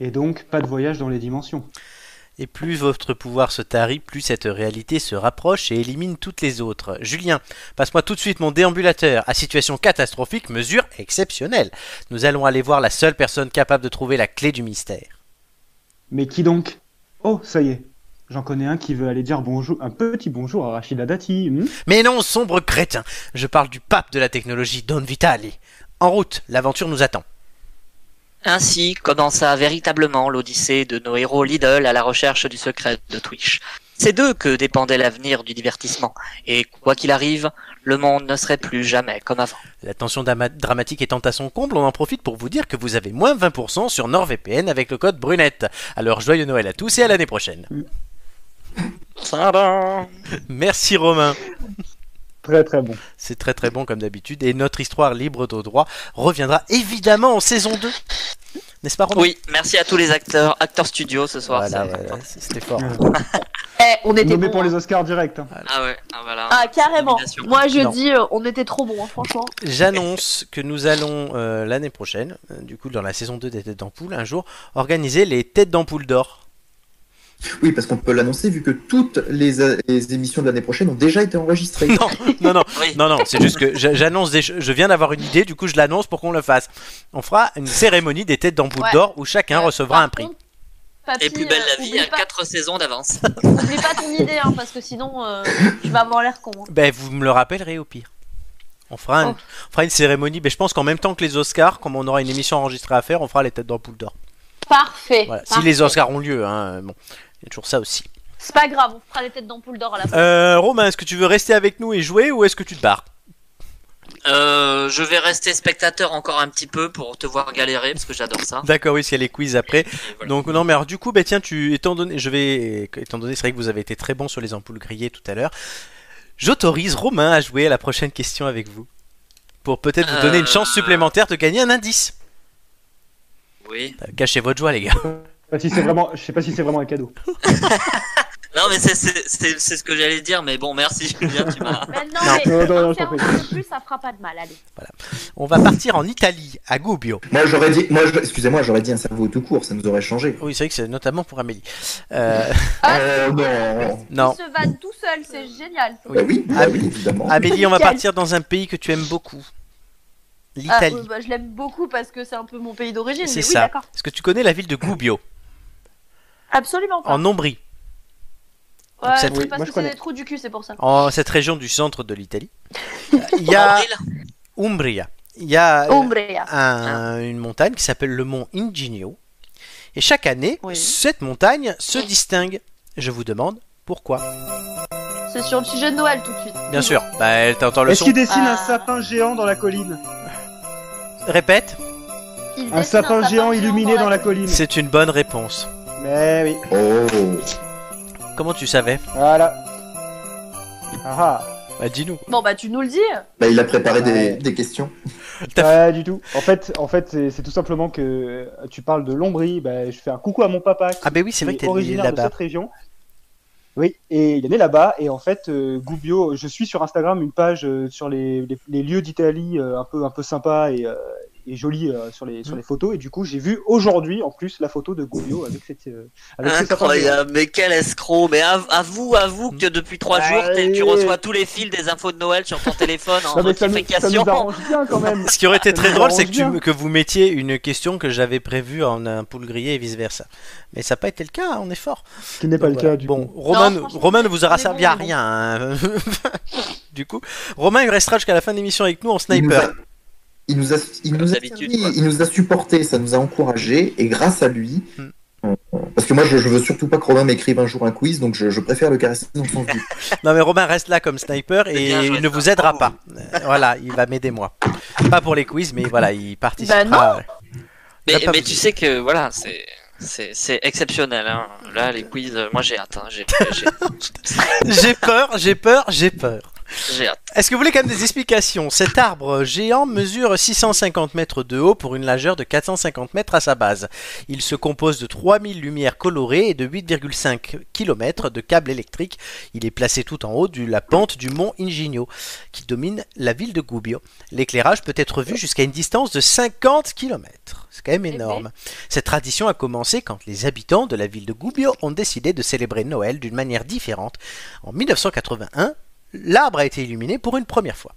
Speaker 5: Et donc, pas de voyage dans les dimensions.
Speaker 1: Et plus votre pouvoir se tarit, plus cette réalité se rapproche et élimine toutes les autres. Julien, passe-moi tout de suite mon déambulateur. À situation catastrophique, mesure exceptionnelle. Nous allons aller voir la seule personne capable de trouver la clé du mystère.
Speaker 5: Mais qui donc Oh, ça y est. J'en connais un qui veut aller dire bonjour, un petit bonjour à Rachida Dati. hmm
Speaker 1: Mais non, sombre crétin Je parle du pape de la technologie, Don Vitali. En route, l'aventure nous attend.
Speaker 7: Ainsi commença véritablement l'odyssée de nos héros Lidl à la recherche du secret de Twitch. C'est d'eux que dépendait l'avenir du divertissement, et quoi qu'il arrive, le monde ne serait plus jamais comme avant.
Speaker 1: La tension dama- dramatique étant à son comble, on en profite pour vous dire que vous avez moins 20% sur NordVPN avec le code Brunette. Alors joyeux Noël à tous et à l'année prochaine.
Speaker 7: Tadam
Speaker 1: Merci Romain.
Speaker 5: Très très bon.
Speaker 1: C'est très très bon comme d'habitude. Et notre histoire libre de droit reviendra évidemment en saison 2. N'est-ce pas Romain
Speaker 7: Oui, merci à tous les acteurs, acteurs studio ce soir.
Speaker 1: Voilà,
Speaker 7: c'est-
Speaker 1: voilà, c'était fort.
Speaker 2: Eh, on était
Speaker 5: Euh, Nommé
Speaker 2: bons,
Speaker 5: pour
Speaker 2: hein.
Speaker 5: les Oscars direct. hein.
Speaker 7: Ah ouais, ah voilà.
Speaker 2: Ah, carrément.
Speaker 7: Nomination.
Speaker 2: Moi, je
Speaker 1: Non.
Speaker 2: dis, euh, on était trop bons, hein, franchement.
Speaker 1: J'annonce que nous allons euh, l'année prochaine, euh, du coup dans la saison 2 des Têtes d'Ampoule, un jour, organiser les Têtes d'Ampoule d'or.
Speaker 3: Oui, parce qu'on peut l'annoncer vu que toutes les, euh, les émissions de l'année prochaine ont déjà été enregistrées.
Speaker 1: Non, non, non,
Speaker 7: Oui.
Speaker 1: non, non, c'est juste que j'a- j'annonce des ch- Je viens d'avoir une idée, du coup je l'annonce pour qu'on le fasse. On fera une cérémonie des Têtes d'Ampoule
Speaker 2: Ouais.
Speaker 1: d'or où chacun
Speaker 2: Euh,
Speaker 1: recevra
Speaker 2: par
Speaker 1: un prix.
Speaker 2: contre, Papy,
Speaker 7: Et plus belle la
Speaker 2: euh,
Speaker 7: vie
Speaker 2: oublie
Speaker 7: à
Speaker 2: pas-
Speaker 7: 4 saisons d'avance.
Speaker 2: Oublie pas ton idée, hein, parce que sinon, euh, tu vas avoir l'air con. hein.
Speaker 1: Ben, vous me le rappellerez au pire. On fera, un-
Speaker 2: Oh.
Speaker 1: on fera une cérémonie, mais je pense qu'en même temps que les Oscars, comme on aura une émission enregistrée à faire, on fera les têtes d'ampoule d'or.
Speaker 2: Parfait.
Speaker 1: Voilà. Si
Speaker 2: Parfait.
Speaker 1: les Oscars ont lieu, hein, euh, bon, il y a toujours ça aussi.
Speaker 2: C'est pas grave, on fera les têtes d'ampoule d'or à la fin.
Speaker 1: Euh, Romain, est-ce que tu veux rester avec nous et jouer ou est-ce que tu te barres
Speaker 7: Euh, je vais rester spectateur encore un petit peu pour te voir galérer, parce que j'adore ça.
Speaker 1: D'accord, oui, s'il y a les quiz après.
Speaker 7: Et voilà.
Speaker 1: Donc non, mais alors du coup, bah tiens, tu, étant donné, je vais, étant donné, c'est vrai que vous avez été très bon sur les ampoules grillées tout à l'heure. J'autorise Romain à jouer à la prochaine question avec vous pour peut-être vous donner une chance
Speaker 7: Euh.
Speaker 1: supplémentaire de gagner un indice.
Speaker 7: Oui.
Speaker 1: Euh, Cachez votre joie, les gars.
Speaker 5: Je sais pas si c'est vraiment, je sais pas si c'est vraiment un cadeau.
Speaker 7: Non, mais c'est- c'est c'est- c'est ce que j'allais dire, mais bon, merci Julien, tu m'as.
Speaker 2: Mais non,
Speaker 1: Non.
Speaker 2: mais
Speaker 5: Non, non, non,
Speaker 2: en
Speaker 5: je t'en
Speaker 2: faire
Speaker 5: prie.
Speaker 2: un peu plus, ça fera pas de mal, allez.
Speaker 1: On va partir en Italie, à Gubbio.
Speaker 3: Moi, j'aurais dit, moi, je- excusez-moi, j'aurais dit un cerveau tout court, ça nous aurait changé.
Speaker 1: Oui, c'est vrai que c'est notamment pour Amélie. Euh,
Speaker 3: Euh, non.
Speaker 1: non.
Speaker 2: Il se vanne tout seul, c'est génial.
Speaker 3: Bah oui, bah oui, évidemment.
Speaker 1: Amélie, on va
Speaker 2: Quel-
Speaker 1: partir dans un pays que tu aimes beaucoup.
Speaker 2: Ah,
Speaker 1: L'Italie.
Speaker 2: euh, bah, je l'aime beaucoup parce que c'est un peu mon pays d'origine.
Speaker 1: C'est
Speaker 2: mais
Speaker 1: ça.
Speaker 2: Oui, d'accord.
Speaker 1: Est-ce que tu connais la ville de Gubbio,
Speaker 2: Absolument pas.
Speaker 1: en Ombrie,
Speaker 2: Ouais,
Speaker 1: ça-
Speaker 2: c'est
Speaker 5: oui, moi, je
Speaker 2: parce que c'est
Speaker 5: connais.
Speaker 2: des trous du cul, c'est pour ça.
Speaker 1: en cette région du centre de l'Italie Il y a
Speaker 7: Avril
Speaker 1: Umbria. Il y a euh,
Speaker 2: Umbria.
Speaker 1: un- une montagne qui s'appelle le mont Ingenio. Et chaque année,
Speaker 2: Oui.
Speaker 1: cette montagne se distingue. Je vous demande pourquoi.
Speaker 2: C'est sur le sujet de Noël tout de suite.
Speaker 1: Bien sûr. Bah, t'entends le
Speaker 5: Est-ce
Speaker 1: son.
Speaker 5: qu'il dessine un
Speaker 2: Ah.
Speaker 5: sapin géant dans la colline
Speaker 1: Répète.
Speaker 2: Il dessine
Speaker 5: Un sapin géant illuminé dans la colline.
Speaker 1: C'est une bonne réponse.
Speaker 5: Mais oui,
Speaker 3: Oh.
Speaker 1: Comment tu savais
Speaker 5: voilà. Ah
Speaker 1: Bah, dis-nous.
Speaker 2: Bon, bah, tu nous le dis.
Speaker 3: Bah, il a préparé des, des questions.
Speaker 5: ah, pas du tout. En fait, en fait, c'est c'est tout simplement que tu parles de l'ombrie. Bah, je fais un coucou à mon papa. qui
Speaker 1: Ah, bah oui, c'est vrai
Speaker 5: est
Speaker 1: que t'es né
Speaker 5: originaire de
Speaker 1: là-bas.
Speaker 5: cette région. Oui, et il est né là-bas. Et en fait, euh, Gubbio, je suis sur Instagram une page euh, sur les, les- les lieux d'Italie euh, un peu un peu sympa et, euh, et joli euh, sur les sur les photos. Et du coup, j'ai vu aujourd'hui en plus la photo de Gubbio avec cette euh, avec ses sapins géants.
Speaker 7: Incroyable, hein. mais quel escroc! Mais av- avoue, avoue que depuis trois
Speaker 5: Bah
Speaker 7: jours, t'es- tu
Speaker 5: Allez.
Speaker 7: reçois tous les fils des infos de Noël sur ton téléphone en
Speaker 5: Non, mais ça nous, ça nous
Speaker 7: notification.
Speaker 5: arrange bien quand même.
Speaker 1: Ce qui aurait été
Speaker 5: Ça
Speaker 1: très
Speaker 5: nous
Speaker 1: drôle,
Speaker 5: arrange
Speaker 1: c'est que, tu
Speaker 5: bien.
Speaker 1: me- que vous mettiez une question que j'avais prévue en un poule grillé et vice-versa. Mais ça n'a pas été le cas, hein, on est fort.
Speaker 5: Ce qui n'est pas le
Speaker 1: Voilà.
Speaker 5: cas du
Speaker 1: bon,
Speaker 5: coup.
Speaker 1: Romain,
Speaker 2: Non, franchement,
Speaker 1: Romain ne vous aura
Speaker 2: c'est bon,
Speaker 1: servi à
Speaker 2: c'est bon.
Speaker 1: rien. hein. du coup, Romain, il restera jusqu'à la fin de l'émission avec nous en
Speaker 3: Il nous
Speaker 1: sniper.
Speaker 3: a- Il nous a, il
Speaker 7: Comme
Speaker 3: nous a
Speaker 7: d'habitude,
Speaker 3: servi,
Speaker 7: quoi.
Speaker 3: il nous a supporté, ça nous a encouragé, et grâce à lui.
Speaker 1: Hmm.
Speaker 3: on- on- Parce que moi, je, je veux surtout pas que Romain m'écrive un jour un quiz, donc je, je préfère le caresser dans le sens du
Speaker 1: Non, mais Romain reste là comme
Speaker 2: Eh
Speaker 1: sniper et
Speaker 7: bien joué,
Speaker 1: il ne
Speaker 7: ça.
Speaker 1: vous aidera pas.
Speaker 7: Bravo.
Speaker 1: Euh, voilà, il va m'aider moi. Pas pour les quiz, mais voilà, il participera.
Speaker 2: Bah
Speaker 7: Mais,
Speaker 1: T'as pas
Speaker 7: mais
Speaker 1: besoin.
Speaker 7: tu sais que voilà, c'est c'est c'est exceptionnel. Hein. Là, les quiz, euh, moi j'ai hâte. Hein. J'ai- j'ai-
Speaker 1: J'ai peur, j'ai peur, j'ai peur.
Speaker 7: J'ai hâte.
Speaker 1: Est-ce que vous voulez quand même des explications Cet arbre géant mesure 650 mètres de haut pour une largeur de 450 mètres à sa base. Il se compose de 3000 lumières colorées et de 8,5 km de câbles électriques. Il est placé tout en haut de la pente du mont Ingenio, qui domine la ville de Gubbio. L'éclairage peut être vu jusqu'à une distance de 50 km. C'est quand même énorme. Cette tradition a commencé quand les habitants de la ville de Gubbio ont décidé de célébrer Noël d'une manière différente. En 1981, l'arbre a été illuminé pour une première fois.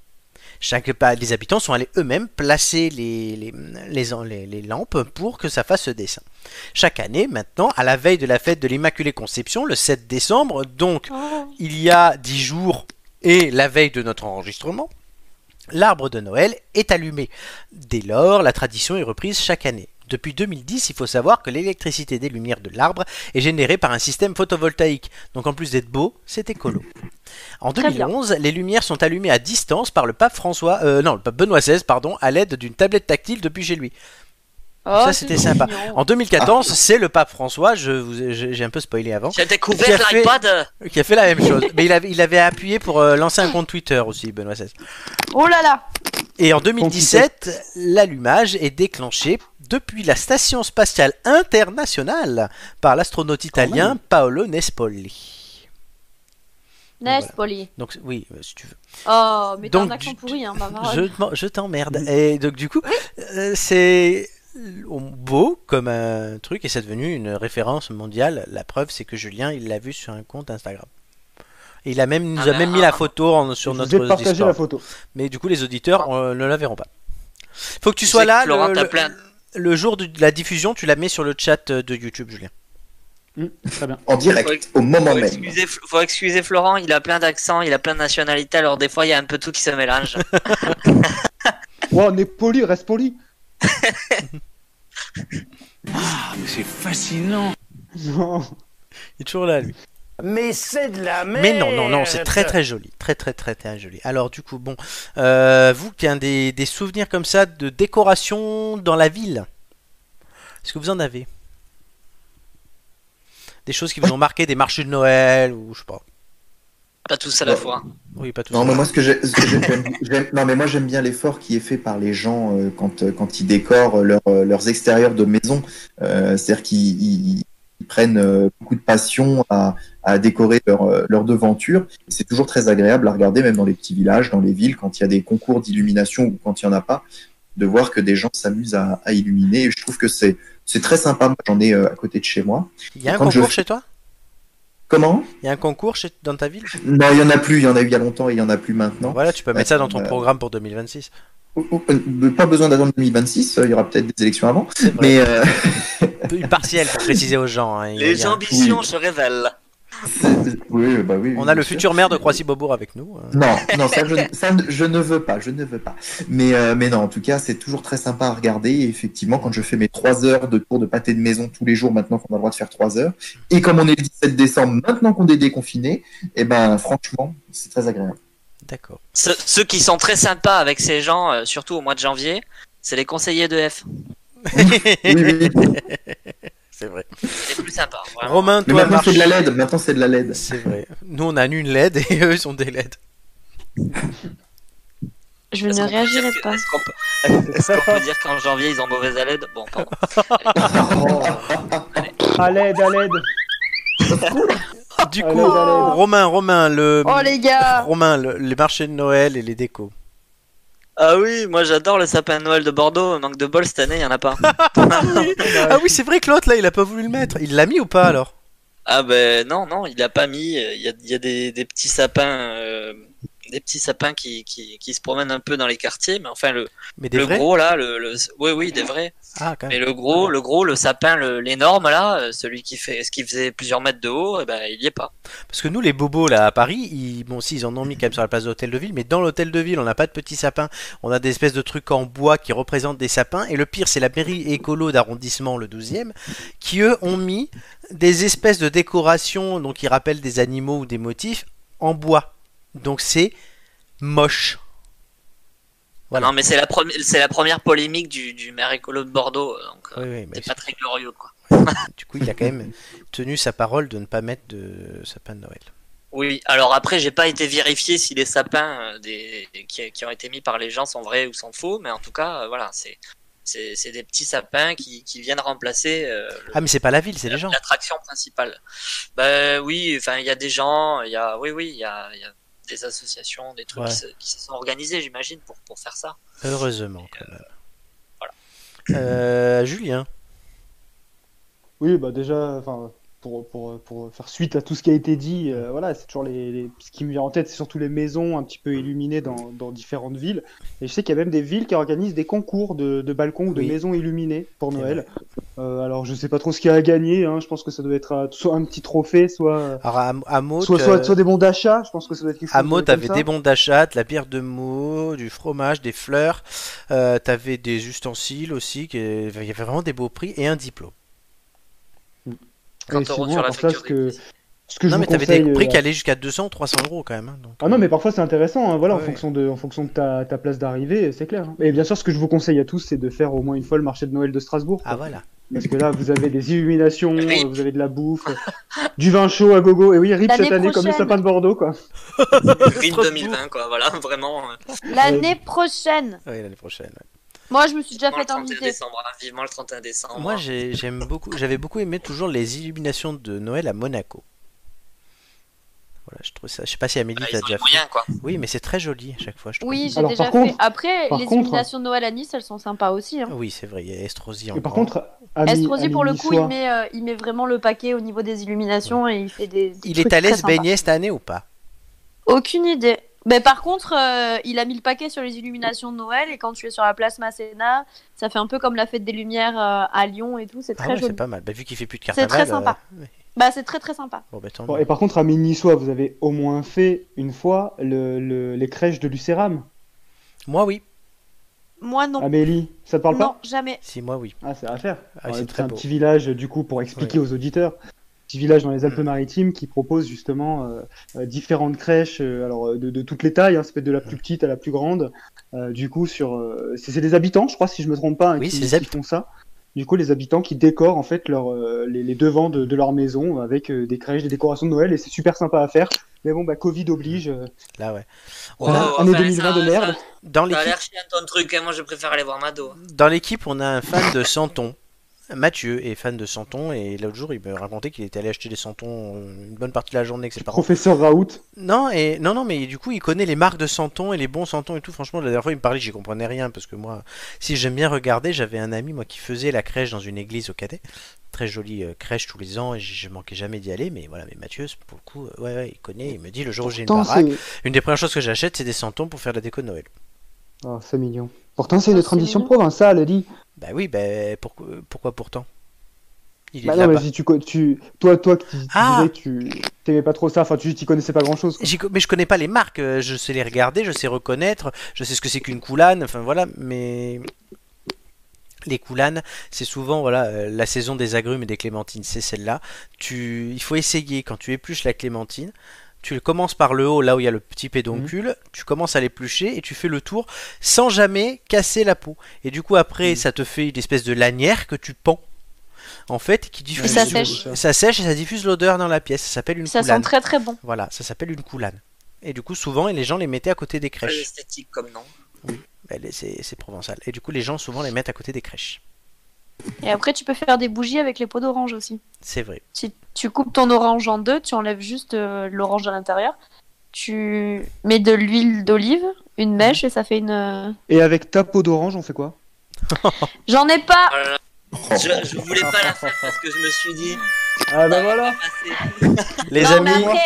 Speaker 1: Chaque pas, les habitants sont allés eux-mêmes placer les, les, les, en- les- les lampes pour que ça fasse ce dessin. Chaque année, maintenant, à la veille de la fête de l'Immaculée Conception, le 7 décembre, donc il y a 10 jours et la veille de notre enregistrement, l'arbre de Noël est allumé. Dès lors, la tradition est reprise chaque année. Depuis 2010, il faut savoir que l'électricité des lumières de l'arbre est générée par un système photovoltaïque. Donc en plus d'être beau, c'est écolo. En
Speaker 4: Très bien.
Speaker 1: 2011, les lumières sont allumées à distance par le pape François, euh, non, le pape Benoît XVI, pardon, à l'aide d'une tablette tactile depuis chez lui.
Speaker 2: Oh,
Speaker 1: ça,
Speaker 2: c'est
Speaker 1: c'était sympa.
Speaker 2: mignon.
Speaker 1: En 2014, c'est le pape François, je vous ai- j'ai j'ai un peu spoilé avant,
Speaker 7: J'ai
Speaker 1: Qui a
Speaker 7: découvert
Speaker 1: fait-
Speaker 7: l'iPad. euh,
Speaker 1: qui a fait la même chose. Mais il avait, il avait appuyé pour euh, lancer un compte Twitter aussi, Benoît XVI.
Speaker 4: Oh là là
Speaker 1: Et en 2017, l'allumage est déclenché depuis la station spatiale internationale par l'astronaute italien Paolo Nespoli.
Speaker 4: N'est-ce
Speaker 1: Voilà.
Speaker 4: pas, Oli
Speaker 1: Donc oui, euh, si tu veux.
Speaker 4: Oh, mais t'as
Speaker 1: Donc,
Speaker 4: un accent
Speaker 1: du-
Speaker 4: pourri, hein, ma
Speaker 7: Ah.
Speaker 1: Je,
Speaker 4: parole.
Speaker 1: t'en- je
Speaker 7: Mm.
Speaker 1: t'emmerde. Et donc du coup, euh, c'est beau comme un truc et c'est devenu une référence mondiale. La preuve, c'est que Julien, il l'a vu sur un compte Instagram. Et il a même, il nous
Speaker 7: Ah
Speaker 1: a même
Speaker 7: ben,
Speaker 1: mis la photo en- sur
Speaker 5: Je
Speaker 1: notre
Speaker 5: vais partager
Speaker 1: Discord.
Speaker 5: la photo.
Speaker 1: Mais du coup, les auditeurs euh, ne la verront pas. Faut que tu
Speaker 7: Je
Speaker 1: sois
Speaker 7: sais que
Speaker 1: là.
Speaker 7: Florent
Speaker 1: le-
Speaker 7: t'a
Speaker 1: le-
Speaker 7: plein.
Speaker 1: le jour de la diffusion, tu la mets sur le chat euh, de YouTube, Julien.
Speaker 5: Très bien.
Speaker 3: en direct,
Speaker 7: Ouais.
Speaker 3: au moment
Speaker 7: Faut
Speaker 3: même.
Speaker 7: excuser, faut excuser Florent, il a plein d'accents, il a plein de nationalités, alors des fois il y a un peu tout qui se mélange.
Speaker 5: Ouais, Oh, on est poli, reste poli.
Speaker 9: Ah, C'est fascinant.
Speaker 5: Non.
Speaker 1: Il est toujours là, lui.
Speaker 9: Mais c'est de la merde.
Speaker 1: Mais euh, non, non, non, c'est très très joli. Très très très très joli. Alors du coup, bon, euh, vous qui avez des, des souvenirs comme ça de décoration dans la ville, est-ce que vous en avez Des choses qui vous ont marqué, des marchés de Noël ou je sais pas.
Speaker 7: Pas tous à la fois.
Speaker 1: Oui, pas tout
Speaker 3: Non,
Speaker 1: ça.
Speaker 3: mais moi, ce que j'ai- ce que j'ai- j'aime, j'aime- non, mais moi, j'aime bien l'effort qui est fait par les gens euh, quand, euh, quand ils décorent leur, euh, leurs extérieurs de maison. Euh, c'est-à-dire qu'ils ils- ils prennent euh, beaucoup de passion à, à décorer leur, euh, leur devanture. C'est toujours très agréable à regarder, même dans les petits villages, dans les villes, quand il y a des concours d'illumination ou quand il n'y en a pas, de voir que des gens s'amusent à, à illuminer. Et je trouve que c'est, c'est très sympa. Moi, j'en ai euh, à côté de chez moi.
Speaker 1: Il y a un
Speaker 3: Quand je-
Speaker 1: concours chez toi
Speaker 3: Comment
Speaker 1: Il y a un concours chez... dans ta ville
Speaker 3: Non, il n'y en a plus. Il y en a eu il y a longtemps et il n'y en a plus maintenant.
Speaker 1: Voilà, tu peux mettre ça dans ton
Speaker 3: Euh,
Speaker 1: programme pour 2026.
Speaker 3: Oh, oh, euh, Pas besoin d'attendre 2026, euh, il y aura peut-être des élections avant.
Speaker 1: C'est vrai.
Speaker 3: Mais euh,
Speaker 1: Une partielle pour préciser aux gens. hein. Il y a- il y
Speaker 7: Les
Speaker 1: a-
Speaker 7: ambitions se révèlent.
Speaker 3: oui, bah oui,
Speaker 1: On
Speaker 3: bien
Speaker 1: a le
Speaker 3: sûr.
Speaker 1: futur maire de Croissy-Beaubourg avec nous. hein.
Speaker 3: Non, non, ça, je, ça, je ne veux pas, je ne veux pas. Mais, euh, mais non, en tout cas, c'est toujours très sympa à regarder. Et effectivement, quand je fais mes 3 heures de cours de pâté de maison tous les jours, maintenant qu'on a le droit de faire 3 heures, et comme on est le 17 décembre, maintenant qu'on est déconfiné, et ben franchement, c'est très agréable.
Speaker 1: D'accord.
Speaker 7: Ce- ceux qui sont très sympas avec ces gens, euh, surtout au mois de janvier, c'est les conseillers de F.
Speaker 3: Oui, oui, oui.
Speaker 1: C'est vrai.
Speaker 7: C'est plus sympa. vraiment.
Speaker 1: Romain,
Speaker 3: Mais
Speaker 1: toi,
Speaker 3: maintenant, c'est de la
Speaker 1: marche-
Speaker 3: LED, maintenant, c'est de la LED.
Speaker 1: C'est vrai. Nous, on a une LED et eux, ils ont des LED.
Speaker 4: Je
Speaker 7: Est-ce
Speaker 4: ne
Speaker 7: qu'on peut dire
Speaker 4: réagirai
Speaker 7: que-
Speaker 4: pas.
Speaker 7: Est-ce qu'on peut, est-ce qu'on peut dire qu'en janvier ils ont mauvaise haleine Bon, pardon.
Speaker 5: Oh. À l'aide, à l'aide.
Speaker 1: Du
Speaker 5: Ah,
Speaker 1: coup,
Speaker 5: la LED.
Speaker 1: Romain, Romain, le.
Speaker 4: Oh les gars
Speaker 1: Romain, le- les marchés de Noël et les décos.
Speaker 7: Ah oui, moi j'adore le sapin de Noël de Bordeaux. Manque de bol cette année, il y en a pas.
Speaker 1: Ah oui, c'est vrai que l'autre là, il a pas voulu le mettre. Il l'a mis ou pas alors
Speaker 7: Ah ben non, non, il a pas mis. euh, Il y a, il y a des, des petits sapins, euh, des petits sapins qui, qui, qui se promènent un peu dans les quartiers, mais enfin le,
Speaker 1: Mais des
Speaker 7: le
Speaker 1: vrais
Speaker 7: gros là, le, le oui oui des vrais.
Speaker 1: Ah, quand
Speaker 7: Mais
Speaker 1: même.
Speaker 7: le gros, le gros, le sapin, le- l'énorme là, euh, celui qui fait, ce qui faisait plusieurs mètres de haut, eh ben il y est pas.
Speaker 1: Parce que nous, les bobos là à Paris, ils... bon, si, ils en ont mis quand même sur la place de l'hôtel de ville, mais dans l'hôtel de ville, on n'a pas de petits sapins. On a des espèces de trucs en bois qui représentent des sapins. Et le pire, c'est la mairie écolo d'arrondissement, le 12e, qui eux ont mis des espèces de décorations, donc qui rappellent des animaux ou des motifs, en bois. Donc c'est moche. Voilà.
Speaker 7: Non mais c'est la première, c'est la première polémique du, du maire écolo de Bordeaux, euh, donc euh,
Speaker 1: Oui, oui, mais
Speaker 7: c'est pas très glorieux quoi.
Speaker 1: du coup, il a quand même tenu sa parole de ne pas mettre de sapin de Noël.
Speaker 7: Oui, alors après, j'ai pas été vérifié si les sapins euh, des, qui, qui ont été mis par les gens sont vrais ou sont faux, mais en tout cas, euh, voilà, c'est c'est c'est des petits sapins qui, qui viennent remplacer euh, le-
Speaker 1: Ah, mais c'est pas la ville, c'est les gens.
Speaker 7: l'attraction principale. Ben oui, enfin, il y a des gens, il y a, oui, oui, il y a, il y a des associations, des trucs
Speaker 1: Ouais.
Speaker 7: qui, se, qui se sont organisés, j'imagine, pour, pour faire ça.
Speaker 1: Heureusement, quand même. Euh, Julien.
Speaker 5: Oui, bah déjà, enfin, pour, pour, pour faire suite à tout ce qui a été dit, euh, voilà, c'est toujours les, les- ce qui me vient en tête, c'est surtout les maisons un petit peu illuminées dans, dans différentes villes. Et je sais qu'il y a même des villes qui organisent des concours de, de balcons ou de
Speaker 1: Oui.
Speaker 5: maisons illuminées pour
Speaker 1: C'est
Speaker 5: Noël. Euh, alors, je sais pas trop ce qu'il y a à gagner, hein, je pense que ça doit être euh, soit un petit trophée, soit,
Speaker 1: Alors, à, à Meaux,
Speaker 5: soit,
Speaker 1: t'as-
Speaker 5: soit, soit des bons d'achat, je pense que ça doit être quelque chose
Speaker 1: à Meaux,
Speaker 5: comme
Speaker 1: euh, t'avais
Speaker 5: ça.
Speaker 1: des bons d'achat, de la bière de Meaux, du fromage, des fleurs, euh, t'avais des ustensiles aussi, qui- euh, il y avait vraiment des beaux prix et un diplôme.
Speaker 5: Et
Speaker 7: 30 euros
Speaker 5: sinon,
Speaker 7: sur
Speaker 5: à
Speaker 7: la
Speaker 5: part ça,
Speaker 7: facture
Speaker 5: ce que,
Speaker 7: d'électricité.
Speaker 5: ce que je
Speaker 1: non,
Speaker 5: vous
Speaker 1: mais t'avais des
Speaker 5: conseille,
Speaker 1: prix
Speaker 5: euh,
Speaker 1: qui allaient jusqu'à 200, 300 euros quand même. hein, donc,
Speaker 5: Ah non, mais parfois c'est intéressant, hein, voilà,
Speaker 1: Ouais.
Speaker 5: en fonction de, en fonction de ta, ta place d'arrivée, c'est clair. hein. Et bien sûr, ce que je vous conseille à tous, c'est de faire au moins une fois le marché de Noël de Strasbourg.
Speaker 1: Ah voilà.
Speaker 5: Parce que là, vous avez des illuminations,
Speaker 7: Oui.
Speaker 5: euh, vous avez de la bouffe, euh, du vin chaud à gogo. Et oui, RIP
Speaker 4: L'année
Speaker 5: cette année, comme le
Speaker 4: prochaine.
Speaker 5: sapin de Bordeaux, quoi.
Speaker 7: Green 2020, quoi, voilà, vraiment. euh,
Speaker 4: L'année prochaine.
Speaker 1: Oui, l'année prochaine. ouais.
Speaker 4: Moi, je me suis déjà
Speaker 7: vivement le
Speaker 4: fait
Speaker 7: 31
Speaker 4: inviter.
Speaker 7: décembre, hein, vivement le 31 décembre.
Speaker 1: Moi, j'ai- j'aime beaucoup, j'avais beaucoup aimé toujours les illuminations de Noël à Monaco. Voilà, je trouve ça. Je sais pas si Amélie
Speaker 7: Ah, ils
Speaker 1: l'a
Speaker 7: ont les
Speaker 1: déjà fait.
Speaker 7: moyens, quoi.
Speaker 1: Oui, mais c'est très joli à chaque fois, je trouve.
Speaker 4: Oui, j'ai
Speaker 5: Alors,
Speaker 4: déjà
Speaker 5: par
Speaker 4: fait.
Speaker 5: contre-
Speaker 4: Après,
Speaker 5: par
Speaker 4: les
Speaker 5: contre-
Speaker 4: illuminations de Noël à Nice, elles sont sympas aussi. Hein.
Speaker 1: Oui, c'est vrai. Il y a Estrosi
Speaker 5: Et
Speaker 1: encore.
Speaker 5: par contre, ami,
Speaker 4: Estrosi,
Speaker 5: ami
Speaker 4: pour le coup,
Speaker 5: niçois,
Speaker 4: il met, euh, il met vraiment le paquet au niveau des illuminations et il fait des. des
Speaker 1: il
Speaker 4: trucs
Speaker 1: est allé
Speaker 4: très
Speaker 1: se
Speaker 4: sympas.
Speaker 1: baigner cette année ou pas
Speaker 4: Aucune idée. Mais par contre, euh, il a mis le paquet sur les illuminations de Noël et quand tu es sur la place Masséna, ça fait un peu comme la fête des Lumières euh, à Lyon et tout. C'est
Speaker 1: Ah
Speaker 4: très
Speaker 1: ouais, c'est
Speaker 4: joli.
Speaker 1: pas mal. Bah, vu qu'il fait plus de
Speaker 4: C'est
Speaker 1: carnaval.
Speaker 4: très sympa.
Speaker 1: euh, ouais.
Speaker 4: Bah, c'est très très sympa.
Speaker 1: Bon, bah, tant
Speaker 5: Bon,
Speaker 1: mieux.
Speaker 5: Et par contre, ami niçois, vous avez au moins fait une fois le, le- les crèches de Lucéram.
Speaker 1: Moi, oui.
Speaker 4: Moi non.
Speaker 5: Amélie, ça te parle
Speaker 4: non,
Speaker 5: pas
Speaker 4: jamais.
Speaker 1: Si, moi, oui.
Speaker 5: Ah, c'est à faire.
Speaker 1: Ah,
Speaker 5: Ouais,
Speaker 1: c'est
Speaker 5: c'est
Speaker 1: très
Speaker 5: un
Speaker 1: beau.
Speaker 5: petit village, du coup, pour expliquer aux auditeurs, petit village
Speaker 1: Mm.
Speaker 5: dans les Alpes-Maritimes qui propose justement euh, euh, différentes crèches, euh, alors euh, de, de toutes les tailles, hein, ça peut être de la plus petite à la plus grande. Euh, du coup, sur, euh, c'est c'est des habitants, je crois, si je me trompe pas, hein,
Speaker 1: Oui,
Speaker 5: qui,
Speaker 1: c'est les
Speaker 5: qui
Speaker 1: habitants.
Speaker 5: font ça. Du coup, les habitants qui décorent en fait leur, euh, les, les devants de, de leur maison avec euh, des crèches, des décorations de Noël, et c'est super sympa à faire. Mais bon, bah, Covid oblige. euh,
Speaker 1: Là, ouais.
Speaker 7: Oh,
Speaker 5: voilà,
Speaker 7: enfin,
Speaker 5: année
Speaker 7: ça-
Speaker 5: 2020 de merde.
Speaker 1: Dans
Speaker 7: Ça a
Speaker 1: l'équipe,
Speaker 7: l'air chiant ton truc, hein, moi je préfère aller voir Mado.
Speaker 1: dans l'équipe, on a un fan de Santon. Mathieu est fan de Santon et l'autre jour il me racontait qu'il était allé acheter des Santons euh, une bonne partie de la journée avec ses parents.
Speaker 5: Professeur Raoult.
Speaker 1: Non et non non mais du coup il connaît les marques de Santon et les bons Santons et tout. Franchement la dernière fois il me parlait j'y comprenais rien parce que moi si j'aime bien regarder j'avais un ami moi qui faisait la crèche dans une église au Cadet. Très jolie euh, crèche tous les ans et j- je manquais jamais d'y aller mais voilà mais Mathieu pour le coup euh, ouais, ouais, il connaît il me dit le jour où j'ai une
Speaker 5: Pourtant,
Speaker 1: baraque
Speaker 5: c'est-
Speaker 1: une des premières choses que j'achète c'est des Santons pour faire la déco de Noël.
Speaker 5: Oh, c'est mignon. Pourtant, c'est
Speaker 4: Oh,
Speaker 5: une
Speaker 4: c'est
Speaker 5: tradition
Speaker 4: mignon.
Speaker 5: provençale, dit.
Speaker 1: Bah oui, bah pourquoi, pourquoi pourtant Il est
Speaker 5: Bah non,
Speaker 1: là-bas.
Speaker 5: mais si tu, co- tu, toi, toi, que tu, tu
Speaker 1: Ah.
Speaker 5: disais que tu t'aimais pas trop ça, enfin, tu t'y connaissais pas grand chose.
Speaker 1: J'y co- mais je connais pas les marques, euh, je sais les regarder, je sais reconnaître, je sais ce que c'est qu'une coulane, enfin voilà, mais les coulanes, c'est souvent voilà euh, la saison des agrumes et des clémentines, c'est celle-là. Tu, il faut essayer quand tu épluches la clémentine. Tu le commences par le haut, là où il y a le petit pédoncule, tu commences à l'éplucher et tu fais le tour sans jamais casser la peau. Et du coup, après, ça te fait une espèce de lanière que tu pends, en fait, qui diffuse.
Speaker 4: ça
Speaker 1: du-
Speaker 4: sèche.
Speaker 1: ça sèche et ça diffuse l'odeur dans la pièce. Ça s'appelle une
Speaker 4: Ça
Speaker 1: coulane.
Speaker 4: sent très très bon.
Speaker 1: Voilà, ça s'appelle une coulane. Et du coup, souvent, les gens les mettaient à côté des
Speaker 7: Très
Speaker 1: crèches.
Speaker 7: esthétique comme nom.
Speaker 1: Elle est- C'est c'est provençal. Et du coup, les gens souvent les mettent à côté des crèches.
Speaker 4: Et après, tu peux faire des bougies avec les pots d'orange aussi.
Speaker 1: C'est vrai.
Speaker 4: Si tu coupes ton orange en deux, tu enlèves juste euh, l'orange à l'intérieur, tu mets de l'huile d'olive, une mèche et ça fait une. euh,
Speaker 5: Et avec ta peau d'orange, on fait quoi
Speaker 4: J'en ai pas.
Speaker 7: Oh là là. Je, je voulais pas la faire parce que je me suis dit,
Speaker 5: Ah bah
Speaker 7: ça va
Speaker 5: voilà
Speaker 7: pas passer.
Speaker 1: Les
Speaker 4: Non, mais
Speaker 1: amis,
Speaker 4: après,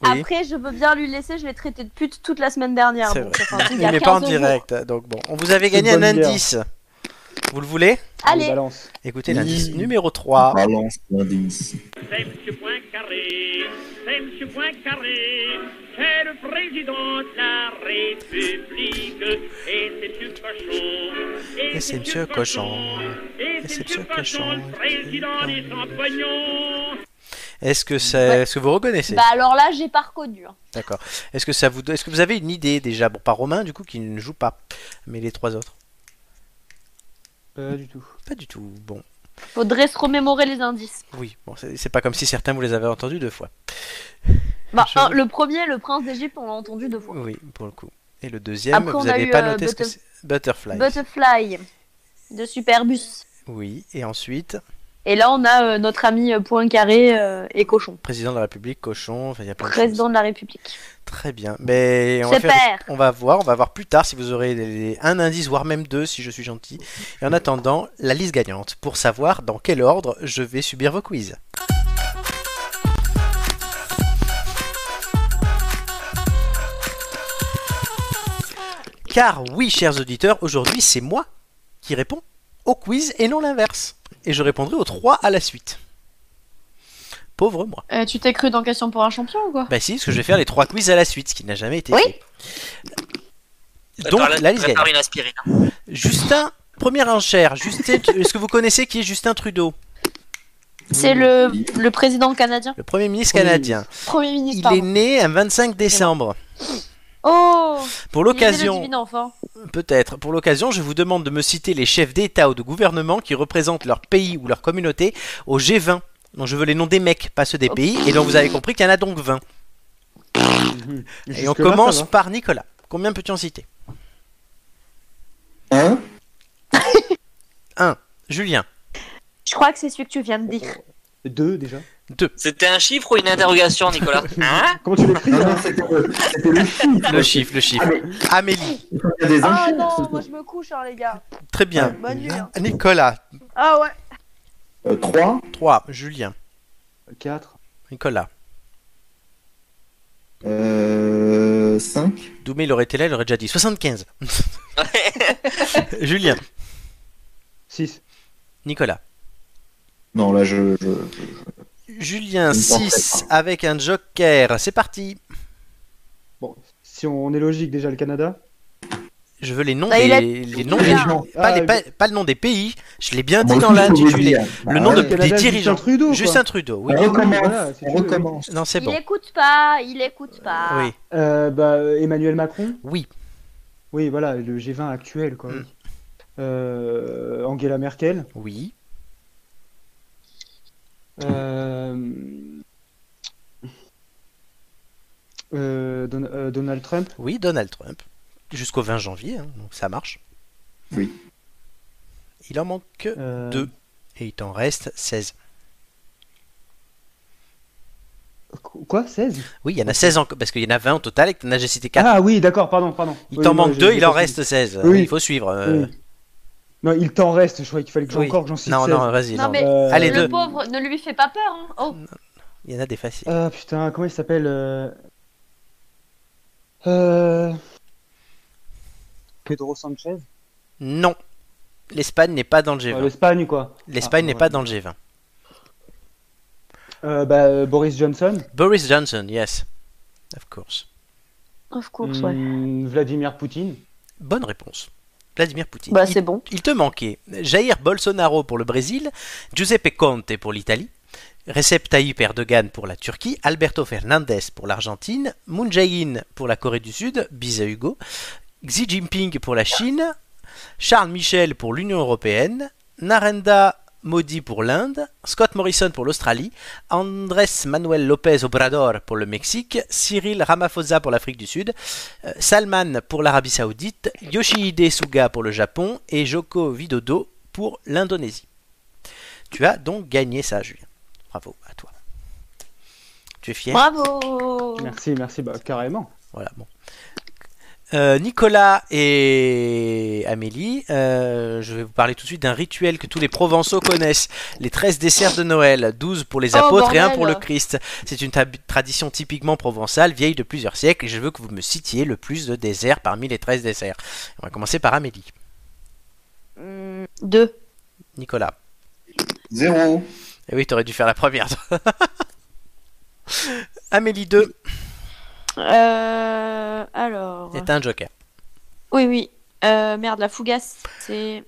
Speaker 1: Oui.
Speaker 4: après, je veux bien lui laisser. Je l'ai traité de pute toute la semaine dernière.
Speaker 1: C'est
Speaker 4: donc,
Speaker 1: vrai.
Speaker 4: enfin, il y
Speaker 1: il
Speaker 4: a
Speaker 1: n'est pas en
Speaker 4: 15 euros.
Speaker 1: direct. Donc bon, on vous avait
Speaker 5: C'est
Speaker 1: gagné un
Speaker 5: une bonne guerre.
Speaker 1: indice. Vous le voulez
Speaker 4: Allez,
Speaker 5: balance.
Speaker 1: Écoutez
Speaker 3: Oui.
Speaker 1: l'indice numéro 3.
Speaker 3: Balance l'indice.
Speaker 10: C'est M. Poincaré, c'est M. Poincaré, c'est le président de la République. Et c'est M. Cochon,
Speaker 1: Et c'est Monsieur Cochon.
Speaker 10: et
Speaker 1: c'est
Speaker 10: c'est
Speaker 1: Monsieur
Speaker 10: M. Cochon,
Speaker 1: Cochon,
Speaker 10: le président des champignons.
Speaker 1: Est-ce que, ça...
Speaker 4: Ouais.
Speaker 1: est-ce que vous reconnaissez
Speaker 4: bah alors là, j'ai pas reconnu. hein.
Speaker 1: D'accord. Est-ce que, ça vous... Est que vous avez une idée déjà Bon, pas Romain, du coup, qui ne joue pas. Mais les trois autres
Speaker 5: Pas du tout.
Speaker 1: Pas du tout. Bon.
Speaker 4: Faudrait se remémorer les indices.
Speaker 1: Oui, bon, c'est c'est pas comme si certains vous les avaient entendus deux fois.
Speaker 4: Bah,
Speaker 1: Je-
Speaker 4: un- le premier, le prince d'Égypte, on l'a entendu deux fois.
Speaker 1: Oui, pour le coup. Et le deuxième,
Speaker 4: Après,
Speaker 1: vous
Speaker 4: on a
Speaker 1: n'avez
Speaker 4: eu,
Speaker 1: pas
Speaker 4: euh,
Speaker 1: noté ce que
Speaker 4: Butter-
Speaker 1: c'est Butterfly.
Speaker 4: Butterfly de Superbus.
Speaker 1: Oui, et ensuite,
Speaker 4: Et là, on a euh, notre ami euh, Poincaré euh, et Cochon,
Speaker 1: président de la République, cochon, enfin, il y a plein de choses.
Speaker 4: président de la République.
Speaker 1: Très bien. Mais on va,
Speaker 4: C'est
Speaker 1: faire des-
Speaker 4: père.
Speaker 1: on va voir, on va voir plus tard si vous aurez les- un indice, voire même deux, si je suis gentil. Et en attendant, la liste gagnante, pour savoir dans quel ordre je vais subir vos quiz. Car oui, chers auditeurs, aujourd'hui c'est moi qui réponds au quiz et non l'inverse. Et je répondrai aux trois à la suite. Pauvre moi.
Speaker 2: Euh, tu t'es cru dans Question pour un champion ou quoi
Speaker 1: Bah si, parce que je vais faire les trois quiz à la suite, ce qui n'a jamais été
Speaker 2: Oui.
Speaker 1: fait. Donc,
Speaker 7: Prépare-
Speaker 1: la liste
Speaker 7: prépare
Speaker 1: gagne.
Speaker 7: une aspirine. hein.
Speaker 1: Justin, première enchère. Justin, est-ce que vous connaissez qui est Justin Trudeau
Speaker 4: C'est le, le président canadien,
Speaker 1: Le Premier ministre
Speaker 5: Premier
Speaker 1: canadien.
Speaker 4: premier ministre.
Speaker 1: Il
Speaker 4: pardon.
Speaker 1: est né un 25 décembre.
Speaker 4: Oh,
Speaker 1: Pour
Speaker 4: il était le
Speaker 1: l'occasion,
Speaker 4: divin enfant.
Speaker 1: peut-être, pour l'occasion, je vous demande de me citer les chefs d'État ou de gouvernement qui représentent leur pays ou leur communauté au G20. Donc je veux les noms des mecs, pas ceux des pays, et donc vous avez compris qu'il y en a donc 20. Et on
Speaker 5: Jusque-là,
Speaker 1: commence
Speaker 5: ça va.
Speaker 1: par Nicolas. Combien peux-tu en citer
Speaker 3: Hein
Speaker 1: Julien,
Speaker 4: Je crois que c'est celui que tu viens de dire.
Speaker 5: Deux déjà.
Speaker 7: C'était un chiffre ou une interrogation, Nicolas Hein
Speaker 5: Comment tu l'écris
Speaker 3: Non, non, c'était le, c'était le chiffre.
Speaker 1: le chiffre, le chiffre.
Speaker 3: Ah, mais-
Speaker 1: Amélie,
Speaker 3: Il y a des
Speaker 4: Ah
Speaker 3: enchères, ce
Speaker 4: non,
Speaker 3: soir.
Speaker 4: moi je me couche, hein, les gars.
Speaker 1: très bien.
Speaker 4: Bonne nuit. hein.
Speaker 1: Nicolas,
Speaker 4: Ah ouais.
Speaker 3: Euh, Trois.
Speaker 1: 3, Julien,
Speaker 5: Quatre.
Speaker 1: Nicolas.
Speaker 3: Euh, cinq.
Speaker 1: Doumé, il aurait été là, il aurait déjà dit 75. Julien,
Speaker 5: Six.
Speaker 1: Nicolas.
Speaker 3: Non, là, je. je-
Speaker 1: Julien,
Speaker 3: Une
Speaker 1: 6 avec un joker. C'est parti.
Speaker 5: Bon, si on est logique déjà, le Canada.
Speaker 1: Je veux les noms
Speaker 4: Ah,
Speaker 1: des.
Speaker 4: il a-
Speaker 1: Les noms
Speaker 3: Les
Speaker 1: des...
Speaker 3: gens.
Speaker 1: Pas, les-
Speaker 5: Ah,
Speaker 1: pas- pas le nom des pays, je l'ai bien dit
Speaker 3: Moi
Speaker 1: dans
Speaker 3: aussi, je
Speaker 1: l'intitulé.
Speaker 3: voulais dire. Ah
Speaker 1: Le
Speaker 3: Bah
Speaker 1: nom de-
Speaker 3: ouais.
Speaker 1: des
Speaker 5: Canada,
Speaker 1: dirigeants.
Speaker 5: Justin Trudeau. quoi.
Speaker 1: Justin Trudeau, oui.
Speaker 3: On recommence.
Speaker 5: Voilà, si tu
Speaker 3: on
Speaker 5: veux.
Speaker 3: recommence.
Speaker 1: Non, c'est
Speaker 4: Il
Speaker 1: bon.
Speaker 4: écoute pas, il écoute pas.
Speaker 1: Oui,
Speaker 5: Euh, bah, euh, Emmanuel Macron.
Speaker 1: oui.
Speaker 5: Oui, voilà, le G20 actuel, quoi.
Speaker 1: Mm.
Speaker 5: Euh, Angela Merkel.
Speaker 1: Oui.
Speaker 5: Euh, euh, Don- euh, Donald Trump.
Speaker 1: Oui, Donald Trump. Jusqu'au 20 janvier, hein, donc ça marche.
Speaker 3: Oui.
Speaker 1: Il en manque que
Speaker 5: euh,
Speaker 1: Deux. et il t'en reste 16.
Speaker 5: qu- Quoi 16
Speaker 1: Oui, il y en a 16 encore, parce qu'il y en a 20 au total et que t'en as déjà cité 4.
Speaker 5: Ah oui, d'accord, pardon, pardon.
Speaker 1: Il
Speaker 5: Oui,
Speaker 1: t'en
Speaker 5: moi,
Speaker 1: manque
Speaker 5: j'ai-
Speaker 1: deux,
Speaker 5: j'ai
Speaker 1: il en
Speaker 5: pas
Speaker 1: reste 16.
Speaker 5: Oui.
Speaker 1: Il faut suivre. euh,
Speaker 5: Oui. Non, il t'en reste, je croyais qu'il fallait que j'en
Speaker 1: Oui.
Speaker 5: encore que j'en cite
Speaker 1: Non,
Speaker 5: 16.
Speaker 1: non, vas-y.
Speaker 4: Non,
Speaker 1: non.
Speaker 4: mais-
Speaker 5: Euh,
Speaker 1: Allez,
Speaker 4: le
Speaker 1: deux.
Speaker 4: pauvre, ne lui fais pas peur. Hein. Oh,
Speaker 1: Il y en a des faciles.
Speaker 5: Ah putain, comment il s'appelle euh... Euh... Pedro Sanchez
Speaker 1: Non. L'Espagne n'est pas dans le
Speaker 5: Ouais,
Speaker 1: G20.
Speaker 5: L'Espagne, quoi.
Speaker 1: L'Espagne
Speaker 5: Ah,
Speaker 1: n'est
Speaker 5: ouais.
Speaker 1: pas dans le G20.
Speaker 5: Euh, bah, euh, Boris Johnson.
Speaker 1: Boris Johnson, yes. Of course.
Speaker 4: of course, Oh,
Speaker 1: Mmh.
Speaker 4: ouais.
Speaker 5: Hmm, Vladimir Poutine.
Speaker 1: Bonne réponse. Vladimir Poutine.
Speaker 4: Bah,
Speaker 1: Il-
Speaker 4: c'est bon.
Speaker 1: Il te manquait Jair Bolsonaro pour le Brésil, Giuseppe Conte pour l'Italie, Recep Tayyip Erdogan pour la Turquie, Alberto Fernandez pour l'Argentine, Moon Jae-in pour la Corée du Sud, bis à Hugo, Xi Jinping pour la Chine, Charles Michel pour l'Union Européenne, Narendra Modi pour l'Inde, Scott Morrison pour l'Australie, Andrés Manuel López Obrador pour le Mexique, Cyril Ramaphosa pour l'Afrique du Sud, euh, Salman pour l'Arabie Saoudite, Yoshihide Suga pour le Japon et Joko Widodo pour l'Indonésie. Tu as donc gagné ça, Julien. Bravo à toi. Tu es fier
Speaker 4: Bravo.
Speaker 5: Merci, merci, bah, carrément.
Speaker 1: Voilà, bon. Euh, Nicolas et Amélie, euh, je vais vous parler tout de suite d'un rituel que tous les Provençaux connaissent. Les 13 desserts de Noël, 12 pour les
Speaker 4: Oh,
Speaker 1: apôtres et 1
Speaker 4: bordel.
Speaker 1: pour le Christ. C'est une tab- tradition typiquement provençale, vieille de plusieurs siècles, et je veux que vous me citiez le plus de desserts parmi les 13 desserts. On va commencer par Amélie.
Speaker 4: Hmm, Deux.
Speaker 1: Nicolas.
Speaker 3: Zéro.
Speaker 1: Eh oui, t'aurais dû faire la première. toi. Amélie 2
Speaker 4: Euh, alors.
Speaker 1: est un joker.
Speaker 4: Oui, oui. Euh, merde, la fougasse, c'est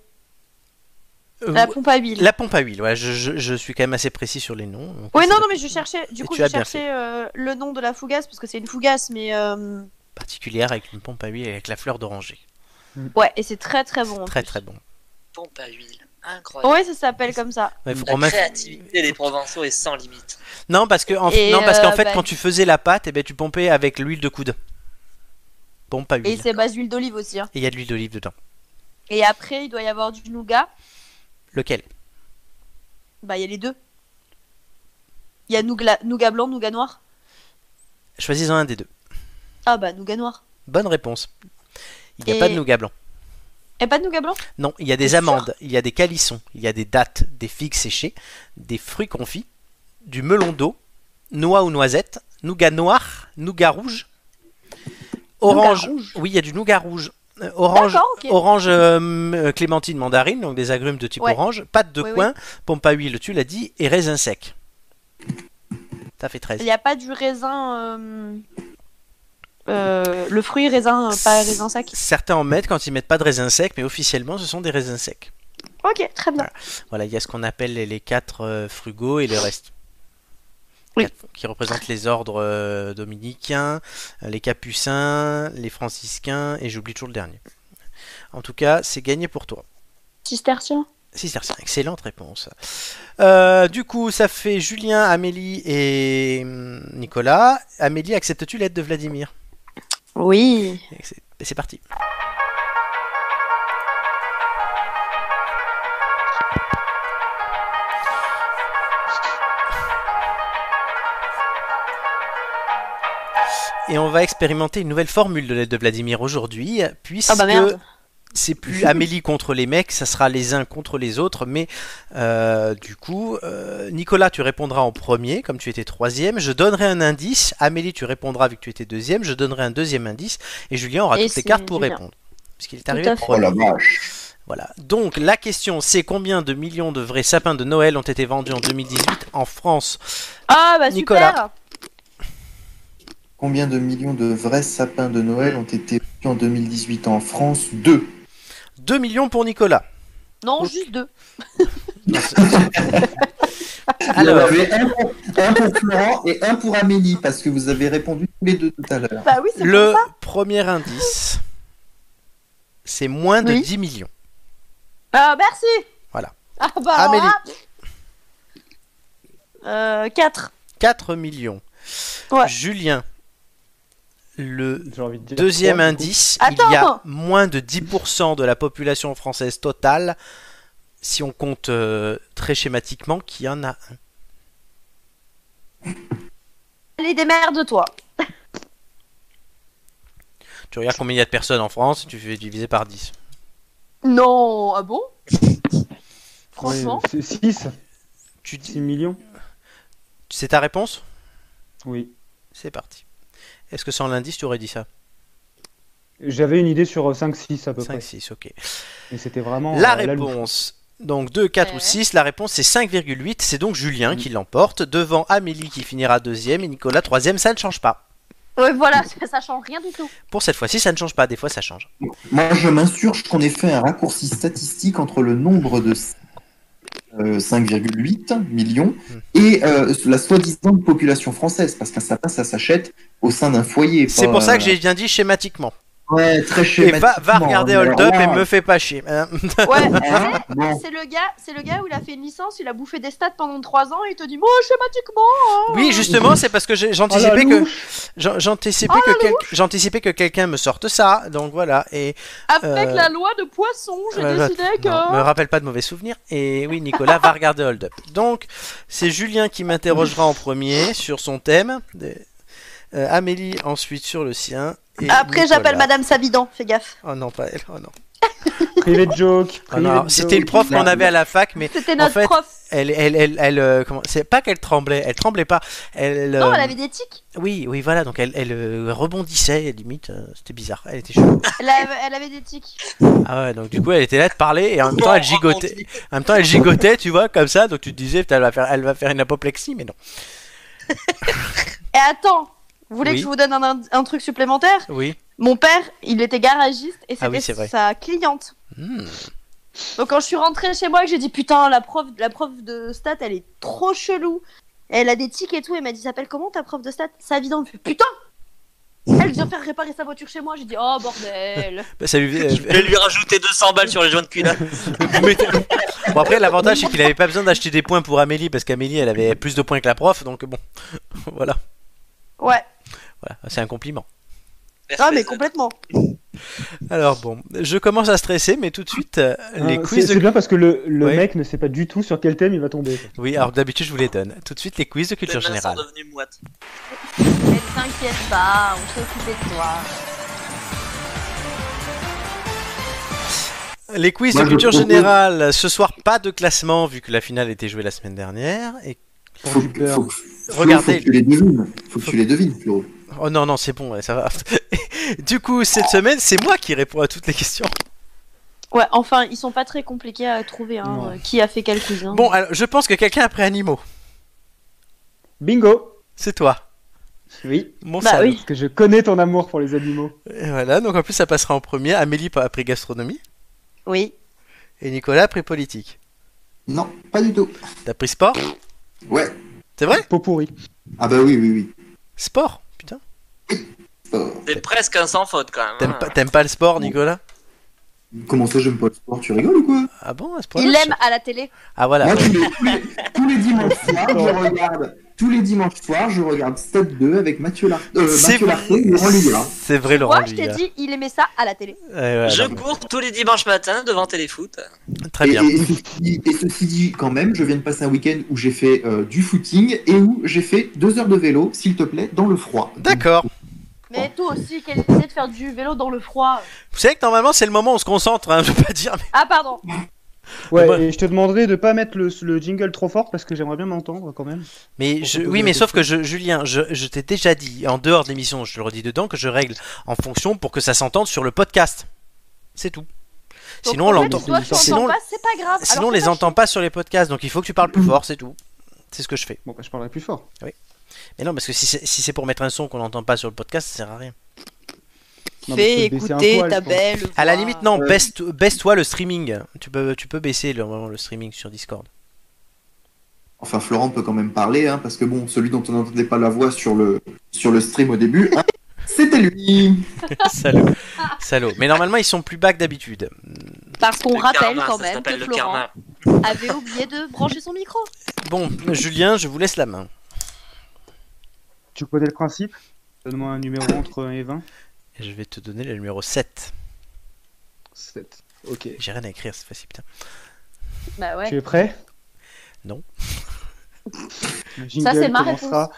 Speaker 1: Euh,
Speaker 4: la pompe à huile.
Speaker 1: la pompe à huile, ouais, je, je- je suis quand même assez précis sur les noms. donc
Speaker 4: Oui,
Speaker 1: c'est
Speaker 4: non, non, mais je cherchais. Du
Speaker 1: Et
Speaker 4: coup,
Speaker 1: tu
Speaker 4: je
Speaker 1: as bien
Speaker 4: cherchais euh, le nom de la fougasse parce que c'est une fougasse, mais euh,
Speaker 1: particulière avec une pompe à huile et avec la fleur d'oranger.
Speaker 4: ouais, et c'est très très bon. en
Speaker 1: Très
Speaker 4: plus.
Speaker 1: très bon.
Speaker 7: pompe à huile. Incroyable.
Speaker 4: Ouais, ça s'appelle comme ça.
Speaker 1: Ouais, faut-
Speaker 7: La
Speaker 1: on Oh, m'a-
Speaker 7: créativité des Provençaux est sans limite.
Speaker 1: Non, parce que en,
Speaker 4: Et,
Speaker 1: non, parce qu'en
Speaker 4: euh,
Speaker 1: fait,
Speaker 4: bah-
Speaker 1: quand tu faisais la pâte, eh ben, tu pompais avec l'huile de coude. Pompe à huile.
Speaker 4: Et c'est base d'huile d'olive aussi. hein.
Speaker 1: Et il y a de l'huile d'olive dedans.
Speaker 4: Et après, il doit y avoir du nougat.
Speaker 1: Lequel
Speaker 4: Bah, il y a les deux. Il y a nougla- nougat blanc, nougat noir.
Speaker 1: Choisis-en un des deux.
Speaker 4: Ah bah, nougat noir.
Speaker 1: Bonne réponse. Il n'y a
Speaker 4: Et-
Speaker 1: pas de nougat blanc.
Speaker 4: Et Eh, pas de nougat blanc
Speaker 1: Non, il y a des amandes, il y a des calissons, il y a des dattes, des figues séchées, des fruits confits, du melon d'eau, noix ou noisettes, nougat noir, nougat rouge, orange. Oui, il y a du nougat rouge. Euh, Orange,
Speaker 4: D'accord, ok.
Speaker 1: orange euh, m- euh, clémentine, mandarine, donc des agrumes de type
Speaker 4: Ouais.
Speaker 1: orange, pâte de
Speaker 4: Oui,
Speaker 1: coin, pompe à huile, tu l'as dit, et raisin sec. Ça fait
Speaker 4: Il
Speaker 1: 13.
Speaker 4: n'y a pas du raisin. euh, euh, le fruit raisin, euh, pas raisin sec.
Speaker 1: Certains en mettent quand ils mettent pas de raisin sec, mais officiellement ce sont des raisins secs.
Speaker 4: Ok, très bien.
Speaker 1: Voilà, il y a ce qu'on appelle les, les quatre euh, frugaux et le reste.
Speaker 4: Oui.
Speaker 1: Quatre- Qui représentent les ordres euh, dominicains, euh, les capucins, les franciscains, et j'oublie toujours le dernier. En tout cas, c'est gagné pour toi.
Speaker 4: Cistercien.
Speaker 1: Si, c'est une excellente réponse. Euh, du coup, ça fait Julien, Amélie et hum, Nicolas. Amélie, acceptes-tu l'aide de Vladimir
Speaker 4: Oui.
Speaker 1: Et c'est- et C'est parti. Et on va expérimenter une nouvelle formule de l'aide de Vladimir aujourd'hui, puisque
Speaker 4: Ah bah merde.
Speaker 1: c'est plus Amélie contre les mecs, ça sera les uns contre les autres, mais euh, du coup, euh, Nicolas, tu répondras en premier, comme tu étais troisième, je donnerai un indice, Amélie, tu répondras vu que tu étais deuxième, je donnerai un deuxième indice, et Julien aura
Speaker 4: Et
Speaker 1: toutes les
Speaker 4: c'est
Speaker 1: cartes pour
Speaker 4: Julien.
Speaker 1: répondre. Puisqu'il est
Speaker 4: Tout
Speaker 1: arrivé
Speaker 4: à fait.
Speaker 3: Oh
Speaker 1: premier.
Speaker 3: la vache.
Speaker 1: Voilà. Donc la question c'est combien de millions de vrais sapins de Noël ont été vendus en 2018 en France
Speaker 4: Ah bah
Speaker 1: Nicolas.
Speaker 4: super
Speaker 3: Combien de millions de vrais sapins de Noël ont été vendus en 2018 en France Deux.
Speaker 1: 2 millions pour Nicolas.
Speaker 4: Non, juste deux.
Speaker 3: Il y en
Speaker 1: Alors.
Speaker 3: avait un pour, un pour Florent et un pour Amélie, parce que vous avez répondu tous les deux tout à l'heure.
Speaker 4: Bah oui, c'est
Speaker 1: Le
Speaker 4: pour ça.
Speaker 1: premier indice c'est moins de
Speaker 4: Oui.
Speaker 1: 10 millions.
Speaker 4: Ah merci
Speaker 1: Voilà.
Speaker 4: Ah bah alors
Speaker 1: Amélie.
Speaker 4: là, Euh, 4.
Speaker 1: 4 millions.
Speaker 4: Ouais.
Speaker 1: Julien, le
Speaker 5: J'ai envie de dire
Speaker 1: deuxième
Speaker 5: trois, du coup.
Speaker 1: indice, il
Speaker 4: Attends.
Speaker 1: y a moins de 10% de la population française totale, si on compte euh, très schématiquement, qui en a un.
Speaker 4: Allez, démerde-toi.
Speaker 1: Tu regardes combien il y a de personnes en France, tu fais diviser par 10.
Speaker 4: Non, ah bon Franchement,
Speaker 5: Ouais, c'est 6,
Speaker 1: Tu dis-
Speaker 5: 6 millions.
Speaker 1: C'est ta réponse
Speaker 5: Oui.
Speaker 1: C'est parti. Est-ce que sans l'indice, tu aurais dit ça
Speaker 5: J'avais une idée sur 5-6 à peu
Speaker 1: 5,
Speaker 5: près.
Speaker 1: 6, ok.
Speaker 5: Mais c'était vraiment.
Speaker 1: la
Speaker 5: euh, louche.
Speaker 1: réponse. Donc 2, 4 ou
Speaker 2: Ouais.
Speaker 1: 6, la réponse c'est 5,8. C'est donc Julien
Speaker 5: Mm.
Speaker 1: qui l'emporte devant Amélie qui finira deuxième et Nicolas troisième. Ça ne change pas.
Speaker 4: ouais, voilà, ça, ça change rien du tout.
Speaker 1: Pour cette fois-ci, ça ne change pas. Des fois, ça change.
Speaker 3: Moi, je m'insurge qu'on ait fait un raccourci statistique entre le nombre de euh, 5,8 millions et euh, la soi-disant population française, parce qu'un sapin, ça s'achète au sein d'un foyer.
Speaker 1: C'est
Speaker 3: pas,
Speaker 1: pour ça que
Speaker 3: euh,
Speaker 1: j'ai bien dit schématiquement.
Speaker 3: Ouais, très
Speaker 1: Et va, va
Speaker 3: schématiquement, hein,
Speaker 1: regarder
Speaker 3: mais
Speaker 1: Hold
Speaker 3: alors
Speaker 1: Up et
Speaker 3: là,
Speaker 1: me fais pas chier. hein.
Speaker 4: Ouais,
Speaker 3: hein, bon,
Speaker 4: c'est le gars, c'est le gars où il a fait une licence, il a bouffé des stats pendant 3 ans et il te dit moi schématiquement. hein.
Speaker 1: Oui, justement, c'est parce que j'ai-
Speaker 5: Oh,
Speaker 1: j'anticipais
Speaker 5: la
Speaker 1: que
Speaker 5: louche.
Speaker 1: j'an- j'anticipais que quel- j'anticipais que quelqu'un me sorte ça. Donc voilà. Et
Speaker 4: Avec
Speaker 1: euh,
Speaker 4: la loi de poisson, j'ai
Speaker 1: Euh,
Speaker 4: décidé
Speaker 1: non,
Speaker 4: que
Speaker 1: me rappelle pas de mauvais souvenirs. Et oui, Nicolas va regarder Hold Up. Donc, c'est Julien qui m'interrogera en premier sur son thème. de- euh, Amélie ensuite sur le sien. et
Speaker 4: après
Speaker 1: Nicolas.
Speaker 4: j'appelle madame Savidan, fais gaffe.
Speaker 1: Oh non, pas elle. Oh non.
Speaker 5: Privé de joke.
Speaker 1: Oh non,
Speaker 5: privé de
Speaker 1: C'était
Speaker 5: joke.
Speaker 1: une prof qu'on avait à la fac, mais
Speaker 4: C'était notre
Speaker 1: fait,
Speaker 4: prof.
Speaker 1: elle, elle, elle, elle, euh, comment- C'est pas qu'elle tremblait. Elle tremblait pas. Elle.
Speaker 4: Non,
Speaker 1: euh,
Speaker 4: elle avait des tics.
Speaker 1: Oui, oui, voilà. Donc elle, elle euh, rebondissait limite. euh, C'était bizarre. Elle était chelou.
Speaker 4: Elle avait, elle avait des tics.
Speaker 1: Ah ouais. Donc du coup, elle était là de parler et en même temps, elle gigotait. En même temps, elle gigotait, tu vois, comme ça. Donc tu te disais, putain, elle va faire, elle va faire une apoplexie, mais non.
Speaker 4: Et attends, vous voulez
Speaker 1: Oui.
Speaker 4: que je vous donne un, ind- un truc supplémentaire
Speaker 1: Oui.
Speaker 4: Mon père, il était garagiste et c'était
Speaker 1: Ah oui, c'est vrai. Hmm.
Speaker 4: sa cliente. Donc quand je suis rentrée chez moi, et que j'ai dit putain, la prof, la prof de stats, elle est trop chelou. Elle a des tics et tout. Elle m'a dit, s'appelle comment ta prof de stats Savidan. Je fais, putain, Elle vient faire réparer sa voiture chez moi. J'ai dit Oh bordel
Speaker 1: Bah, ça lui-
Speaker 7: Je vais lui rajouter 200 balles sur les joints de cul. là.
Speaker 1: Vous mettez- euh, Bon après l'avantage c'est qu'il avait pas besoin d'acheter des points pour Amélie parce qu'Amélie elle avait plus de points que la prof donc bon voilà
Speaker 4: Ouais.
Speaker 1: voilà c'est un compliment.
Speaker 4: Ah, mais complètement.
Speaker 1: Alors bon je commence à stresser mais tout de suite euh, les
Speaker 5: Hein,
Speaker 1: quiz
Speaker 5: c'est
Speaker 1: de...
Speaker 5: bien parce que le, le
Speaker 1: Ouais.
Speaker 5: mec ne sait pas du tout sur quel thème il va tomber.
Speaker 1: oui alors d'habitude je vous les donne tout de suite les quiz de
Speaker 7: Les
Speaker 1: culture
Speaker 7: nains sont
Speaker 1: générale.
Speaker 7: devenus moites.
Speaker 2: Mais t'inquiète pas, on s'est occupé de toi.
Speaker 1: Les quiz
Speaker 3: Moi,
Speaker 1: de
Speaker 3: je
Speaker 1: culture
Speaker 3: propose-
Speaker 1: générale ce soir pas de classement vu que la finale était jouée la semaine dernière et
Speaker 3: Faut,
Speaker 5: Quand tu
Speaker 3: que-
Speaker 5: perds.
Speaker 3: faut, que- Flo,
Speaker 1: Regardez.
Speaker 3: faut que tu les devines. Faut que tu les devines, Flo.
Speaker 1: oh non non c'est bon ouais, ça va. du coup cette semaine c'est moi qui réponds à toutes les questions.
Speaker 4: Ouais, enfin, ils sont pas très compliqués à trouver. hein,
Speaker 5: Non.
Speaker 4: euh, qui a fait quel cousin
Speaker 1: Bon alors je pense que quelqu'un a pris animaux
Speaker 5: Bingo
Speaker 1: c'est toi
Speaker 5: Oui.
Speaker 1: mon
Speaker 4: Bah
Speaker 1: salaud.
Speaker 4: oui.
Speaker 5: Parce que je connais ton amour pour les animaux.
Speaker 1: Et voilà, donc en plus ça passera en premier. Amélie a pris gastronomie
Speaker 4: Oui.
Speaker 1: et Nicolas a pris politique.
Speaker 3: Non, pas du tout.
Speaker 1: T'as pris sport
Speaker 3: Ouais.
Speaker 1: C'est vrai
Speaker 5: Pot pourri.
Speaker 3: Ah bah oui, oui, oui.
Speaker 1: Sport Putain.
Speaker 3: Euh,
Speaker 7: C'est presque un sans faute quand même.
Speaker 1: T'aimes
Speaker 7: hein.
Speaker 4: Ah.
Speaker 1: pas, t'aimes pas le sport, Nicolas
Speaker 3: comment ça, j'aime pas le sport Tu rigoles ou quoi
Speaker 1: Ah bon, à ce point
Speaker 4: Il l'aime à la télé.
Speaker 1: Ah voilà.
Speaker 3: Moi,
Speaker 1: ouais.
Speaker 3: tous les, tous les- tous les dimanches soirs, je regarde. Tous les dimanches soirs, je regarde Step 2 avec Mathieu Larté. Euh,
Speaker 1: C'est
Speaker 3: Mathieu
Speaker 1: vrai,
Speaker 3: Lartaud et Laurent hein. Lugard.
Speaker 1: c'est vrai, Laurent
Speaker 4: Moi, je t'ai
Speaker 1: Lugard.
Speaker 4: dit, il aimait ça à la télé.
Speaker 1: Ouais, ouais,
Speaker 7: Je
Speaker 1: non,
Speaker 7: cours tous les dimanches matins devant Téléfoot.
Speaker 1: Très
Speaker 3: Et-
Speaker 1: bien.
Speaker 3: Et, ceci, et ceci dit, quand même, je viens de passer un week-end où j'ai fait euh, du footing et où j'ai fait deux heures de vélo, s'il te plaît, dans le froid.
Speaker 1: D'accord. Oh.
Speaker 4: Mais toi aussi, quelle idée de faire du vélo dans le froid
Speaker 1: Vous savez que normalement c'est le moment où on se concentre, hein, je veux pas dire. mais-
Speaker 4: Ah, pardon.
Speaker 5: Ouais,
Speaker 1: Moi-
Speaker 5: et je te demanderai de pas mettre le, le jingle trop fort parce que j'aimerais bien m'entendre quand même.
Speaker 1: Mais
Speaker 5: Pour
Speaker 1: je-
Speaker 5: te poser
Speaker 1: oui,
Speaker 5: la
Speaker 1: mais sauf que je, Julien, je, je t'ai déjà dit, en dehors de l'émission, je te le redis dedans, que je règle en fonction pour que ça s'entende sur le podcast. C'est tout.
Speaker 4: Donc,
Speaker 1: Sinon on
Speaker 4: en fait,
Speaker 1: l'entend.
Speaker 4: Toi, tu
Speaker 5: Sinon-
Speaker 4: entends pas, c'est pas grave.
Speaker 1: Sinon,
Speaker 4: Alors,
Speaker 1: on les
Speaker 4: c'est pas Mm.
Speaker 1: entend pas sur les podcasts, donc il faut que tu parles plus fort, c'est tout. C'est ce que je fais.
Speaker 5: Bon, bah, je parlerai plus fort.
Speaker 1: Mais non, parce que si c'est si c'est pour mettre un son qu'on n'entend pas sur le podcast, ça sert à rien.
Speaker 5: Non, mais
Speaker 4: Fais
Speaker 5: je peux baisser un
Speaker 4: écouter
Speaker 5: poil,
Speaker 4: ta
Speaker 5: je pense.
Speaker 4: belle.
Speaker 1: À la
Speaker 4: voix.
Speaker 1: limite, non,
Speaker 5: Euh.
Speaker 1: baisse, baisse toi le streaming. Tu peux, tu peux baisser le, vraiment le streaming sur Discord.
Speaker 3: Enfin, Florent peut quand même parler, hein, parce que bon, celui dont on n'entendait pas la voix sur le, sur le stream au début, hein, c'était lui.
Speaker 1: Salaud. Salaud. Mais normalement, ils sont plus bas que d'habitude.
Speaker 4: Parce qu'on
Speaker 7: Le
Speaker 4: rappelle
Speaker 7: karma,
Speaker 4: quand
Speaker 7: ça
Speaker 4: même
Speaker 7: s'appelle
Speaker 4: que
Speaker 7: le
Speaker 4: Florent
Speaker 7: karma.
Speaker 4: avait oublié de brancher son micro.
Speaker 1: Bon, Julien, je vous laisse la main.
Speaker 5: Tu connais le principe Donne-moi un numéro entre 1 et 20.
Speaker 1: Et Je vais te donner le numéro 7.
Speaker 5: 7. Ok.
Speaker 1: J'ai rien à écrire, c'est facile, putain.
Speaker 2: Bah
Speaker 5: Tu
Speaker 2: ouais.
Speaker 5: es prêt
Speaker 1: Non.
Speaker 5: Le jingle
Speaker 2: c'est ma
Speaker 5: commencera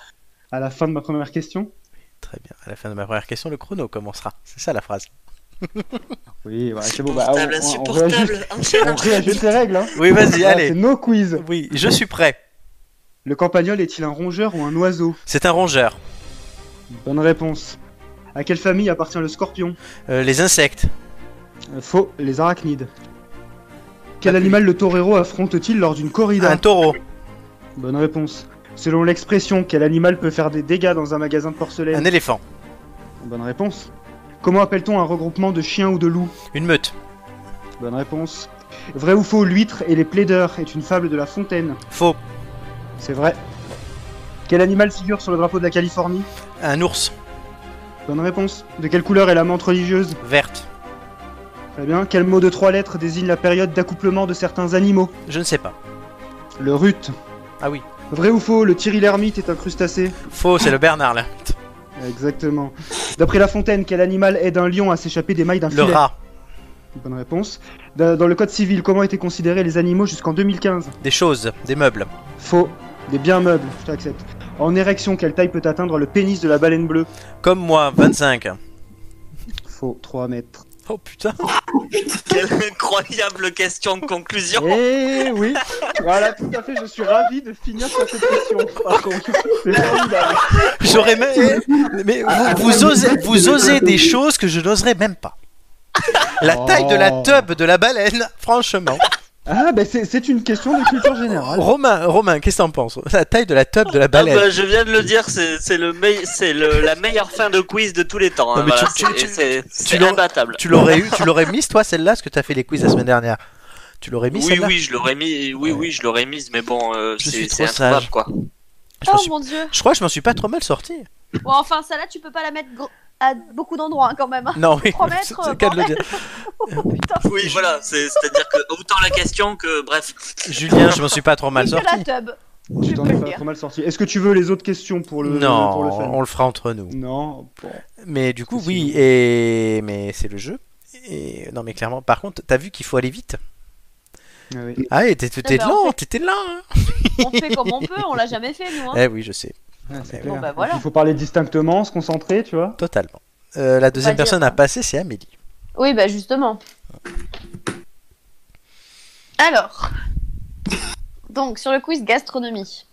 Speaker 5: à la fin de ma première question.
Speaker 1: Très bien. À la fin de ma première question, le chrono commencera. C'est ça la phrase.
Speaker 5: Oui, voilà, c'est bon. Bah, on,
Speaker 7: Insupportable,
Speaker 5: on, on réajuste,
Speaker 7: insupportable.
Speaker 5: on réajuste les règles. Hein.
Speaker 1: Oui, vas-y,
Speaker 5: Voilà, C'est
Speaker 1: allez.
Speaker 5: nos quiz.
Speaker 1: Oui, je suis prêt.
Speaker 5: Le campagnol est-il un rongeur ou un oiseau
Speaker 1: C'est un rongeur.
Speaker 5: Bonne réponse. À quelle famille appartient le scorpion
Speaker 1: Euh, les insectes.
Speaker 5: Euh, Faux, les arachnides. Quel animal le torero affronte-t-il lors d'une corrida
Speaker 1: Un taureau.
Speaker 5: Bonne réponse. Selon l'expression, quel animal peut faire des dégâts dans un magasin de
Speaker 1: Un
Speaker 5: porcelaine
Speaker 1: éléphant.
Speaker 5: Bonne réponse. Comment appelle-t-on un regroupement de chiens ou de loups
Speaker 1: Une meute.
Speaker 5: Bonne réponse. Vrai ou faux, l'huître et les plaideurs est une fable de La Fontaine
Speaker 1: Faux.
Speaker 5: C'est vrai. Quel animal figure sur le drapeau de la Californie
Speaker 1: Un ours.
Speaker 5: Bonne réponse. De quelle couleur est la menthe religieuse
Speaker 1: Verte.
Speaker 5: Très bien. Quel mot de trois lettres désigne la période d'accouplement de certains animaux
Speaker 1: Je ne sais pas.
Speaker 5: Le rut.
Speaker 1: Ah oui.
Speaker 5: Vrai ou faux, le Thierry l'ermite est un crustacé
Speaker 1: Faux, c'est le Bernard là.
Speaker 5: Exactement. D'après La Fontaine, quel animal aide un lion à s'échapper des mailles d'un
Speaker 1: Le
Speaker 5: filet
Speaker 1: rat.
Speaker 5: Bonne réponse. Da- Dans le code civil, comment étaient considérés les animaux jusqu'en 2015
Speaker 1: Des choses. Des meubles.
Speaker 5: Faux. Des biens meubles, je t'accepte. En érection, quelle taille peut atteindre le pénis de la baleine bleue
Speaker 1: Comme moi, 25.
Speaker 5: Faux, 3 mètres.
Speaker 1: Oh putain.
Speaker 7: Quelle incroyable question de conclusion.
Speaker 5: Eh oui Voilà, tout à fait, je suis ravi de finir sur cette question. Par contre, c'est formidable.
Speaker 1: J'aurais même. Mais vous, vous osez, vous osez des choses que je n'oserais même pas. La taille de la tube de la baleine, franchement.
Speaker 5: Ah, bah c'est- c'est une question de culture générale.
Speaker 1: Romain, Romain, qu'est-ce que t'en penses La taille de la tube de la
Speaker 7: Ah
Speaker 1: baleine.
Speaker 7: bah, je viens de le dire, c'est c'est le mei- c'est le- la meilleure fin de quiz de tous les temps. hein,
Speaker 1: Non, mais tu-
Speaker 7: voilà,
Speaker 1: tu-
Speaker 7: c'est-
Speaker 1: tu-
Speaker 7: c'est c'est
Speaker 1: l'aurais-
Speaker 7: imbattable.
Speaker 1: Tu l'aurais eu, tu l'aurais mise toi celle-là, parce que t'as fait les quiz la semaine dernière. Tu l'aurais mise
Speaker 7: Oui,
Speaker 1: celle-là.
Speaker 7: oui, je l'aurais mis. Oui,
Speaker 1: Ouais.
Speaker 7: oui, je l'aurais mise, mais bon, euh,
Speaker 1: Je
Speaker 7: c'est
Speaker 1: suis
Speaker 7: c'est
Speaker 1: trop sage.
Speaker 7: introuvable quoi.
Speaker 1: Je, m'en
Speaker 4: Oh
Speaker 1: suis-
Speaker 4: mon dieu.
Speaker 1: je crois que je m'en suis pas trop mal sorti.
Speaker 4: Bon, enfin, ça là, tu peux pas la mettre gro-
Speaker 2: à beaucoup d'endroits hein, quand même. hein.
Speaker 1: Non, oui,
Speaker 2: Trois mètres,
Speaker 1: c'est le cas de le dire.
Speaker 7: Oui, voilà, c'est- c'est-à-dire que autant la question que, bref,
Speaker 1: Julien, je m'en suis pas trop mal
Speaker 2: Nicolas
Speaker 1: sorti.
Speaker 2: Tub.
Speaker 5: Tu t'en es pas trop mal sorti. Est-ce que tu veux les autres questions pour le,
Speaker 1: non,
Speaker 5: pour le fan
Speaker 1: on le fera entre nous.
Speaker 5: Non. bon.
Speaker 1: Mais du coup,
Speaker 5: Parce que
Speaker 1: oui, et... mais c'est le jeu. Et... Non, mais clairement, par contre, t'as vu qu'il faut aller vite.
Speaker 5: Ah oui.
Speaker 1: Ah, et t'es- t'étais
Speaker 2: bah,
Speaker 1: lent,
Speaker 2: en
Speaker 1: t'étais lent. hein.
Speaker 2: On fait comme on peut, on l'a jamais fait nous. hein.
Speaker 1: Eh oui, je sais,
Speaker 5: Ah, c'est
Speaker 1: Bon,
Speaker 5: clair.
Speaker 2: bah, voilà.
Speaker 5: Il faut parler distinctement, se concentrer, tu vois.
Speaker 1: totalement. Euh, la deuxième
Speaker 2: dire,
Speaker 1: personne à
Speaker 2: hein.
Speaker 1: passer, c'est Amélie.
Speaker 2: Oui, bah justement. Alors, donc sur le quiz gastronomie,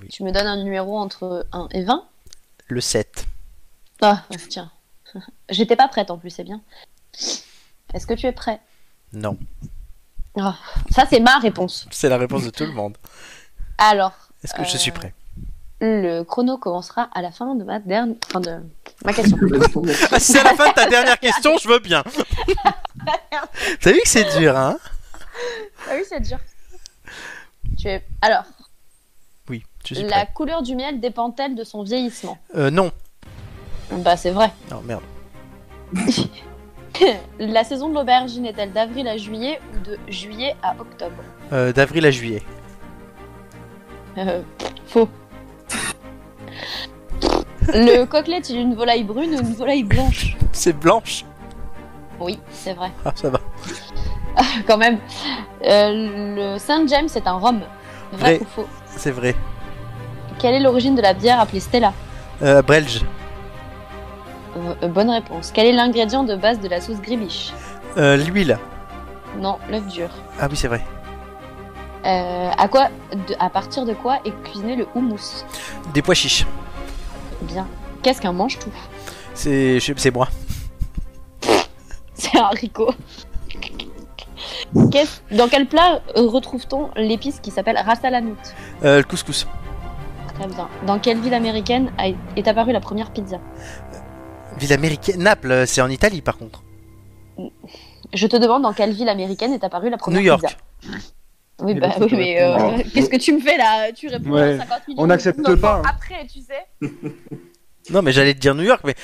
Speaker 1: Oui.
Speaker 2: tu me donnes un numéro entre 1 et 20
Speaker 1: Le 7.
Speaker 2: Ah, tiens. J'étais pas prête en plus, c'est bien. Est-ce que tu es prêt
Speaker 1: Non,
Speaker 2: Ça, c'est ma réponse.
Speaker 1: c'est la réponse de tout le monde.
Speaker 2: Alors,
Speaker 1: Est-ce que je
Speaker 2: Euh,
Speaker 1: suis prêt
Speaker 2: le chrono commencera à la fin de ma dernière. Enfin, de ma question.
Speaker 1: Ah, si c'est à la fin de ta dernière question, je veux bien. T'as vu que c'est dur, hein
Speaker 2: ah oui, c'est dur. Tu es... Alors,
Speaker 1: Oui, je suis
Speaker 2: la
Speaker 1: prêt.
Speaker 2: couleur du miel dépend-elle de son vieillissement
Speaker 1: Euh, non.
Speaker 2: Bah, c'est vrai.
Speaker 1: Non, merde.
Speaker 2: La saison de l'aubergine est-elle d'avril à juillet ou de juillet à octobre
Speaker 1: Euh, D'avril à juillet.
Speaker 2: Euh, Faux. Le coquelet est-il une volaille brune ou une volaille blanche
Speaker 1: C'est blanche.
Speaker 2: Oui, c'est vrai,
Speaker 1: Ah, ça va.
Speaker 2: quand même. Euh, le Saint James est un rhum. Vrai,
Speaker 1: Vrai.
Speaker 2: ou faux
Speaker 1: C'est vrai.
Speaker 2: Quelle est l'origine de la bière appelée Stella
Speaker 1: Euh, Brelge.
Speaker 2: Euh, euh, Bonne réponse. Quel est l'ingrédient de base de la sauce gribiche
Speaker 1: Euh, L'huile.
Speaker 2: Non, l'œuf dur.
Speaker 1: Ah oui, c'est vrai.
Speaker 2: Euh, à quoi, de- à partir de quoi est cuisiné le houmous
Speaker 1: Des pois chiches.
Speaker 2: Bien. Qu'est-ce qu'un mange-tout
Speaker 1: C'est je- c'est moi.
Speaker 2: C'est un haricot. Qu'est-ce- Dans quel plat euh, retrouve-t-on l'épice qui s'appelle ras al hanout
Speaker 1: Euh, le couscous.
Speaker 2: Très bien. Dans quelle ville américaine a- est apparue la première pizza
Speaker 1: Ville américaine. Naples, c'est en Italie par contre.
Speaker 2: Je te demande dans quelle ville américaine est apparue la première
Speaker 1: New York.
Speaker 2: pizza Oui,
Speaker 5: Et
Speaker 2: bah,
Speaker 5: là, tu
Speaker 2: oui
Speaker 5: peux
Speaker 2: mais
Speaker 5: répondre.
Speaker 2: euh, qu'est-ce que tu me fais là Tu réponds
Speaker 5: Ouais.
Speaker 2: à 50 millions
Speaker 5: On
Speaker 2: de
Speaker 5: n'accepte
Speaker 2: secondes
Speaker 5: pas, hein.
Speaker 2: Après, tu sais.
Speaker 1: Non, mais j'allais te dire New York, mais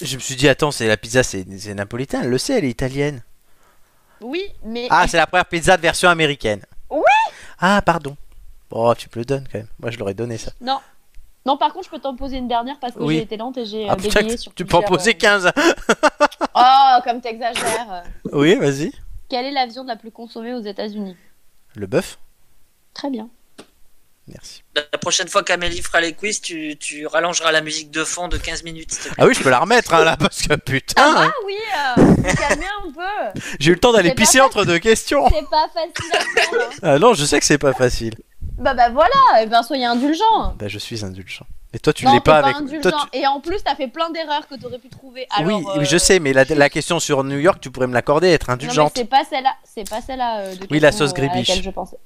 Speaker 1: je me suis dit, attends, c'est la pizza, c'est c'est napolitain. Elle le sait, elle est italienne.
Speaker 2: Oui, mais
Speaker 1: Ah, c'est la première pizza de version américaine.
Speaker 2: Oui
Speaker 1: Ah, pardon. Bon, tu me le donnes quand même. Moi, je l'aurais donné ça.
Speaker 2: non. Non, par contre, je peux t'en poser une dernière parce que
Speaker 1: Oui.
Speaker 2: j'ai été lente et j'ai
Speaker 1: Ah
Speaker 2: euh,
Speaker 1: putain,
Speaker 2: bégayé sur
Speaker 1: tu peux en
Speaker 2: plusieurs,
Speaker 1: poser
Speaker 2: euh,
Speaker 1: 15.
Speaker 2: Oh, comme t'exagères.
Speaker 1: Oui, vas-y.
Speaker 2: Quelle est la viande la plus consommée aux États-Unis
Speaker 1: Le bœuf.
Speaker 2: Très bien.
Speaker 1: Merci.
Speaker 7: la prochaine fois qu'Amélie fera les quiz, tu, tu rallongeras la musique de fond de 15 minutes, s'il te plaît.
Speaker 1: Ah oui, je peux la remettre hein, là, parce que putain, hein,
Speaker 2: oui, euh, calmez un peu.
Speaker 1: j'ai eu le temps d'aller
Speaker 2: C'est pas
Speaker 1: pisser
Speaker 2: mal.
Speaker 1: entre deux questions.
Speaker 2: C'est pas facile à faire. hein.
Speaker 1: Ah non, je sais que c'est pas facile.
Speaker 2: Bah bah voilà, eh ben soyez indulgents.
Speaker 1: Bah, je suis indulgent. Mais toi, tu
Speaker 2: non,
Speaker 1: l'es
Speaker 2: t'es
Speaker 1: pas
Speaker 2: pas,
Speaker 1: avec.
Speaker 2: indulgent.
Speaker 1: Toi, tu-
Speaker 2: Et en plus, t'as fait plein d'erreurs que t'aurais pu trouver. Alors,
Speaker 1: oui,
Speaker 2: euh,
Speaker 1: oui, je sais, mais la, la question sur New York, tu pourrais me l'accorder, être
Speaker 2: Non mais
Speaker 1: indulgente.
Speaker 2: c'est pas celle-là, c'est pas celle-là. euh, de
Speaker 1: Oui, la
Speaker 2: question,
Speaker 1: sauce
Speaker 2: euh, à laquelle
Speaker 1: gribiche.
Speaker 2: je pensais.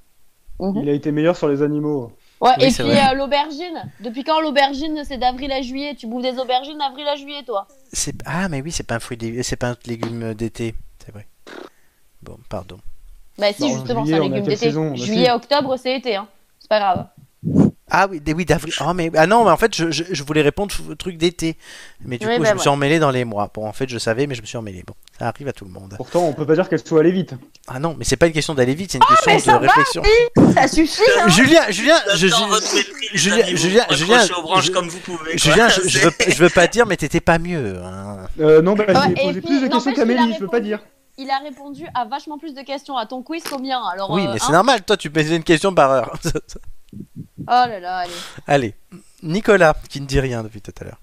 Speaker 2: Mhm.
Speaker 5: Il a été meilleur sur les animaux.
Speaker 2: Ouais,
Speaker 1: Oui,
Speaker 2: et
Speaker 1: c'est
Speaker 2: puis
Speaker 1: vrai.
Speaker 2: euh, l'aubergine. Depuis quand l'aubergine c'est d'avril à juillet Tu bouffes des aubergines d'avril à juillet, toi
Speaker 1: C'est- Ah, mais oui, c'est pas un fruit, d'é- c'est pas un légume d'été, c'est vrai. Bon, pardon.
Speaker 2: Bah si,
Speaker 5: Non,
Speaker 2: justement,
Speaker 5: juillet,
Speaker 2: c'est un
Speaker 5: on est à
Speaker 2: légume
Speaker 5: quelle
Speaker 2: d'été.
Speaker 5: saison, bah, si.
Speaker 2: Juillet, octobre, c'est été, hein. C'est pas grave.
Speaker 1: Ah oui, des- oui d'avril. Oh, mais ah non, mais en fait, je, je- je voulais répondre au truc d'été, mais du
Speaker 2: Oui,
Speaker 1: coup,
Speaker 2: bah,
Speaker 1: je me suis
Speaker 2: ouais.
Speaker 1: emmêlé dans les mois. Bon, en fait, je savais, mais je me suis emmêlé. Bon, ça arrive à tout le monde.
Speaker 5: Pourtant, on peut pas dire qu'elle soit allée vite.
Speaker 1: Ah non, mais c'est pas une question d'aller vite, c'est une question
Speaker 2: Ah, mais ça
Speaker 1: de
Speaker 2: va,
Speaker 1: réflexion.
Speaker 2: Ça suffit, hein
Speaker 1: Julien, Julien, je,
Speaker 7: J'attends
Speaker 1: je-
Speaker 7: votre mépris, les
Speaker 1: Julien-
Speaker 7: amis, vous
Speaker 1: Julien-
Speaker 7: raccrochez
Speaker 1: Julien,
Speaker 7: aux branches
Speaker 1: je-
Speaker 7: comme vous pouvez. quoi.
Speaker 1: Julien, je, je
Speaker 7: C'est-
Speaker 1: veux, je veux pas dire, mais t'étais pas mieux. hein.
Speaker 5: Euh, non, bah,
Speaker 2: Ouais,
Speaker 5: j'ai posé
Speaker 2: et
Speaker 5: plus
Speaker 2: puis,
Speaker 5: de questions
Speaker 2: n'empêche qu'il a
Speaker 5: qu'Amélie, je peux pas
Speaker 2: répondu.
Speaker 5: dire.
Speaker 2: Il a répondu à vachement plus de questions à ton quiz combien alors
Speaker 1: Oui,
Speaker 2: euh,
Speaker 1: mais
Speaker 2: hein
Speaker 1: c'est normal. Toi, tu posais une question par heure.
Speaker 2: Oh là là, allez.
Speaker 1: Allez, Nicolas, qui ne dit rien depuis tout à l'heure,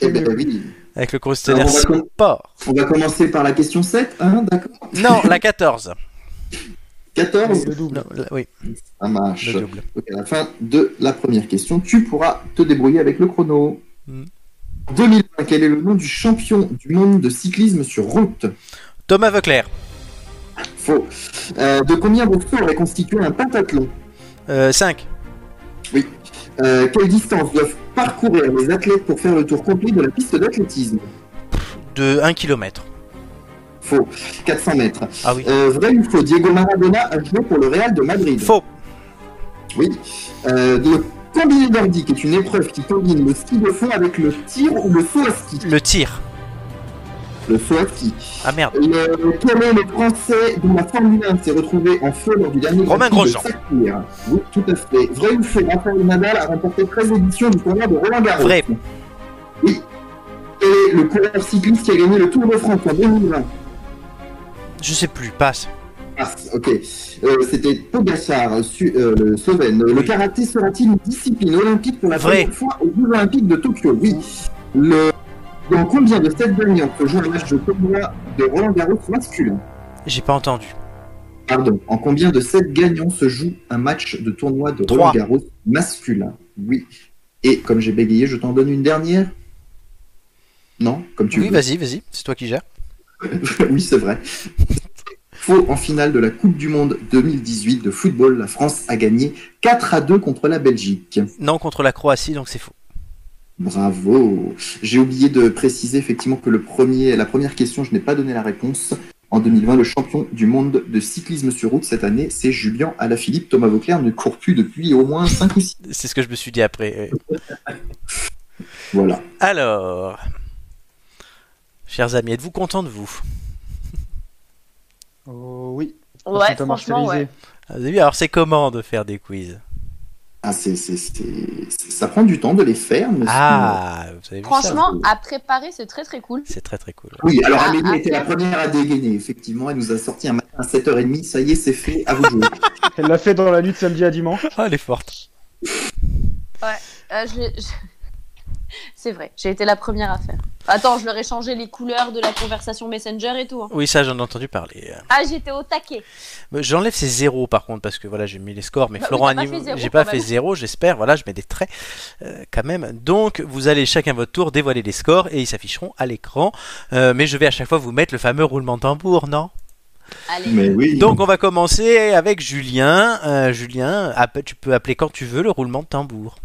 Speaker 3: Eh ben oui.
Speaker 1: avec le questionnaire
Speaker 3: Alors, Ah, on va-
Speaker 1: sport.
Speaker 3: On va commencer par la question 7, hein, d'accord
Speaker 1: Non, la 14.
Speaker 3: 14
Speaker 5: Le double.
Speaker 1: Non, la- oui,
Speaker 3: Ça marche.
Speaker 1: le double.
Speaker 3: Donc à la fin de la première question, tu pourras te débrouiller avec le chrono.
Speaker 1: Mm.
Speaker 3: En 2020, quel est le nom du champion du monde de cyclisme sur route
Speaker 1: Thomas Veuclair,
Speaker 3: Faux. Euh, de combien boxeurs aurait constitué un pentathlon
Speaker 1: 5.
Speaker 3: Euh, Quelle distance doivent parcourir les athlètes pour faire le tour complet de la piste d'athlétisme
Speaker 1: De 1 km.
Speaker 3: Faux. 400 mètres.
Speaker 1: Ah oui.
Speaker 3: Euh, vrai ou faux Diego Maradona a joué pour le Real de Madrid
Speaker 1: Faux.
Speaker 3: Oui. Euh, de combiné nordique est une épreuve qui combine le ski de fond avec le tir ou le saut à ski.
Speaker 1: Le tir.
Speaker 3: Le saut à ski.
Speaker 1: Ah merde.
Speaker 3: Le, quel est le français dont la Formule 1 s'est retrouvé en feu lors du dernier
Speaker 1: Romain
Speaker 3: Grand Prix
Speaker 1: Grosjean.
Speaker 3: de Sakhir Oui, tout à fait. Vrai ou faux, Rafael Nadal a remporté 13 éditions du tournoi de Roland Garros.
Speaker 1: Vrai.
Speaker 3: Oui. Quel est le coureur cycliste qui a gagné le Tour de France en 2020
Speaker 1: Je sais plus, passe.
Speaker 3: Ah, ok. Euh, C'était Pogacar, su- euh, le Slovène. Le karaté sera-t-il une discipline olympique pour la
Speaker 1: Vrai.
Speaker 3: première fois aux Jeux Olympiques de Tokyo Oui. Le... Dans combien de stades gagnants peut jouer un match de tournoi de Roland Garros masculin
Speaker 1: J'ai pas entendu.
Speaker 3: Pardon, en combien de sept gagnants se joue un match de tournoi de
Speaker 1: Trois.
Speaker 3: Roland Garros masculin Oui. Et comme j'ai bégayé, je t'en donne une dernière Non Comme tu
Speaker 1: Oui,
Speaker 3: veux.
Speaker 1: vas-y, vas-y, c'est toi qui gères.
Speaker 3: oui, c'est vrai. Faux, en finale de la Coupe du Monde 2018 de football, la France a gagné 4 à 2 contre la Belgique.
Speaker 1: Non, contre la Croatie, donc c'est faux.
Speaker 3: Bravo. J'ai oublié de préciser effectivement que le premier, la première question, je n'ai pas donné la réponse. En 2020, le champion du monde de cyclisme sur route cette année, c'est Julian Alaphilippe. Thomas Vauclair ne court plus depuis au moins 5 ou 6.
Speaker 1: C'est ce que je me suis dit après. euh.
Speaker 3: Voilà.
Speaker 1: Alors, chers amis, êtes-vous contents de vous
Speaker 5: Oh oui.
Speaker 2: Ouais, franchement, ouais.
Speaker 1: Ah, Vous avez vu, alors c'est comment de faire des quiz
Speaker 3: Ah, c'est, c'est, c'est- c'est- ça prend du temps de les faire. mais
Speaker 1: Ah, vous avez vu ça
Speaker 2: Franchement, à préparer, c'est très très cool.
Speaker 1: C'est très très cool.
Speaker 3: sinon- Oui, alors
Speaker 2: Ah,
Speaker 3: Amélie
Speaker 2: ah,
Speaker 3: était la première à dégainer, effectivement. Elle nous a sorti un matin à 7h30. Ça y est, c'est fait. À vous de jouer.
Speaker 5: Elle l'a fait dans la nuit de samedi à dimanche.
Speaker 1: Ah, elle est forte.
Speaker 2: Euh, je l'ai- je- C'est vrai, j'ai été la première à faire. Attends, je leur ai changé les couleurs de la conversation Messenger et tout. hein.
Speaker 1: Oui, ça j'en ai entendu parler.
Speaker 2: Ah, j'étais au taquet.
Speaker 1: Mais J'enlève ces zéros par contre parce que voilà, j'ai mis les scores, mais
Speaker 2: Bah oui,
Speaker 1: Florent
Speaker 2: t'as pas
Speaker 1: anime-
Speaker 2: fait zéro,
Speaker 1: j'ai
Speaker 2: quand
Speaker 1: pas
Speaker 2: même.
Speaker 1: fait zéro, j'espère. Voilà, je mets des traits euh, quand même. Donc vous allez chacun votre tour dévoiler les scores et ils s'afficheront à l'écran. Euh, mais je vais à chaque fois vous mettre le fameux roulement de tambour, non
Speaker 2: Allez.
Speaker 3: Mais oui.
Speaker 1: Donc on va commencer avec Julien. Euh, Julien, appe- tu peux appeler quand tu veux le roulement de tambour.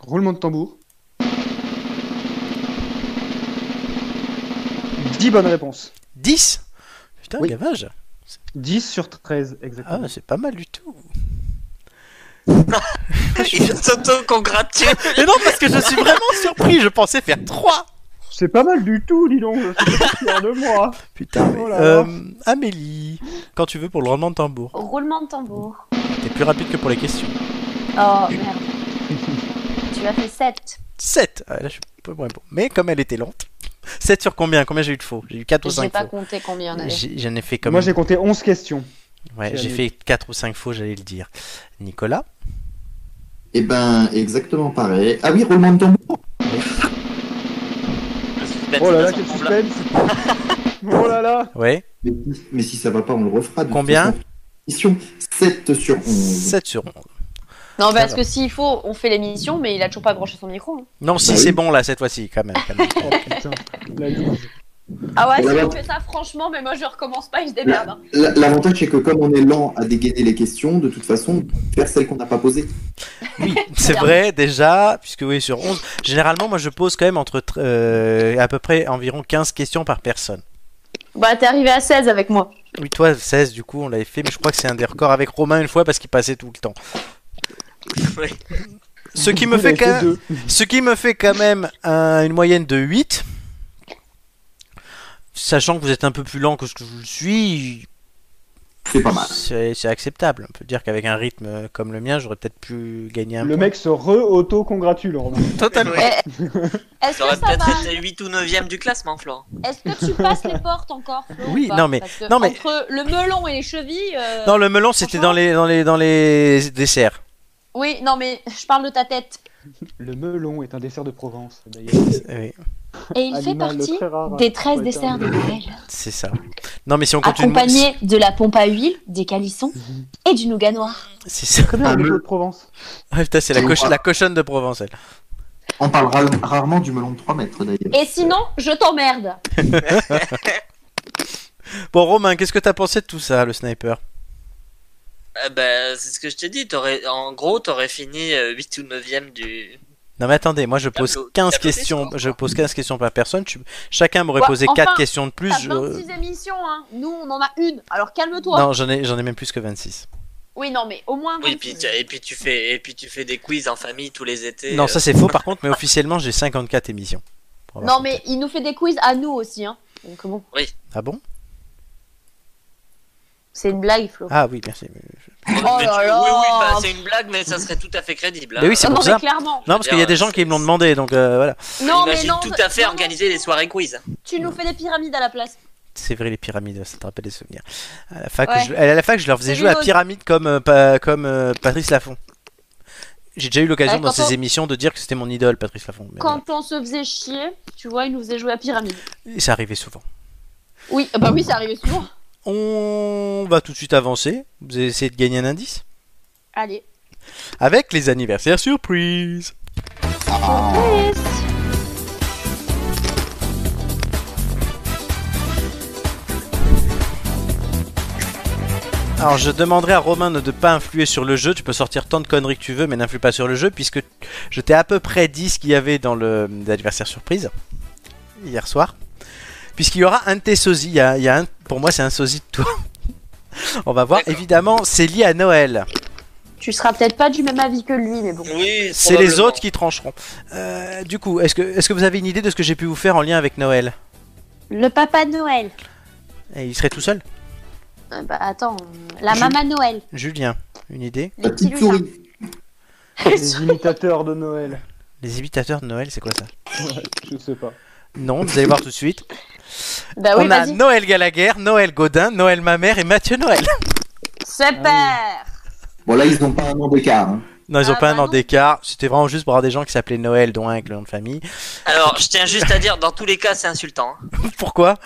Speaker 5: Roulement de tambour. 10 bonnes réponses.
Speaker 1: 10 Putain,
Speaker 5: Oui.
Speaker 1: gavage
Speaker 5: 10 sur 13,
Speaker 1: Ah,
Speaker 5: exactement.
Speaker 1: c'est pas mal du tout.
Speaker 7: Il s'auto-congratule.
Speaker 1: Mais non, parce que je suis vraiment surpris, je pensais faire 3
Speaker 5: C'est pas mal du tout, dis donc. Je suis pas fier de moi.
Speaker 1: Putain,
Speaker 5: Oh
Speaker 1: mais-
Speaker 5: là
Speaker 1: Euh,
Speaker 5: là.
Speaker 1: Amélie, quand tu veux pour le roulement de tambour.
Speaker 2: Roulement de tambour.
Speaker 1: T'es plus rapide que pour les questions.
Speaker 2: Oh merde. tu as fait 7.
Speaker 1: 7 Ah, Là, je suis pas bon. Mais comme elle était lente. 7 sur combien Combien j'ai eu de faux J'ai eu 4 ou
Speaker 2: J'ai
Speaker 1: 5
Speaker 2: pas
Speaker 1: faux.
Speaker 2: compté combien il y en avait.
Speaker 1: J'ai- J'en ai fait comme.
Speaker 5: Moi, j'ai compté 11 questions.
Speaker 1: ouais, j'ai
Speaker 5: j'ai-
Speaker 1: fait 4 ou 5 faux, j'allais le dire. Nicolas
Speaker 3: Eh ben, exactement pareil. Ah oui, roulement de tambour.
Speaker 7: Le suspense,
Speaker 5: Oh là là,
Speaker 7: ça
Speaker 5: quel
Speaker 7: s'en fout, là.
Speaker 5: suspense. Oh là là.
Speaker 1: Ouais.
Speaker 3: Mais, mais si ça va pas, on le refera. de
Speaker 1: Combien
Speaker 3: toute façon. Mission 7 sur 11.
Speaker 1: 7 sur 11.
Speaker 2: Non,
Speaker 1: Ça
Speaker 2: parce
Speaker 1: va.
Speaker 2: que s'il faut, on fait l'émission, mais il a toujours pas branché son micro. hein.
Speaker 1: Non, si
Speaker 3: Bah oui.
Speaker 1: c'est bon là, cette fois-ci, quand même. quand même.
Speaker 5: Oh putain. La loose.
Speaker 2: Ah ouais,
Speaker 3: Voilà.
Speaker 2: si on fait ça, franchement, mais moi je recommence pas, je démerde. hein.
Speaker 3: La- L'avantage, c'est que comme on est lent à dégainer les questions, de toute façon, faire celles qu'on n'a pas posées.
Speaker 1: Oui, c'est vrai déjà, puisque oui, sur 11. Généralement, moi je pose quand même entre tr- euh, à peu près environ 15 questions par personne.
Speaker 2: Bah, t'es arrivé à 16 avec moi.
Speaker 1: Oui, toi, 16 du coup, on l'avait fait, mais je crois que c'est un des records avec Romain une fois parce qu'il passait tout le temps.
Speaker 7: Oui.
Speaker 1: Ce qui me fait quand,
Speaker 5: J'avais deux.
Speaker 1: ce qui me fait quand même un- une moyenne de 8. Sachant que vous êtes un peu plus lent que ce que je le suis,
Speaker 3: C'est pas mal.
Speaker 1: c'est c'est acceptable. On peut dire qu'avec un rythme comme le mien, j'aurais peut-être pu gagner un
Speaker 5: Le
Speaker 1: point.
Speaker 5: mec se re-auto-congratule. Romain.
Speaker 1: totalement.
Speaker 2: Est-ce que
Speaker 7: J'aurais
Speaker 2: ça
Speaker 7: peut-être
Speaker 2: va
Speaker 7: été 8 ou 9ème du classement, Florent.
Speaker 2: Est-ce que tu passes les portes encore Flo,
Speaker 1: Oui,
Speaker 2: ou pas
Speaker 1: non, mais-
Speaker 2: Parce que
Speaker 1: non, mais-
Speaker 2: Entre le melon et les chevilles. euh,
Speaker 1: Non, le melon, c'était dans les, dans les, dans les desserts.
Speaker 2: Oui, non, mais je parle de ta tête.
Speaker 5: Le melon est un dessert de Provence, d'ailleurs.
Speaker 1: Oui,
Speaker 2: Et il fait
Speaker 5: Animal
Speaker 2: partie
Speaker 5: très rare.
Speaker 2: des 13
Speaker 5: Ouais,
Speaker 2: desserts de
Speaker 5: t'as-
Speaker 2: Noël,
Speaker 1: c'est ça. Non, mais si on continue.
Speaker 2: accompagnés de la pompe à huile, des calissons et du nougat noir.
Speaker 1: C'est ça.
Speaker 5: Très bien,
Speaker 3: Ah,
Speaker 5: le
Speaker 3: le-
Speaker 5: jeu de Provence.
Speaker 1: Ah, putain, c'est la,
Speaker 3: C'est
Speaker 1: coche-
Speaker 3: moi.
Speaker 1: la cochonne de Provence, elle.
Speaker 3: On parle ra- rarement du melon de 3 mètres, d'ailleurs.
Speaker 2: Et sinon, je t'emmerde.
Speaker 1: Bon, Romain, qu'est-ce que t'as pensé de tout ça, le sniper
Speaker 7: Eh ben, c'est ce que je t'ai dit. T'aurais, en gros, t'aurais fini 8 ou 9ème du.
Speaker 1: Non, mais attendez, moi je pose
Speaker 7: Tableau-
Speaker 1: 15
Speaker 7: tableau des
Speaker 1: questions,
Speaker 7: scores,
Speaker 1: je
Speaker 7: quoi.
Speaker 1: pose 15 questions par personne. tu- Chacun m'aurait
Speaker 2: Ouais,
Speaker 1: posé
Speaker 2: enfin,
Speaker 1: 4 questions de plus.
Speaker 2: T'as
Speaker 1: je-
Speaker 2: 26 émissions, hein. Nous, on en a une. Alors calme-toi.
Speaker 1: Non, j'en ai, j'en ai même plus que 26.
Speaker 2: Oui, non, mais au moins.
Speaker 7: Oui,
Speaker 2: 26.
Speaker 7: puis tu, et puis tu fais et puis tu fais des quiz en famille tous les étés.
Speaker 1: Non,
Speaker 7: euh,
Speaker 1: ça c'est faux par contre, mais officiellement j'ai 54 émissions. Pour
Speaker 2: Non,
Speaker 1: l'instant.
Speaker 2: mais il nous fait des quiz à nous aussi. Hein. Donc bon,
Speaker 1: Ah bon
Speaker 2: c'est une blague, Flo.
Speaker 1: Ah oui, merci.
Speaker 2: Oh
Speaker 7: mais tu-
Speaker 2: là là
Speaker 7: Oui, oui, bah, c'est une blague, mais ça serait tout à fait crédible. hein.
Speaker 1: Mais oui, c'est
Speaker 2: non,
Speaker 1: pour
Speaker 2: mais
Speaker 1: ça.
Speaker 2: clairement.
Speaker 1: Non, parce qu'il y a des gens qui me l'ont demandé, donc euh, voilà.
Speaker 2: Non, mais
Speaker 7: Imagine
Speaker 2: non,
Speaker 7: tout à fait
Speaker 2: non, non,
Speaker 7: organiser des soirées quiz.
Speaker 2: tu nous fais des pyramides à la place.
Speaker 1: C'est vrai, les pyramides, ça te rappelle des souvenirs. À la fac,
Speaker 2: Ouais.
Speaker 1: je, à la fac je leur faisais
Speaker 2: C'est
Speaker 1: jouer à
Speaker 2: rigolo.
Speaker 1: pyramide comme, euh, pa- comme euh, Patrice Laffont. J'ai déjà eu l'occasion
Speaker 2: Ouais,
Speaker 1: dans
Speaker 2: quand
Speaker 1: ces
Speaker 2: on-
Speaker 1: émissions de dire que c'était mon idole, Patrice Laffont. mais
Speaker 2: Quand on se faisait chier, tu vois, il nous faisait jouer à pyramide.
Speaker 1: voilà. Et ça arrivait souvent.
Speaker 2: Oui, ah bah oui, c'est arrivé souvent.
Speaker 1: On va tout de suite avancer. Vous allez essayer de gagner un indice
Speaker 2: Allez.
Speaker 1: avec les anniversaires surprises. Alors je demanderai à Romain de ne pas influer sur le jeu. Tu peux sortir tant de conneries que tu veux, mais n'influe pas sur le jeu, puisque je t'ai à peu près dit ce qu'il y avait dans le l'anniversaire surprise hier soir. Puisqu'il y aura un de tes sosies. Il y a- il y a un- pour moi, c'est un sosie de toi. On va voir.
Speaker 7: D'accord.
Speaker 1: Évidemment, c'est lié à Noël.
Speaker 2: Tu seras peut-être pas du même avis que lui, mais bon.
Speaker 7: Oui,
Speaker 1: C'est les autres qui trancheront. Euh, du coup, est-ce que, est-ce que vous avez une idée de ce que j'ai pu vous faire en lien avec Noël
Speaker 4: Le papa Noël.
Speaker 1: Et il serait tout seul
Speaker 2: Euh, Bah attends.
Speaker 4: La
Speaker 1: Je-
Speaker 4: maman Noël.
Speaker 1: Julien, une idée
Speaker 3: La petite souris.
Speaker 5: Les imitateurs de Noël.
Speaker 1: Les imitateurs de Noël, c'est quoi ça
Speaker 5: Je sais pas.
Speaker 1: Non, vous allez voir tout de suite.
Speaker 2: Bah oui,
Speaker 1: On a
Speaker 2: vas-y.
Speaker 1: Noël Gallagher, Noël Godin, Noël Mamère et Mathieu Noël.
Speaker 5: Ah
Speaker 2: Super.
Speaker 3: Bon, là, ils n'ont pas un an d'écart. hein.
Speaker 1: Non, ils
Speaker 2: Ah
Speaker 1: ont pas
Speaker 2: bah
Speaker 1: un an
Speaker 2: non.
Speaker 1: d'écart. C'était vraiment juste pour avoir des gens qui s'appelaient Noël, dont un avec le nom de famille.
Speaker 7: Alors, je tiens juste à dire, dans tous les cas, c'est insultant. hein.
Speaker 1: Pourquoi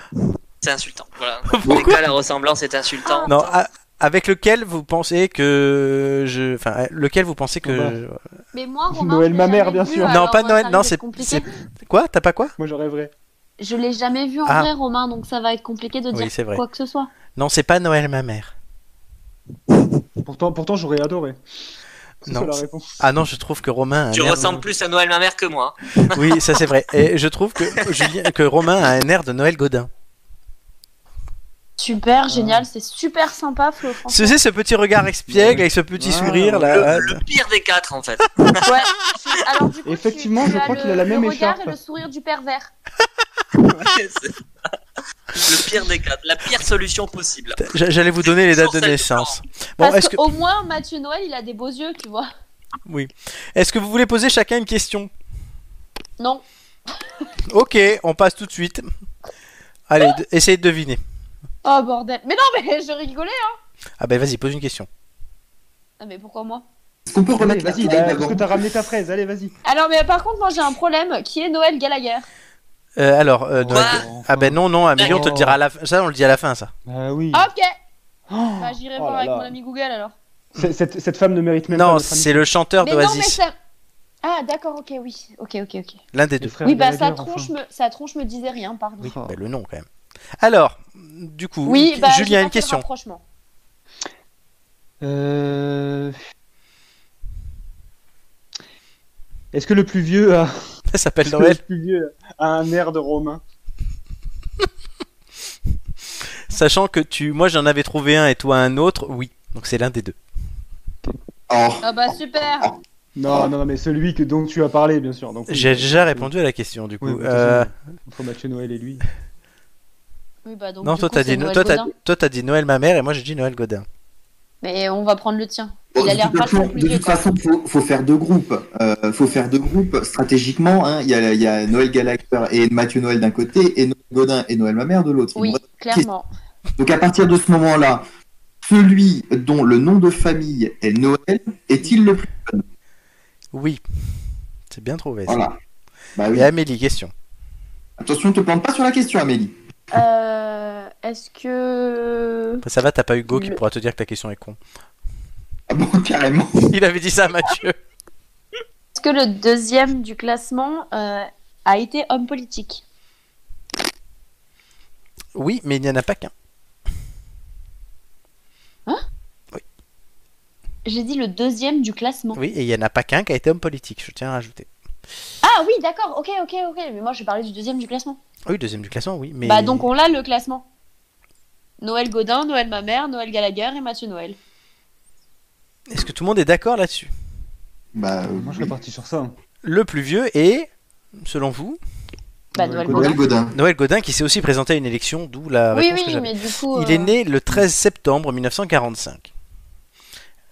Speaker 7: C'est insultant. Voilà. Dans tous les cas, la ressemblance est insultante.
Speaker 1: Non, a- avec lequel vous pensez que je. Enfin, euh, lequel vous pensez que.
Speaker 2: Mais moi, Romain.
Speaker 5: Noël,
Speaker 2: je l'ai
Speaker 5: ma mère,
Speaker 2: jamais
Speaker 5: bien
Speaker 2: vu,
Speaker 5: sûr.
Speaker 2: alors,
Speaker 1: Non, pas
Speaker 2: euh,
Speaker 1: Noël,
Speaker 2: ça
Speaker 1: non,
Speaker 2: risque
Speaker 1: c'est.
Speaker 2: d'être compliqué.
Speaker 1: c'est- Quoi T'as pas quoi
Speaker 5: Moi j'aurais vrai.
Speaker 2: Je l'ai jamais vu en
Speaker 1: Ah.
Speaker 2: vrai, Romain, donc ça va être compliqué de
Speaker 1: Oui,
Speaker 2: dire
Speaker 1: c'est vrai.
Speaker 2: quoi que ce soit.
Speaker 1: Non, c'est pas Noël Mamère.
Speaker 5: Pourtant, pourtant j'aurais adoré. C'est
Speaker 1: Non.
Speaker 5: ça, la réponse.
Speaker 1: Ah non, je trouve que Romain. a un
Speaker 7: Tu
Speaker 1: air-
Speaker 7: ressembles plus à Noël ma mère que moi. hein.
Speaker 1: Oui, ça c'est vrai. Et je trouve que, Julien- que Romain a un air de Noël Godin.
Speaker 5: Ah.
Speaker 2: Super, génial, c'est super sympa, Flo. franchement.
Speaker 1: C'est ce petit regard espiègle avec ce petit
Speaker 5: Ah,
Speaker 1: sourire là.
Speaker 7: Le, le pire des quatre, en fait.
Speaker 2: Ouais. je- Alors, du coup, tu-
Speaker 5: Effectivement,
Speaker 2: tu
Speaker 5: je
Speaker 2: as
Speaker 5: crois
Speaker 2: le-
Speaker 5: qu'il a la même
Speaker 2: le regard
Speaker 5: écharpe.
Speaker 2: et le sourire du pervers.
Speaker 7: C'est ça. le pire des quatre. La pire solution possible.
Speaker 1: J- J'allais vous donner les dates de
Speaker 7: Toujours celle de
Speaker 1: naissance. Bon,
Speaker 2: Parce
Speaker 1: est-ce que,
Speaker 2: qu'au moins, Mathieu Noël, il a des beaux yeux, tu vois.
Speaker 1: est-ce que vous voulez poser chacun une question
Speaker 2: Non.
Speaker 1: Ok, on passe tout de suite. Allez, de- essayez de deviner.
Speaker 2: Oh bordel. Mais non, mais je rigolais. hein.
Speaker 1: Ah ben vas-y, pose une question.
Speaker 2: Non, mais pourquoi moi
Speaker 3: Est-ce qu'on peut
Speaker 5: Allez,
Speaker 3: remettre la
Speaker 5: vas-y,
Speaker 3: taille
Speaker 5: bah, parce
Speaker 3: d'avant
Speaker 5: que t'as ramené ta fraise, allez, vas-y.
Speaker 2: Alors, mais par contre, moi j'ai un problème qui est Noël Gallagher.
Speaker 1: Euh, alors, euh, Noël- ah ben non, non, à million, on te le
Speaker 5: Oh.
Speaker 1: dira à la fin. Ça, on le dit à la fin, ça.
Speaker 5: Ah oui.
Speaker 2: Ok.
Speaker 5: Oh,
Speaker 2: Bah, j'irai
Speaker 5: oh
Speaker 2: voir
Speaker 5: là
Speaker 2: avec
Speaker 5: là.
Speaker 2: mon ami Google alors.
Speaker 5: C'est- Cette, cette femme ne mérite même pas.
Speaker 1: Non,
Speaker 5: notre amitié.
Speaker 1: c'est le chanteur
Speaker 2: mais non, mais
Speaker 1: d'Oasis.
Speaker 2: ça. Ah, d'accord, ok, oui. Ok, ok, ok.
Speaker 1: L'un des
Speaker 5: Les
Speaker 1: deux.
Speaker 5: frères
Speaker 2: Oui, bah, sa
Speaker 5: Gallagher,
Speaker 2: tronche,
Speaker 5: enfin.
Speaker 2: me... sa tronche me disait rien, pardon. Oui,
Speaker 1: Ben, le nom, quand même. Alors, du coup,
Speaker 2: Oh. bah, j'ai pas
Speaker 1: Julien,
Speaker 2: fait
Speaker 1: une
Speaker 2: le
Speaker 1: question.
Speaker 2: rapprochement.
Speaker 5: Euh... Est-ce que le plus vieux a...
Speaker 1: Ça s'appelle
Speaker 5: est-ce que le
Speaker 1: Noël.
Speaker 5: plus vieux a un air de Romain
Speaker 1: Sachant que tu, moi, j'en avais trouvé un et toi un autre. Oui, donc c'est l'un des deux.
Speaker 3: Oh,
Speaker 2: Ah, bah, super.
Speaker 5: Non, non, non, mais celui que, dont tu as parlé, bien sûr. Donc, oui.
Speaker 1: Oh. J'ai déjà répondu à la question, du coup.
Speaker 5: Oui, bah, de toute
Speaker 1: Euh,
Speaker 5: façon, Entre Mathieu Noël et lui.
Speaker 2: Oui, bah, donc.
Speaker 1: non,
Speaker 2: du
Speaker 1: toi
Speaker 2: coup,
Speaker 1: t'as
Speaker 2: c'est
Speaker 1: dit,
Speaker 2: Noël
Speaker 1: toi, t'as-
Speaker 2: Gaudin.
Speaker 1: toi, t'as dit Noël ma mère et moi j'ai dit Noël Godin.
Speaker 2: Mais on va prendre le tien.
Speaker 3: Bon,
Speaker 2: Il a
Speaker 3: de
Speaker 2: l'air
Speaker 3: toute
Speaker 2: vachement
Speaker 3: façon,
Speaker 2: plus
Speaker 3: de
Speaker 2: vieux.
Speaker 3: toute
Speaker 2: quoi.
Speaker 3: façon, faut, faut faire deux groupes. Euh, faut faire deux groupes stratégiquement. hein. Il y, a, il y a Noël Gallagher et Mathieu Noël d'un côté, et Noël Godin et Noël Mamère de l'autre. Il
Speaker 2: Oui,
Speaker 3: nous reste-
Speaker 2: clairement.
Speaker 3: Donc à partir de ce moment-là, celui dont le nom de famille est Noël est-il le plus
Speaker 1: Oui, c'est bien trouvé. ça.
Speaker 3: Voilà. Bah oui.
Speaker 1: Et Amélie, question.
Speaker 3: Attention, ne te plante pas sur la question, Amélie.
Speaker 2: Euh, Est-ce que.
Speaker 1: Après, ça va, t'as pas Hugo qui
Speaker 2: Le-
Speaker 1: pourra te dire que ta question est con.
Speaker 3: Ah bon, carrément.
Speaker 1: Il avait dit ça à Mathieu.
Speaker 2: Est-ce que le deuxième du classement euh, a été homme politique
Speaker 1: Oui, mais il n'y en a pas qu'un.
Speaker 2: J'ai dit le deuxième du classement.
Speaker 1: Oui, et il n'y en a pas qu'un qui a été homme politique, je tiens à rajouter.
Speaker 2: Ah oui, d'accord, ok, ok, ok. Mais moi, je parlais du deuxième du classement.
Speaker 1: Ah Oui, deuxième du classement, oui. Mais...
Speaker 2: Bah, donc, on l'a le classement. Noël Godin, Noël Mamère, Noël Gallagher et Mathieu Noël.
Speaker 1: Est-ce que tout le monde est d'accord là-dessus euh,
Speaker 3: Bah,
Speaker 5: Euh, Moi, je serais parti sur ça. hein.
Speaker 1: Le plus vieux est, selon vous,
Speaker 2: Bah, Noël Baudin.
Speaker 3: Godin.
Speaker 1: Noël Godin, qui s'est aussi présenté à une élection, d'où la
Speaker 2: Oui,
Speaker 1: réponse que
Speaker 2: oui,
Speaker 1: j'avais.
Speaker 2: mais du coup.
Speaker 1: Il est
Speaker 2: euh,
Speaker 1: né le 13 septembre 1945.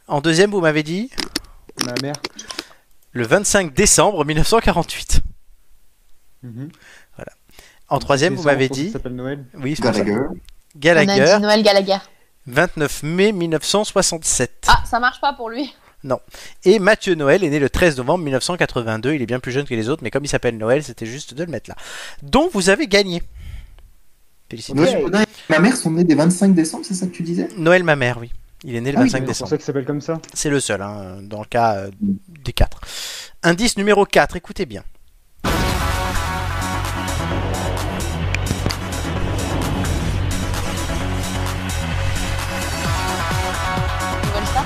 Speaker 1: En deuxième, vous m'avez dit
Speaker 5: Ma mère.
Speaker 1: le 25 décembre 1948.
Speaker 5: Mhm.
Speaker 1: En troisième, vous
Speaker 5: Décembre,
Speaker 1: m'avez
Speaker 5: pour ceux qui
Speaker 1: dit
Speaker 5: s'appellent Noël.
Speaker 1: oui, c'est pour ça.
Speaker 3: Gallagher.
Speaker 2: On
Speaker 1: Gallagher,
Speaker 2: a dit Noël Gallagher.
Speaker 1: 29 mai 1967.
Speaker 2: Ah, ça marche pas pour lui.
Speaker 1: Et Mathieu Noël est né le 13 novembre 1982. Il est bien plus jeune que les autres, mais comme il s'appelle Noël, c'était juste de le mettre là. Donc vous avez gagné. Félicitations.
Speaker 3: Noël Godin et ma mère sont nés des 25 décembre, c'est ça que tu disais
Speaker 1: Noël, ma mère, oui. Il est né le
Speaker 3: Ah
Speaker 1: 25
Speaker 3: oui,
Speaker 5: C'est pour
Speaker 1: décembre.
Speaker 5: ça qu'il s'appelle comme ça.
Speaker 1: C'est le seul, hein, dans le cas euh, des quatre. Indice numéro 4, écoutez bien.
Speaker 2: Noël Star.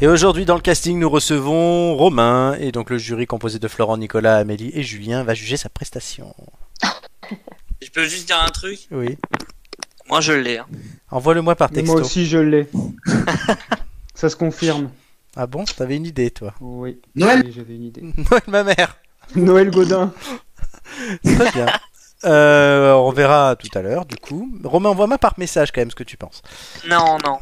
Speaker 1: Et aujourd'hui, dans le casting, nous recevons Romain. Et donc, le jury composé de Florent, Nicolas, Amélie et Julien va juger sa prestation.
Speaker 7: Je peux juste dire un truc
Speaker 1: Oui.
Speaker 7: Moi, je l'ai. hein.
Speaker 1: Envoie-le-moi par
Speaker 5: Mais
Speaker 1: texto.
Speaker 5: moi aussi, je l'ai. ça se confirme.
Speaker 1: Ah bon T'avais une idée, toi
Speaker 5: Oui.
Speaker 3: Noël.
Speaker 5: Oui, J'avais une idée.
Speaker 1: Noël, ma mère
Speaker 5: Noël Godin.
Speaker 1: Très bien. Euh, on verra tout à l'heure, du coup. Romain, envoie-moi par message quand même ce que tu penses.
Speaker 7: Non, non.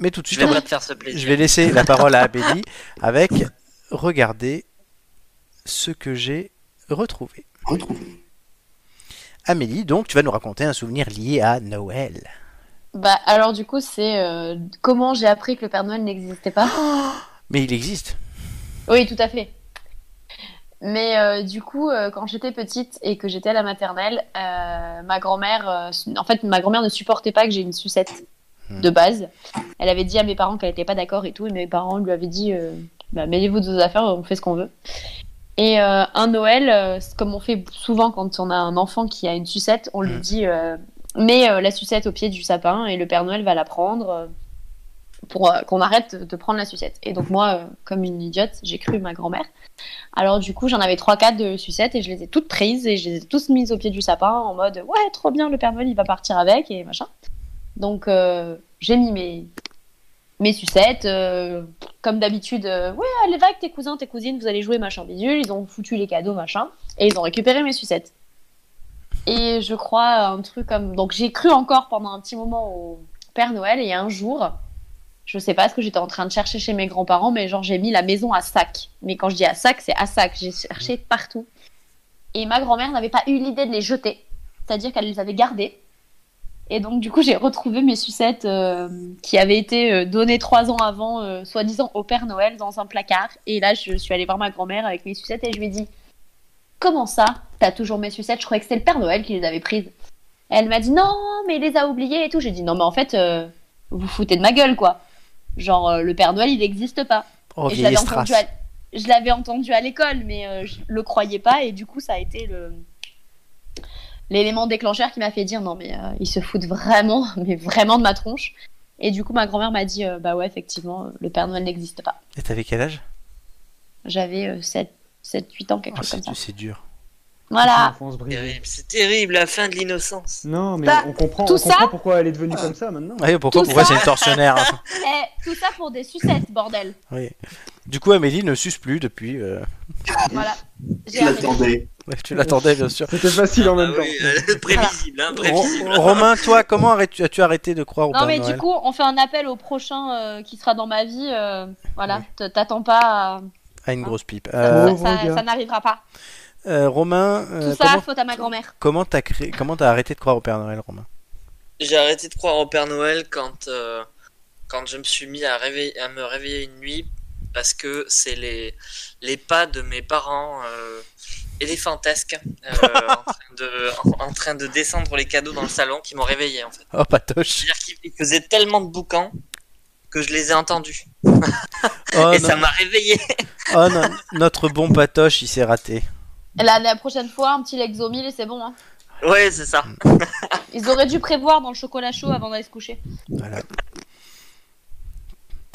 Speaker 1: Mais tout de
Speaker 7: Je
Speaker 1: suite, on
Speaker 7: vais
Speaker 1: va-
Speaker 7: pas te faire ce plaisir.
Speaker 1: je vais laisser la parole à Amélie avec Regardez ce que j'ai retrouvé.
Speaker 3: Retrouvé.
Speaker 1: Amélie, donc, tu vas nous raconter un souvenir lié à Noël.
Speaker 2: Bah, alors du coup, c'est euh, comment j'ai appris que le Père Noël n'existait pas.
Speaker 1: Mais il existe.
Speaker 2: Oui, tout à fait. Mais euh, du coup, euh, quand j'étais petite et que j'étais à la maternelle, euh, ma grand-mère, euh, su- en fait, ma grand-mère ne supportait pas que j'ai une sucette
Speaker 1: Hmm.
Speaker 2: de base. Elle avait dit à mes parents qu'elle n'était pas d'accord et tout, et mes parents lui avaient dit euh, bah, mêlez-vous de vos affaires, on fait ce qu'on veut. Et euh, un Noël, euh, c'est comme on fait souvent quand on a un enfant qui a une sucette, on lui
Speaker 1: Hmm.
Speaker 2: dit euh, mets euh, la sucette au pied du sapin et le Père Noël va la prendre. euh, pour euh, qu'on arrête de prendre la sucette. Et donc moi, euh, comme une idiote, j'ai cru ma grand-mère. Alors du coup, j'en avais trois quatre de sucettes et je les ai toutes prises et je les ai tous mises au pied du sapin en mode ouais, trop bien, le Père Noël il va partir avec et machin. Donc euh, j'ai mis mes mes sucettes, euh, comme d'habitude, euh, ouais, allez va avec tes cousins, tes cousines, vous allez jouer machin bidule. Ils ont foutu les cadeaux machin et ils ont récupéré mes sucettes. Et je crois un truc comme donc j'ai cru encore pendant un petit moment au Père Noël et un jour, je sais pas ce que j'étais en train de chercher chez mes grands-parents, mais genre j'ai mis la maison à sac. Mais quand je dis à sac, c'est à sac. J'ai cherché partout. Et ma grand-mère n'avait pas eu l'idée de les jeter. C'est-à-dire qu'elle les avait gardés. Et donc, du coup, j'ai retrouvé mes sucettes euh, qui avaient été euh, données trois ans avant, euh, soi-disant au Père Noël, dans un placard. Et là, je suis allée voir ma grand-mère avec mes sucettes et je lui ai dit Comment ça T'as toujours mes sucettes Je croyais que c'était le Père Noël qui les avait prises. Elle m'a dit Non, mais il les a oubliées et tout. J'ai dit Non, mais en fait, euh, vous vous foutez de ma gueule, quoi. Genre, euh, le Père Noël, il n'existe pas.
Speaker 1: Oh,
Speaker 2: Et je
Speaker 1: vieille
Speaker 2: l'avais entendu,
Speaker 1: strass.
Speaker 2: à... je l'avais entendu à l'école, mais euh, je le croyais pas. Et du coup, ça a été le l'élément déclencheur qui m'a fait dire non, mais euh, ils se foutent vraiment, mais vraiment de ma tronche. Et du coup, ma grand-mère m'a dit euh, bah ouais, effectivement, euh, le Père Noël n'existe pas.
Speaker 1: Et t'avais quel âge
Speaker 2: J'avais euh, 7, 7, 8 ans, quelque
Speaker 1: Oh,
Speaker 2: chose comme
Speaker 1: c'est,
Speaker 2: ça.
Speaker 1: c'est dur.
Speaker 2: Voilà.
Speaker 5: Enfance
Speaker 7: C'est
Speaker 5: brisée.
Speaker 7: terrible, C'est terrible, la fin de l'innocence.
Speaker 5: Non, mais
Speaker 2: Bah,
Speaker 5: on comprend,
Speaker 2: tout
Speaker 5: on
Speaker 2: ça-
Speaker 5: comprend pourquoi elle est devenue comme ça maintenant.
Speaker 1: Ah oui, pourquoi
Speaker 2: Tout
Speaker 1: pourquoi c'est
Speaker 2: ça-
Speaker 1: une tortionnaire hein
Speaker 2: Eh, tout ça pour des sucettes, bordel.
Speaker 1: Oui. Du coup, Amélie ne suce plus depuis. euh,
Speaker 2: Voilà. J'ai
Speaker 3: Je l'attendais.
Speaker 1: ouais, tu l'attendais, bien sûr.
Speaker 5: C'était facile en même
Speaker 7: Ah
Speaker 5: temps.
Speaker 7: oui, euh, prévisible, hein, prévisible.
Speaker 1: Ro- Romain, toi, comment arrêtes- as-tu arrêté de croire au
Speaker 2: Non
Speaker 1: Père
Speaker 2: mais
Speaker 1: Noël
Speaker 2: du coup, on fait un appel au prochain euh, qui sera dans ma vie. euh, voilà, T- t'attends pas, à-
Speaker 1: Ah, une grosse pipe.
Speaker 2: ça-
Speaker 1: Euh,
Speaker 5: Oh,
Speaker 2: ça-
Speaker 5: regarde.
Speaker 2: ça n'arrivera pas.
Speaker 1: euh, Romain, euh,
Speaker 2: Tout ça,
Speaker 1: comment,
Speaker 2: faute à ma grand-mère.
Speaker 1: comment t'as créé, comment t'as arrêté de croire au Père Noël, Romain
Speaker 7: J'ai arrêté de croire au Père Noël quand, euh, quand je me suis mis à, réveiller, à me réveiller une nuit parce que c'est les, les pas de mes parents euh, éléphantesques euh, en, train de, en, en train de descendre les cadeaux dans le salon qui m'ont réveillé en fait.
Speaker 1: Oh, patoche.
Speaker 7: C'est-à-dire qu'ils ils faisaient tellement de boucans que je les ai entendus
Speaker 1: Oh, non.
Speaker 7: et ça m'a réveillé.
Speaker 1: Oh, non. Notre bon patoche, il s'est raté.
Speaker 2: La, la prochaine fois, un petit Lexomil et c'est bon. Hein.
Speaker 7: Ouais, c'est ça.
Speaker 2: Ils auraient dû prévoir dans le chocolat chaud avant d'aller se coucher.
Speaker 1: Voilà.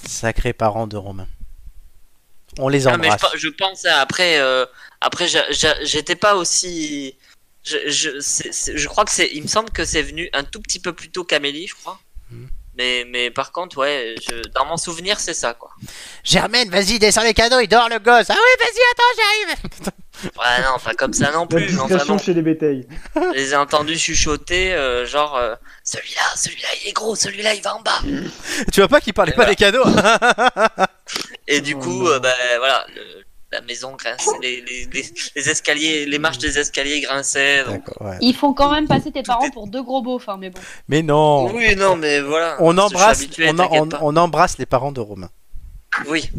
Speaker 1: Sacrés parents de Romain. On les
Speaker 7: Non, mais je,
Speaker 1: embrasse.
Speaker 7: pe- je pense à- après, euh, après j'a- j'a- j'étais pas aussi. Je, je, c'est- c'est- je crois que c'est. Il me semble que c'est venu un tout petit peu plus tôt qu'Amélie, je crois.
Speaker 1: Hmm.
Speaker 7: Mais, mais par contre, ouais, je- dans mon souvenir, c'est ça, quoi.
Speaker 1: Germaine, vas-y, descends les cadeaux, il dort le gosse. Ah oui, vas-y, attends, j'arrive.
Speaker 7: Ouais, non, pas comme ça non
Speaker 5: La
Speaker 7: plus. non,
Speaker 5: discussion
Speaker 7: vraiment.
Speaker 5: chez les bétails.
Speaker 7: Je les ai entendus chuchoter, euh, genre, euh, celui-là, celui-là, il est gros, celui-là, il va en bas.
Speaker 1: Tu vois pas qu'il parlait pas des cadeaux
Speaker 7: Et
Speaker 5: Oh
Speaker 7: du coup, euh, bah, voilà, le- la maison grinçait, les, les, les- les escaliers, les marches des escaliers grinçaient. donc-
Speaker 1: D'accord, ouais.
Speaker 2: Ils font quand même passer tes parents pour deux gros beaufs, hein, mais bon.
Speaker 1: Mais non.
Speaker 7: Oui, non, mais voilà.
Speaker 1: On
Speaker 7: je suis
Speaker 1: embrasse,
Speaker 7: habitué,
Speaker 1: on, en-
Speaker 7: t'inquiète
Speaker 1: on-
Speaker 7: pas.
Speaker 1: on embrasse les parents de Romain.
Speaker 7: Oui.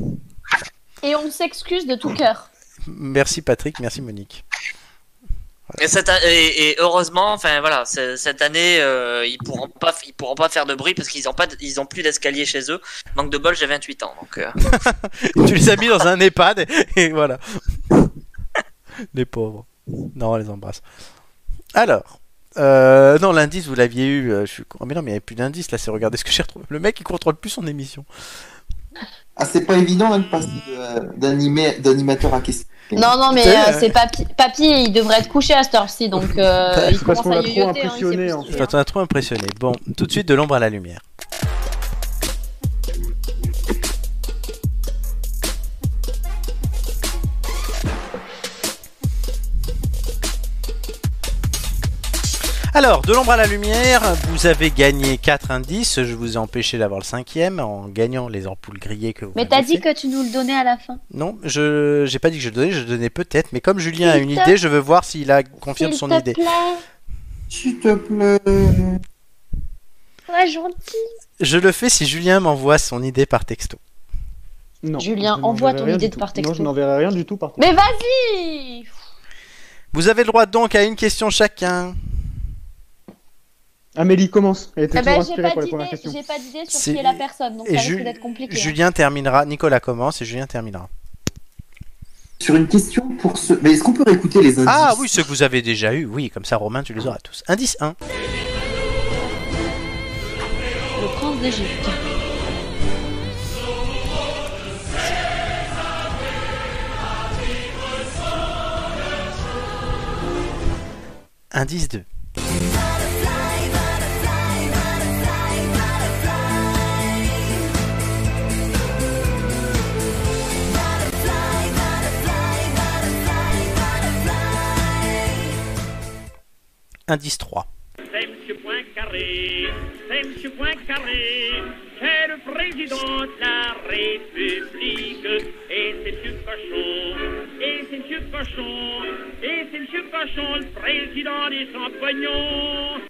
Speaker 2: Et on s'excuse de tout cœur.
Speaker 1: Merci Patrick, merci Monique.
Speaker 7: Et, cette a- et- et heureusement, enfin voilà, c'est- cette année, euh, ils pourront pas, f- ils pourront pas faire de bruit parce qu'ils ont pas, de- ils ont plus d'escalier chez eux. Manque de bol, j'ai 28 ans, donc. euh,
Speaker 5: Ah,
Speaker 1: tu les as mis dans un EHPAD et, et voilà. Les pauvres. Non, on les embrasse. Alors, euh, non, l'indice, vous l'aviez eu. euh, je suis con. Ah, Mais non, mais il n'y avait plus d'indice là, c'est regardez ce que j'ai retrouvé. Le mec, il contrôle plus son émission.
Speaker 3: Ah, c'est pas évident hein, de passer de, euh, d'animé- d'animateur à question.
Speaker 2: Non, non, mais
Speaker 1: T'es-
Speaker 2: euh, c'est papy. Papy, il devrait être couché à cette heure-ci, donc euh, il
Speaker 5: C'est parce
Speaker 2: commence
Speaker 5: qu'on
Speaker 2: à
Speaker 5: l'a trop
Speaker 2: yoyoter. Hein, il sait
Speaker 5: impressionné,
Speaker 2: plus
Speaker 5: en
Speaker 2: ce
Speaker 5: fait.
Speaker 2: qu'il fait.
Speaker 1: Quand on a trop impressionné. Bon, tout de suite, de l'ombre à la lumière. Alors, de l'ombre à la lumière, vous avez gagné 4 indices. Je vous ai empêché d'avoir le cinquième en gagnant les ampoules grillées que vous
Speaker 2: Mais
Speaker 1: m'avez
Speaker 2: t'as dit
Speaker 1: fait.
Speaker 2: que tu nous le donnais à la fin.
Speaker 1: Non, je j'ai pas dit que je le donnais, je le donnais peut-être. Mais comme Julien a
Speaker 2: S'il
Speaker 1: une
Speaker 2: te-
Speaker 1: idée, je veux voir s'il a confirme
Speaker 2: S'il
Speaker 1: son
Speaker 2: te
Speaker 1: idée.
Speaker 2: plaît,
Speaker 3: S'il te plaît.
Speaker 2: sois gentil.
Speaker 1: Je le fais si Julien m'envoie son idée par texto.
Speaker 5: Non,
Speaker 2: Julien,
Speaker 5: je n'en
Speaker 2: envoie
Speaker 5: verrai
Speaker 2: ton
Speaker 5: rien
Speaker 2: idée
Speaker 5: du
Speaker 2: de
Speaker 5: tout.
Speaker 2: par texto.
Speaker 5: Non, je n'enverrai rien du tout par
Speaker 2: Mais vas-y
Speaker 1: Vous avez le droit donc à une question chacun.
Speaker 5: Amélie, commence. Elle était
Speaker 2: Eh
Speaker 5: toujours
Speaker 2: ben, j'ai
Speaker 5: inspirée
Speaker 2: pas
Speaker 5: pour la première
Speaker 2: d'idée,
Speaker 5: question.
Speaker 2: j'ai pas d'idée sur
Speaker 1: C'est-
Speaker 2: qui est la personne, donc
Speaker 1: et
Speaker 2: ça
Speaker 1: Ju-
Speaker 2: risque d'être compliqué. hein.
Speaker 1: Julien terminera, Nicolas commence et Julien terminera.
Speaker 3: Sur une question pour ce. Mais est-ce qu'on peut réécouter les indices
Speaker 1: Ah oui, ceux que vous avez déjà eu, oui, comme ça Romain, tu les auras tous. Indice 1.
Speaker 2: hein. Le prince d'Égypte.
Speaker 1: Indice 2. Indice 3.
Speaker 10: C'est Monsieur Poincaré, c'est Monsieur Poincaré, c'est le président de la République. Et c'est Monsieur Cochon, et c'est Monsieur Cochon, et c'est Monsieur Cochon, le président des champignons.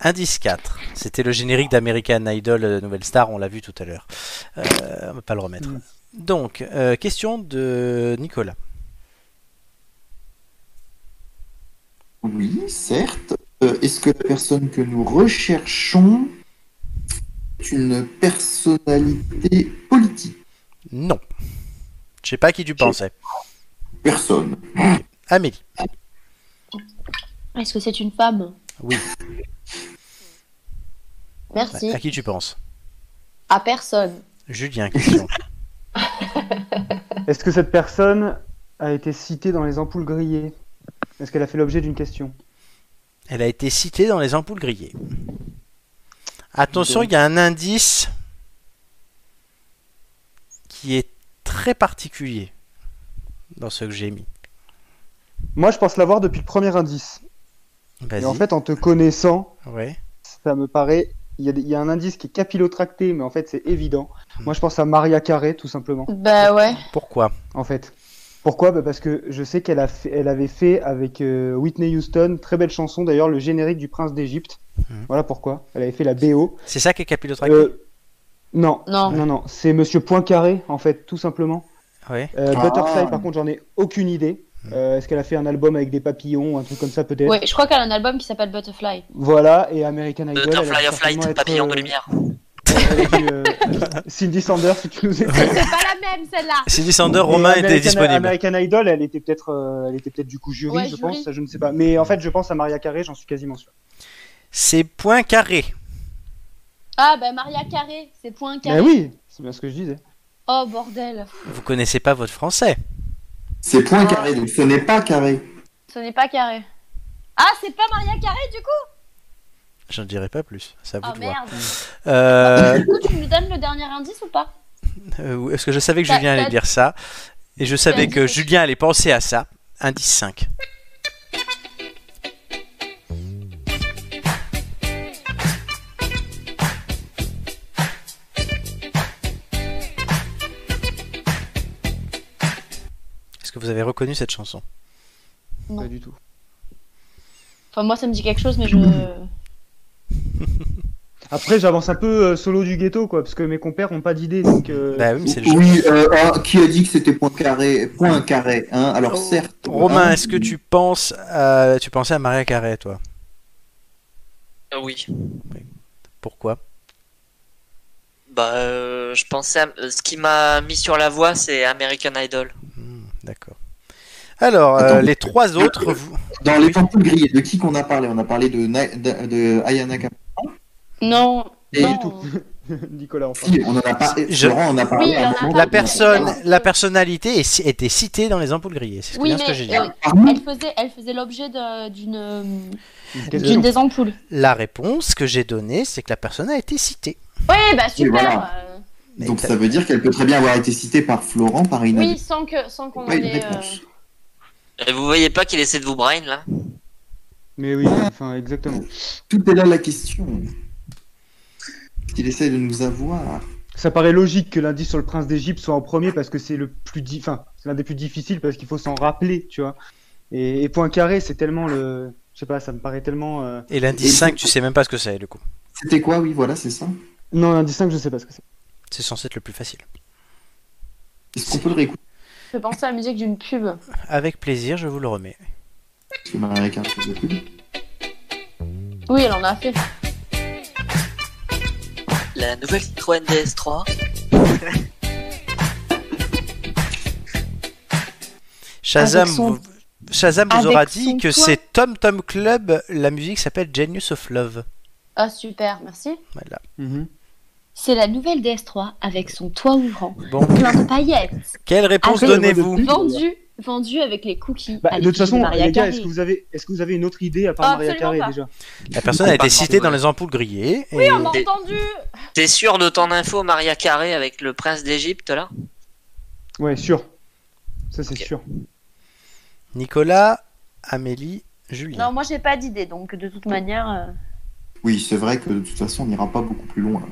Speaker 1: Indice 4. C'était le générique d'American Idol euh, Nouvelle Star, on l'a vu tout à l'heure. Euh, on va pas le remettre.
Speaker 5: Mm.
Speaker 1: Donc, euh, question de Nicolas.
Speaker 3: Oui, certes. Euh, est-ce que la personne que nous recherchons est une personnalité politique
Speaker 1: Non. Je sais pas à qui tu pensais.
Speaker 3: Personne.
Speaker 1: Amélie.
Speaker 2: Est-ce que c'est une femme
Speaker 1: Oui.
Speaker 2: Merci.
Speaker 1: À qui tu penses
Speaker 2: À personne.
Speaker 1: Julien, question.
Speaker 5: Est-ce que cette personne a été citée dans les ampoules grillées Est-ce qu'elle a fait l'objet d'une question
Speaker 1: Elle a été citée dans les ampoules grillées. Attention, il y a un indice qui est très particulier dans ce que j'ai mis.
Speaker 5: Moi, je pense l'avoir depuis le premier indice.
Speaker 1: Vas-y.
Speaker 5: Et en fait, en te connaissant,
Speaker 1: Ouais.
Speaker 5: ça me paraît. Il y, a des- il y a un indice qui est capillotracté, mais en fait, c'est évident. Moi, je pense à Maria Carré, tout simplement.
Speaker 2: Bah ouais.
Speaker 1: Pourquoi
Speaker 5: En fait. Pourquoi Bah, Parce que je sais qu'elle a fait- elle avait fait avec euh, Whitney Houston, très belle chanson d'ailleurs, le générique du Prince d'Égypte.
Speaker 1: Mhm.
Speaker 5: Voilà pourquoi. Elle avait fait la BO.
Speaker 1: C'est ça qui est capillotracté
Speaker 5: Euh, non,
Speaker 2: Non.
Speaker 5: non, non, c'est Monsieur Poincaré, en fait, tout simplement.
Speaker 1: Ouais.
Speaker 5: Euh,
Speaker 3: Ah.
Speaker 5: Butterfly, par contre, j'en ai aucune idée.
Speaker 1: Mhm.
Speaker 5: Euh, Est-ce qu'elle a fait un album avec des papillons, un truc comme ça, peut-être
Speaker 2: Ouais, je crois qu'elle a un album qui s'appelle Butterfly.
Speaker 5: Voilà, et American Idol. elle a
Speaker 7: Butterfly of
Speaker 5: certainement
Speaker 7: Light,
Speaker 5: être,
Speaker 7: papillon
Speaker 5: euh,
Speaker 7: de lumière.
Speaker 5: elle avec euh, Cindy Sanders, si tu nous écoutes.
Speaker 4: C'est pas la même celle-là.
Speaker 1: Cindy Sander, Romain
Speaker 5: Et
Speaker 1: était
Speaker 5: American-
Speaker 1: disponible.
Speaker 5: American Idol, elle était peut-être, euh, elle était peut-être du coup jury,
Speaker 4: Ouais,
Speaker 5: je
Speaker 4: jury.
Speaker 5: pense, je ne sais pas. Mais en fait, je pense à Maria Carré, j'en suis quasiment sûr.
Speaker 1: C'est point carré.
Speaker 4: Ah bah Maria Carré, c'est point
Speaker 5: Mais
Speaker 4: carré.
Speaker 5: oui, c'est bien ce que je disais.
Speaker 4: Oh bordel,
Speaker 1: Vous connaissez pas votre français.
Speaker 3: C'est point
Speaker 1: Ah.
Speaker 3: carré, donc ce n'est pas carré.
Speaker 4: ce n'est pas carré. Ah c'est pas Maria Carré du coup
Speaker 1: J'en dirai pas plus. Ça
Speaker 2: Oh,
Speaker 1: vous
Speaker 4: Ah
Speaker 1: de voir.
Speaker 4: merde.
Speaker 1: Euh,
Speaker 4: Du coup tu nous donnes le dernier indice ou pas
Speaker 1: euh, parce que je savais que
Speaker 4: T'as-
Speaker 1: Julien allait
Speaker 4: t'as-
Speaker 1: dire ça. Et je savais
Speaker 4: dit
Speaker 1: que
Speaker 4: que-
Speaker 1: Julien allait penser à ça. Indice 5. Est-ce que vous avez reconnu cette chanson
Speaker 4: Non.
Speaker 5: Pas du tout.
Speaker 4: Enfin moi ça me dit quelque chose mais je...
Speaker 5: Après, j'avance un peu euh, solo du ghetto, quoi, parce que mes compères ont pas d'idée, donc. euh,
Speaker 1: Bah oui, mais c'est le jeu.
Speaker 3: Oui, euh, ah, qui a dit que c'était point carré Point carré, hein Alors
Speaker 1: Oh,
Speaker 3: certes.
Speaker 1: Romain,
Speaker 3: hein,
Speaker 1: est-ce que tu penses à... tu pensais à Maria Carré, toi
Speaker 7: Ah Oui.
Speaker 1: Pourquoi
Speaker 7: Bah, euh, je pensais à... euh, Ce qui m'a mis sur la voie, c'est American Idol.
Speaker 1: Hmm, D'accord. Alors, euh,
Speaker 3: Attends.
Speaker 1: les trois autres, vous...
Speaker 3: Dans les pantoufles grillées, de qui qu'on a parlé On a parlé de, Na- de, de Aya Nakamura.
Speaker 4: Non.
Speaker 3: Et
Speaker 4: non.
Speaker 5: Nicolas, enfin.
Speaker 3: Si, on en a parlé.
Speaker 1: Je-
Speaker 3: Laurent en a parlé.
Speaker 4: Ah, Oui,
Speaker 3: à un
Speaker 4: on en a
Speaker 3: moment.
Speaker 1: la
Speaker 4: parlé.
Speaker 1: personne, la personnalité est ci- était citée dans les ampoules grillées. C'est ce que-
Speaker 4: Oui
Speaker 1: bien ce que j'ai
Speaker 4: mais
Speaker 1: dit.
Speaker 4: euh,
Speaker 3: Pardon
Speaker 4: elle faisait, elle faisait l'objet de- d'une
Speaker 5: Une
Speaker 4: d'une
Speaker 5: question.
Speaker 4: des ampoules.
Speaker 1: La réponse que j'ai donnée, c'est que la personne a été citée.
Speaker 4: Oui bah super.
Speaker 3: voilà.
Speaker 4: euh,
Speaker 1: Mais
Speaker 3: Donc
Speaker 1: t'as-
Speaker 3: ça veut dire qu'elle peut très bien avoir été citée par Florent, par une
Speaker 4: Oui sans que sans qu'on en
Speaker 3: Oui,
Speaker 4: ait... euh,
Speaker 3: réponse.
Speaker 7: Et vous voyez pas qu'il essaie de vous brain, là
Speaker 5: Mais oui, enfin, exactement.
Speaker 3: Tout est là la question. Il essaie de nous avoir.
Speaker 5: Ça paraît logique que l'indice sur le prince d'Égypte soit en premier parce que c'est le plus, di- enfin, c'est l'un des plus difficiles parce qu'il faut s'en rappeler, tu vois. Et, et point carré, c'est tellement le, je sais pas, ça me paraît tellement. euh,
Speaker 1: Et l'indice 5, tu sais même pas ce que c'est, du coup.
Speaker 3: C'était quoi Oui, voilà, c'est ça.
Speaker 5: Non, l'indice 5, je sais pas ce que c'est.
Speaker 1: C'est censé être le plus facile.
Speaker 3: Est-ce qu'on peut le réécouter
Speaker 4: Je pensais à la musique d'une pub.
Speaker 1: Avec plaisir, je vous le remets.
Speaker 3: Parce que Maria Carré faisait plus.
Speaker 4: Oui elle en a fait.
Speaker 7: La nouvelle Citroën DS3.
Speaker 1: Shazam,
Speaker 4: Avec son-
Speaker 1: vous, Shazam vous
Speaker 4: Avec
Speaker 1: aura
Speaker 4: son
Speaker 1: dit que
Speaker 4: poing.
Speaker 1: c'est Tom Tom Club. La musique s'appelle Genius of Love.
Speaker 4: Ah super merci.
Speaker 1: Voilà.
Speaker 4: C'est la nouvelle DS3 avec son toit ouvrant,
Speaker 1: Bon,
Speaker 4: plein de paillettes.
Speaker 1: quelle réponse
Speaker 4: Après,
Speaker 1: donnez-vous
Speaker 4: Vendu, vendu avec les cookies.
Speaker 5: Bah,
Speaker 4: à
Speaker 5: de
Speaker 4: l'effigie
Speaker 5: toute façon,
Speaker 4: Ah, Maria
Speaker 5: les gars,
Speaker 4: Carey.
Speaker 5: est-ce que vous avez, est-ce que vous avez une autre idée à part
Speaker 4: Ah,
Speaker 5: Maria
Speaker 4: absolument
Speaker 5: Carré
Speaker 4: pas.
Speaker 5: déjà
Speaker 1: La personne a été
Speaker 7: Pas
Speaker 1: citée
Speaker 7: partout,
Speaker 1: dans
Speaker 7: ouais.
Speaker 1: les ampoules grillées. et-
Speaker 4: On m'a
Speaker 7: Des-
Speaker 4: Ah, entendu
Speaker 7: T'es sûr de ton info, Maria Carré, avec le prince d'Égypte, là
Speaker 5: Ouais, sûr. Ça c'est
Speaker 7: Ok.
Speaker 5: sûr.
Speaker 1: Nicolas, Amélie, Julien.
Speaker 4: Non, moi j'ai pas d'idée, donc de toute manière... euh,
Speaker 3: Oui, c'est vrai que de toute façon, on n'ira pas beaucoup plus loin.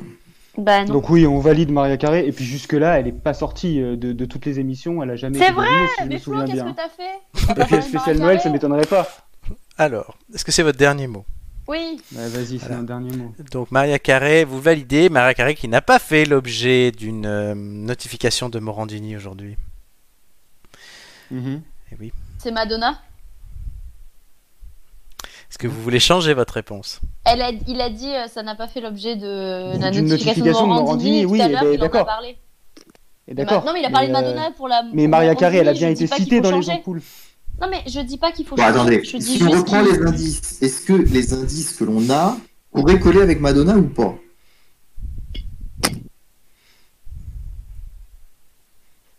Speaker 4: Bah non.
Speaker 5: Donc oui, on valide Maria Carré. Et puis jusque là, elle est pas sortie euh, de, de toutes les émissions. Elle a jamais.
Speaker 4: C'est
Speaker 5: été
Speaker 4: vrai,
Speaker 5: nominée, si je me
Speaker 4: mais Flo,
Speaker 5: souviens
Speaker 4: qu'est-ce
Speaker 5: bien.
Speaker 4: que t'as fait
Speaker 5: Et puis spécial Noël, ça m'étonnerait pas.
Speaker 1: Alors, est-ce que c'est votre dernier mot
Speaker 4: Oui,
Speaker 5: Ouais, Bah, vas-y, c'est
Speaker 1: Voilà.
Speaker 5: un dernier mot.
Speaker 1: Donc Maria Carré, vous validez Maria Carré qui n'a pas fait l'objet d'une euh, notification de Morandini aujourd'hui.
Speaker 4: c'est Madonna.
Speaker 1: Est-ce que vous voulez changer votre réponse
Speaker 4: Elle a, il a dit euh, ça n'a pas fait l'objet de la
Speaker 5: D'une
Speaker 4: notification, de
Speaker 5: notification
Speaker 4: Morandini,
Speaker 5: de Morandini, oui,
Speaker 4: tout à
Speaker 5: eh
Speaker 4: l'heure,
Speaker 5: ben,
Speaker 4: il en a
Speaker 5: d'accord.
Speaker 4: parlé.
Speaker 5: Et d'accord.
Speaker 4: Bah, Non, mais il a parlé de
Speaker 5: euh,
Speaker 4: Madonna pour la.
Speaker 5: Mais
Speaker 4: pour
Speaker 5: Maria Carré, elle a
Speaker 4: Morandini,
Speaker 5: bien
Speaker 4: je
Speaker 5: été
Speaker 4: dis pas qu'il
Speaker 5: citée
Speaker 4: faut
Speaker 5: dans les
Speaker 4: changer.
Speaker 5: ampoules.
Speaker 4: Non, mais je dis pas qu'il faut
Speaker 3: Bon,
Speaker 4: changer.
Speaker 3: attendez,
Speaker 4: je dis
Speaker 3: si on
Speaker 4: juste
Speaker 3: reprend
Speaker 4: qu'il-
Speaker 3: les indices, est-ce que les indices que l'on a pourraient coller avec Madonna ou pas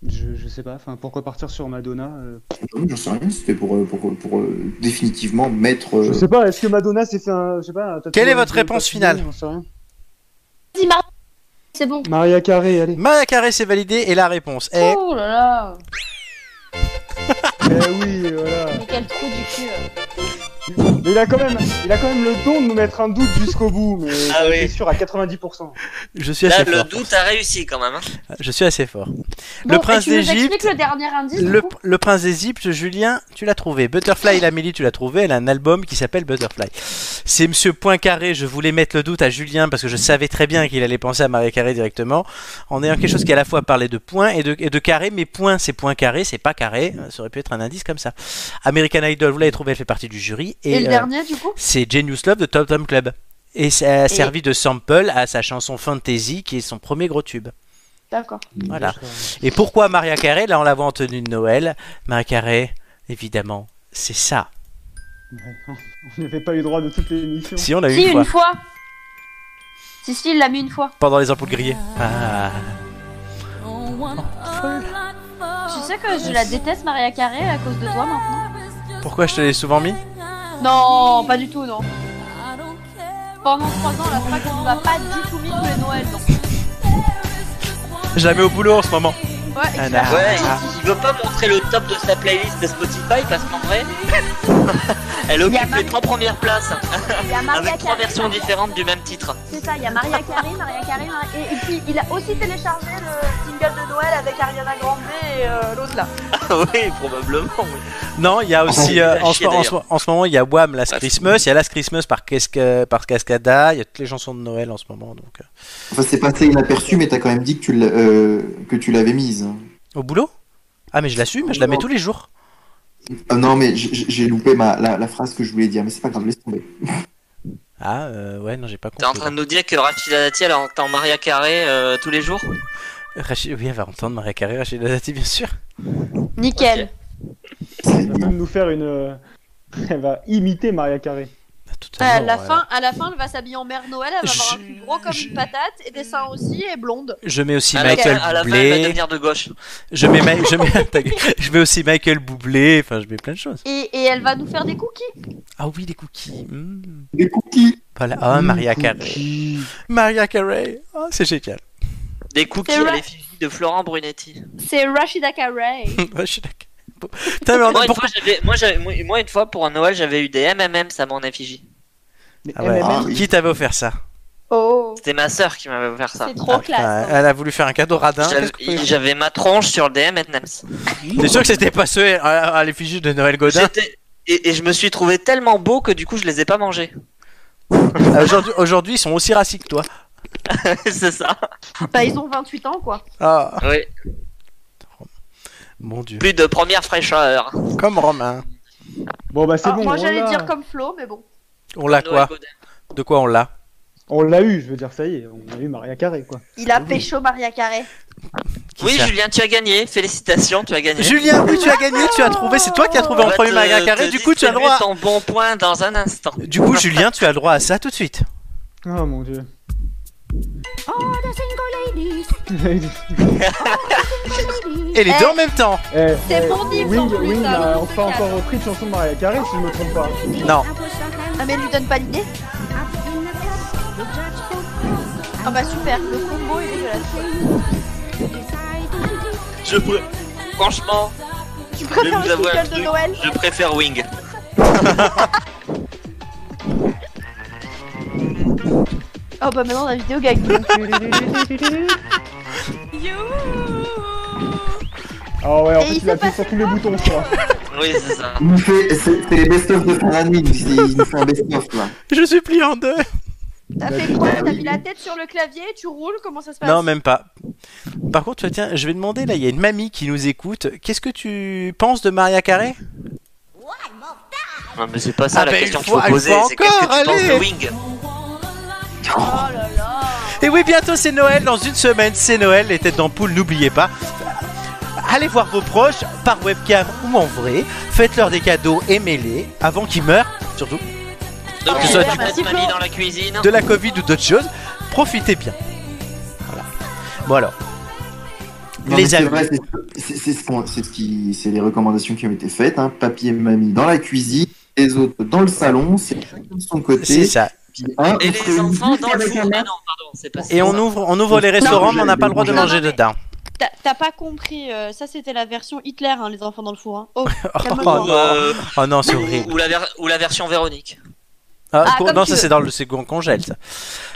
Speaker 5: Je, je sais pas. Enfin, pourquoi partir sur Madonna euh,
Speaker 3: Non, J'en sais rien, c'était pour, euh, pour, pour, euh, définitivement mettre. euh,
Speaker 5: Je sais pas. Est-ce que Madonna s'est fait un, je sais pas. un tatouage
Speaker 1: Quelle est votre
Speaker 5: de-
Speaker 1: réponse
Speaker 5: tatouage,
Speaker 1: finale
Speaker 5: j'en sais rien.
Speaker 4: Vas-y, Maria, c'est bon.
Speaker 5: Maria Carré, allez.
Speaker 1: Maria Carré, c'est validé et la réponse est...
Speaker 4: Oh là là
Speaker 5: eh oui, voilà.
Speaker 4: Mais quel trou du cul euh.
Speaker 5: Mais il a quand même, il a quand même le don de nous mettre un doute jusqu'au bout, mais
Speaker 7: Ah
Speaker 5: j'en
Speaker 7: oui.
Speaker 5: étais sûr à 90%.
Speaker 1: Je suis
Speaker 7: Là,
Speaker 1: assez
Speaker 7: le
Speaker 1: fort.
Speaker 7: doute a réussi, quand même. hein.
Speaker 1: Je suis assez fort.
Speaker 4: Bon,
Speaker 1: le prince
Speaker 4: et tu nous
Speaker 1: d'Égypte...
Speaker 4: expliques le dernier indice du
Speaker 1: Le,
Speaker 4: coup
Speaker 1: le prince d'Égypte, Julien, tu l'as trouvé. Butterfly, l'Amélie, tu l'as trouvé. Elle a un album qui s'appelle Butterfly. C'est Monsieur Poincaré. Je voulais mettre le doute à Julien parce que je savais très bien qu'il allait penser à Marie Carré directement. En ayant quelque chose qui à la fois parlait de points et de, et de carré, mais points, c'est point carré, c'est pas carré. Euh, Ça aurait pu être un indice comme ça. American Idol, vous l'avez trouvé, elle fait partie du jury. Et,
Speaker 4: Et, le
Speaker 1: euh,
Speaker 4: dernier du coup
Speaker 1: c'est Genius Love de Tom Tom Club. Et ça a servi de sample à sa chanson Fantasy, qui est son premier gros tube.
Speaker 4: D'accord.
Speaker 1: Voilà. Et pourquoi Maria Carré Là, on la voit en tenue de Noël. Maria Carré, évidemment, c'est ça.
Speaker 5: On n'avait pas eu droit de toutes les émissions.
Speaker 1: Si, on l'a eu
Speaker 4: Si,
Speaker 1: une fois.
Speaker 4: une fois. Si, si, il l'a mis une fois.
Speaker 1: Pendant les ampoules grillées. Ah.
Speaker 4: Tu sais que je la déteste, Maria Carré, à cause de toi maintenant.
Speaker 1: Ah. Pourquoi je te l'ai souvent mis
Speaker 4: Non, pas du tout, non. Pendant trois ans, la frappe ne va pas du tout mis tous les Noëls. donc.
Speaker 1: Je la mets au boulot en ce moment.
Speaker 4: Ouais, et
Speaker 1: Ah,
Speaker 4: tu vas-
Speaker 1: non.
Speaker 7: Ouais, il- il veut pas montrer le top de sa playlist de Spotify parce qu'en vrai, elle occupe les trois premières places hein.
Speaker 4: il y a Maria
Speaker 7: avec trois
Speaker 4: Carey,
Speaker 7: versions différentes du même titre.
Speaker 4: C'est ça, Ah, il y a Maria Carey, Maria Carey, Maria... Et, et puis il a aussi téléchargé le single de Noël avec Ariana Grande et euh, l'autre là.
Speaker 7: oui, probablement. oui.
Speaker 1: Non, il y a aussi
Speaker 7: Oh,
Speaker 1: euh,
Speaker 7: il a
Speaker 1: en,
Speaker 7: chié, Ah,
Speaker 1: ce, en ce- en ce moment il y a Wham Last
Speaker 7: Parce-
Speaker 1: Christmas, il y a Last Christmas par, Kesca- par Cascada, il y a toutes les chansons de Noël en ce moment donc. euh.
Speaker 3: Enfin, c'est passé inaperçu, mais t'as quand même dit que tu l'as- euh, que tu l'avais mise.
Speaker 1: Au boulot Ah mais je l'assume, je la mets tous les jours.
Speaker 3: Ah, non, mais j- j- j'ai loupé ma, la, la phrase que je voulais dire, mais c'est pas grave, laisse tomber.
Speaker 1: Ah euh, ouais non j'ai pas
Speaker 7: T'es en
Speaker 1: compris.
Speaker 7: train de nous dire que Rachida Dati elle entend Maria Carré euh, tous les jours
Speaker 1: Rachid- Oui elle va entendre Maria Carré, Rachid Dati bien sûr.
Speaker 4: Nickel.
Speaker 7: Ok.
Speaker 5: Elle va même nous faire une. euh, Elle va imiter Maria Carré.
Speaker 1: Bah, totalement,
Speaker 4: À la,
Speaker 1: ouais.
Speaker 4: fin, à la fin, elle va s'habiller en mère Noël, elle va avoir un
Speaker 1: Je-
Speaker 4: cul gros comme
Speaker 1: je-
Speaker 4: une patate et des seins aussi et blonde.
Speaker 1: Je mets aussi
Speaker 7: à la,
Speaker 1: Michael
Speaker 7: fin, à la fin, elle va
Speaker 1: Bublé.
Speaker 7: devenir de gauche.
Speaker 1: Je mets Ma- je mets ta gueule. je mets aussi Michael Bublé. Enfin je mets plein de choses.
Speaker 4: Et, et elle va nous faire des cookies.
Speaker 1: Ah oui les cookies. hmm.
Speaker 3: Des cookies
Speaker 1: Voilà. Ah Maria Carré. Maria Carré. Oh, c'est génial.
Speaker 7: Des cookies
Speaker 4: C'est
Speaker 7: à
Speaker 4: vrai.
Speaker 7: l'effigie de Florent Brunetti.
Speaker 4: C'est Rashida Carey.
Speaker 1: Ouais, je suis d'accord. Bon. Putain, mais on a-
Speaker 7: Moi une,
Speaker 1: pourquoi-
Speaker 7: fois, j'avais- moi, j'avais- moi- moi, une fois, pour un Noël, j'avais eu des MMMs à mon effigie.
Speaker 5: Mais
Speaker 1: Ah ouais.
Speaker 5: MMM,
Speaker 3: Ah, oui.
Speaker 1: Qui t'avait offert ça
Speaker 4: Oh,
Speaker 7: C'était ma sœur qui m'avait offert ça.
Speaker 4: c'est trop
Speaker 1: Ah,
Speaker 4: classe.
Speaker 2: hein.
Speaker 1: putain, Elle a voulu faire un cadeau radin.
Speaker 7: J'avais-
Speaker 1: Qu'est-ce que vous pouvez-
Speaker 7: J'avais ma tronche sur des MMMs.
Speaker 1: T'es sûr que c'était pas ceux euh, à, à l'effigie de Noël Godin
Speaker 7: J'étais- Et, et je me suis trouvé tellement beau que du coup je les ai pas mangés.
Speaker 1: Euh, Aujourd'hui, aujourd'hui, ils sont aussi racis que toi.
Speaker 7: c'est ça.
Speaker 4: Bah, ils ont 28 ans quoi.
Speaker 1: Ah,
Speaker 7: Oui.
Speaker 1: mon dieu.
Speaker 7: Plus de première fraîcheur.
Speaker 1: Comme Romain.
Speaker 5: Bon bah c'est
Speaker 4: Alors,
Speaker 5: bon.
Speaker 4: Ah, moi
Speaker 5: on
Speaker 4: j'allais
Speaker 5: l'a.
Speaker 4: dire comme Flo, mais bon.
Speaker 1: On l'a
Speaker 7: Noël
Speaker 1: quoi
Speaker 7: Godin.
Speaker 1: De quoi on l'a
Speaker 5: On l'a eu, je veux dire, ça y est, on a eu Maria Carré quoi.
Speaker 4: Il a pécho Maria Carey.
Speaker 1: Qui
Speaker 7: Oui,
Speaker 1: ça
Speaker 7: Julien, tu as gagné. Félicitations, tu as gagné.
Speaker 1: Julien, oui, tu as gagné, tu as trouvé, c'est toi qui as trouvé
Speaker 7: On
Speaker 1: en
Speaker 7: va
Speaker 1: premier
Speaker 7: te-
Speaker 1: Maria Carré,
Speaker 7: te
Speaker 1: du coup tu as le
Speaker 7: distribuer
Speaker 1: droit.
Speaker 7: ton bon point dans un instant.
Speaker 1: Du coup, Julien, tu as le droit à ça tout de suite.
Speaker 5: Oh mon dieu.
Speaker 4: Oh,
Speaker 1: Et les
Speaker 4: Eh.
Speaker 1: deux en même temps.
Speaker 4: C'est mon livre,
Speaker 5: eh, Wing,
Speaker 4: en plus,
Speaker 5: Wing
Speaker 4: là.
Speaker 5: a enfin encore repris une chanson de Maria Carré si je me trompe pas.
Speaker 1: Non.
Speaker 4: Ah, mais lui donne pas l'idée Ah, bah super, le combo est dégueulasse.
Speaker 7: Je peux. Franchement,
Speaker 4: Tu
Speaker 7: Je vais
Speaker 4: préfères
Speaker 7: vous
Speaker 4: le
Speaker 7: avouer un
Speaker 4: single de
Speaker 7: truc.
Speaker 4: Noël
Speaker 7: je préfère Wing.
Speaker 4: Oh, bah maintenant la vidéo gag.
Speaker 5: Ah ouais, en
Speaker 4: Et
Speaker 5: fait
Speaker 4: il
Speaker 5: il a
Speaker 4: s'est
Speaker 5: appuyé
Speaker 4: passé
Speaker 5: sur tous les boutons je crois.
Speaker 7: Oui, c'est ça.
Speaker 3: Il nous fait- C'est c'est les best-of de fin d'année, il il nous fait un best-of là.
Speaker 1: Je suis plié en deux.
Speaker 4: T'as fait quoi T'as mis la tête sur le clavier, tu roules, comment ça se passe
Speaker 1: Non, même pas. Par contre, tu vois, tiens, je vais demander, là, il y a une mamie qui nous écoute. Qu'est-ce que tu penses de Maria Carré
Speaker 7: Non, mais c'est pas ça
Speaker 1: Ah
Speaker 7: la
Speaker 1: bah,
Speaker 7: question
Speaker 1: il
Speaker 7: qu'il
Speaker 1: faut-
Speaker 7: faut
Speaker 1: il faut
Speaker 7: poser. C'est qu'est-ce que tu
Speaker 1: encore,
Speaker 7: penses
Speaker 1: allez.
Speaker 7: de Wing
Speaker 4: Oh là là
Speaker 1: Et oui, bientôt c'est Noël, dans une semaine c'est Noël, les têtes d'ampoule, n'oubliez pas. Allez voir vos proches, par webcam ou en vrai, faites-leur des cadeaux, aimez-les, avant qu'ils meurent, surtout,
Speaker 7: Donc,
Speaker 1: Ah,
Speaker 7: tu
Speaker 1: super,
Speaker 7: sois du
Speaker 4: merci,
Speaker 7: passe mamie
Speaker 4: Flo.
Speaker 7: dans la cuisine.
Speaker 1: de la Covid ou d'autres choses, profitez bien. Voilà. Bon alors,
Speaker 3: Non, mais
Speaker 1: les
Speaker 3: c'est
Speaker 1: amis,
Speaker 3: vrai, c'est- c'est c'est ce qu'on- c'est ce qui- c'est les recommandations qui ont été faites. Hein. Papy et mamie dans la cuisine, les autres dans le salon, c'est chacun de son
Speaker 1: c'est
Speaker 3: côté.
Speaker 1: ça.
Speaker 3: Puis un,
Speaker 7: Et
Speaker 3: on se
Speaker 7: les
Speaker 3: réunit
Speaker 7: enfants dans le
Speaker 3: avec
Speaker 7: four.
Speaker 3: un
Speaker 7: Ah
Speaker 3: masque.
Speaker 7: non, pardon, c'est pas ça.
Speaker 1: Et on ouvre, on ouvre les restaurants, mais on n'a pas le droit de
Speaker 3: Non, non,
Speaker 1: manger
Speaker 4: mais-
Speaker 1: dedans.
Speaker 4: T'as- T'as pas compris, euh, ça c'était la version Hitler, hein, les enfants dans le four. hein. Oh,
Speaker 1: Oh
Speaker 4: Calme-toi.
Speaker 7: Ou,
Speaker 1: non,
Speaker 7: euh,
Speaker 1: oh, non, c'est
Speaker 7: ou,
Speaker 1: horrible.
Speaker 7: ou la ver- ou la version Véronique.
Speaker 1: Ah,
Speaker 4: Ah,
Speaker 1: pour-
Speaker 4: comme
Speaker 1: non,
Speaker 4: tu
Speaker 1: ça
Speaker 4: veux.
Speaker 1: c'est dans le second congèle. ça.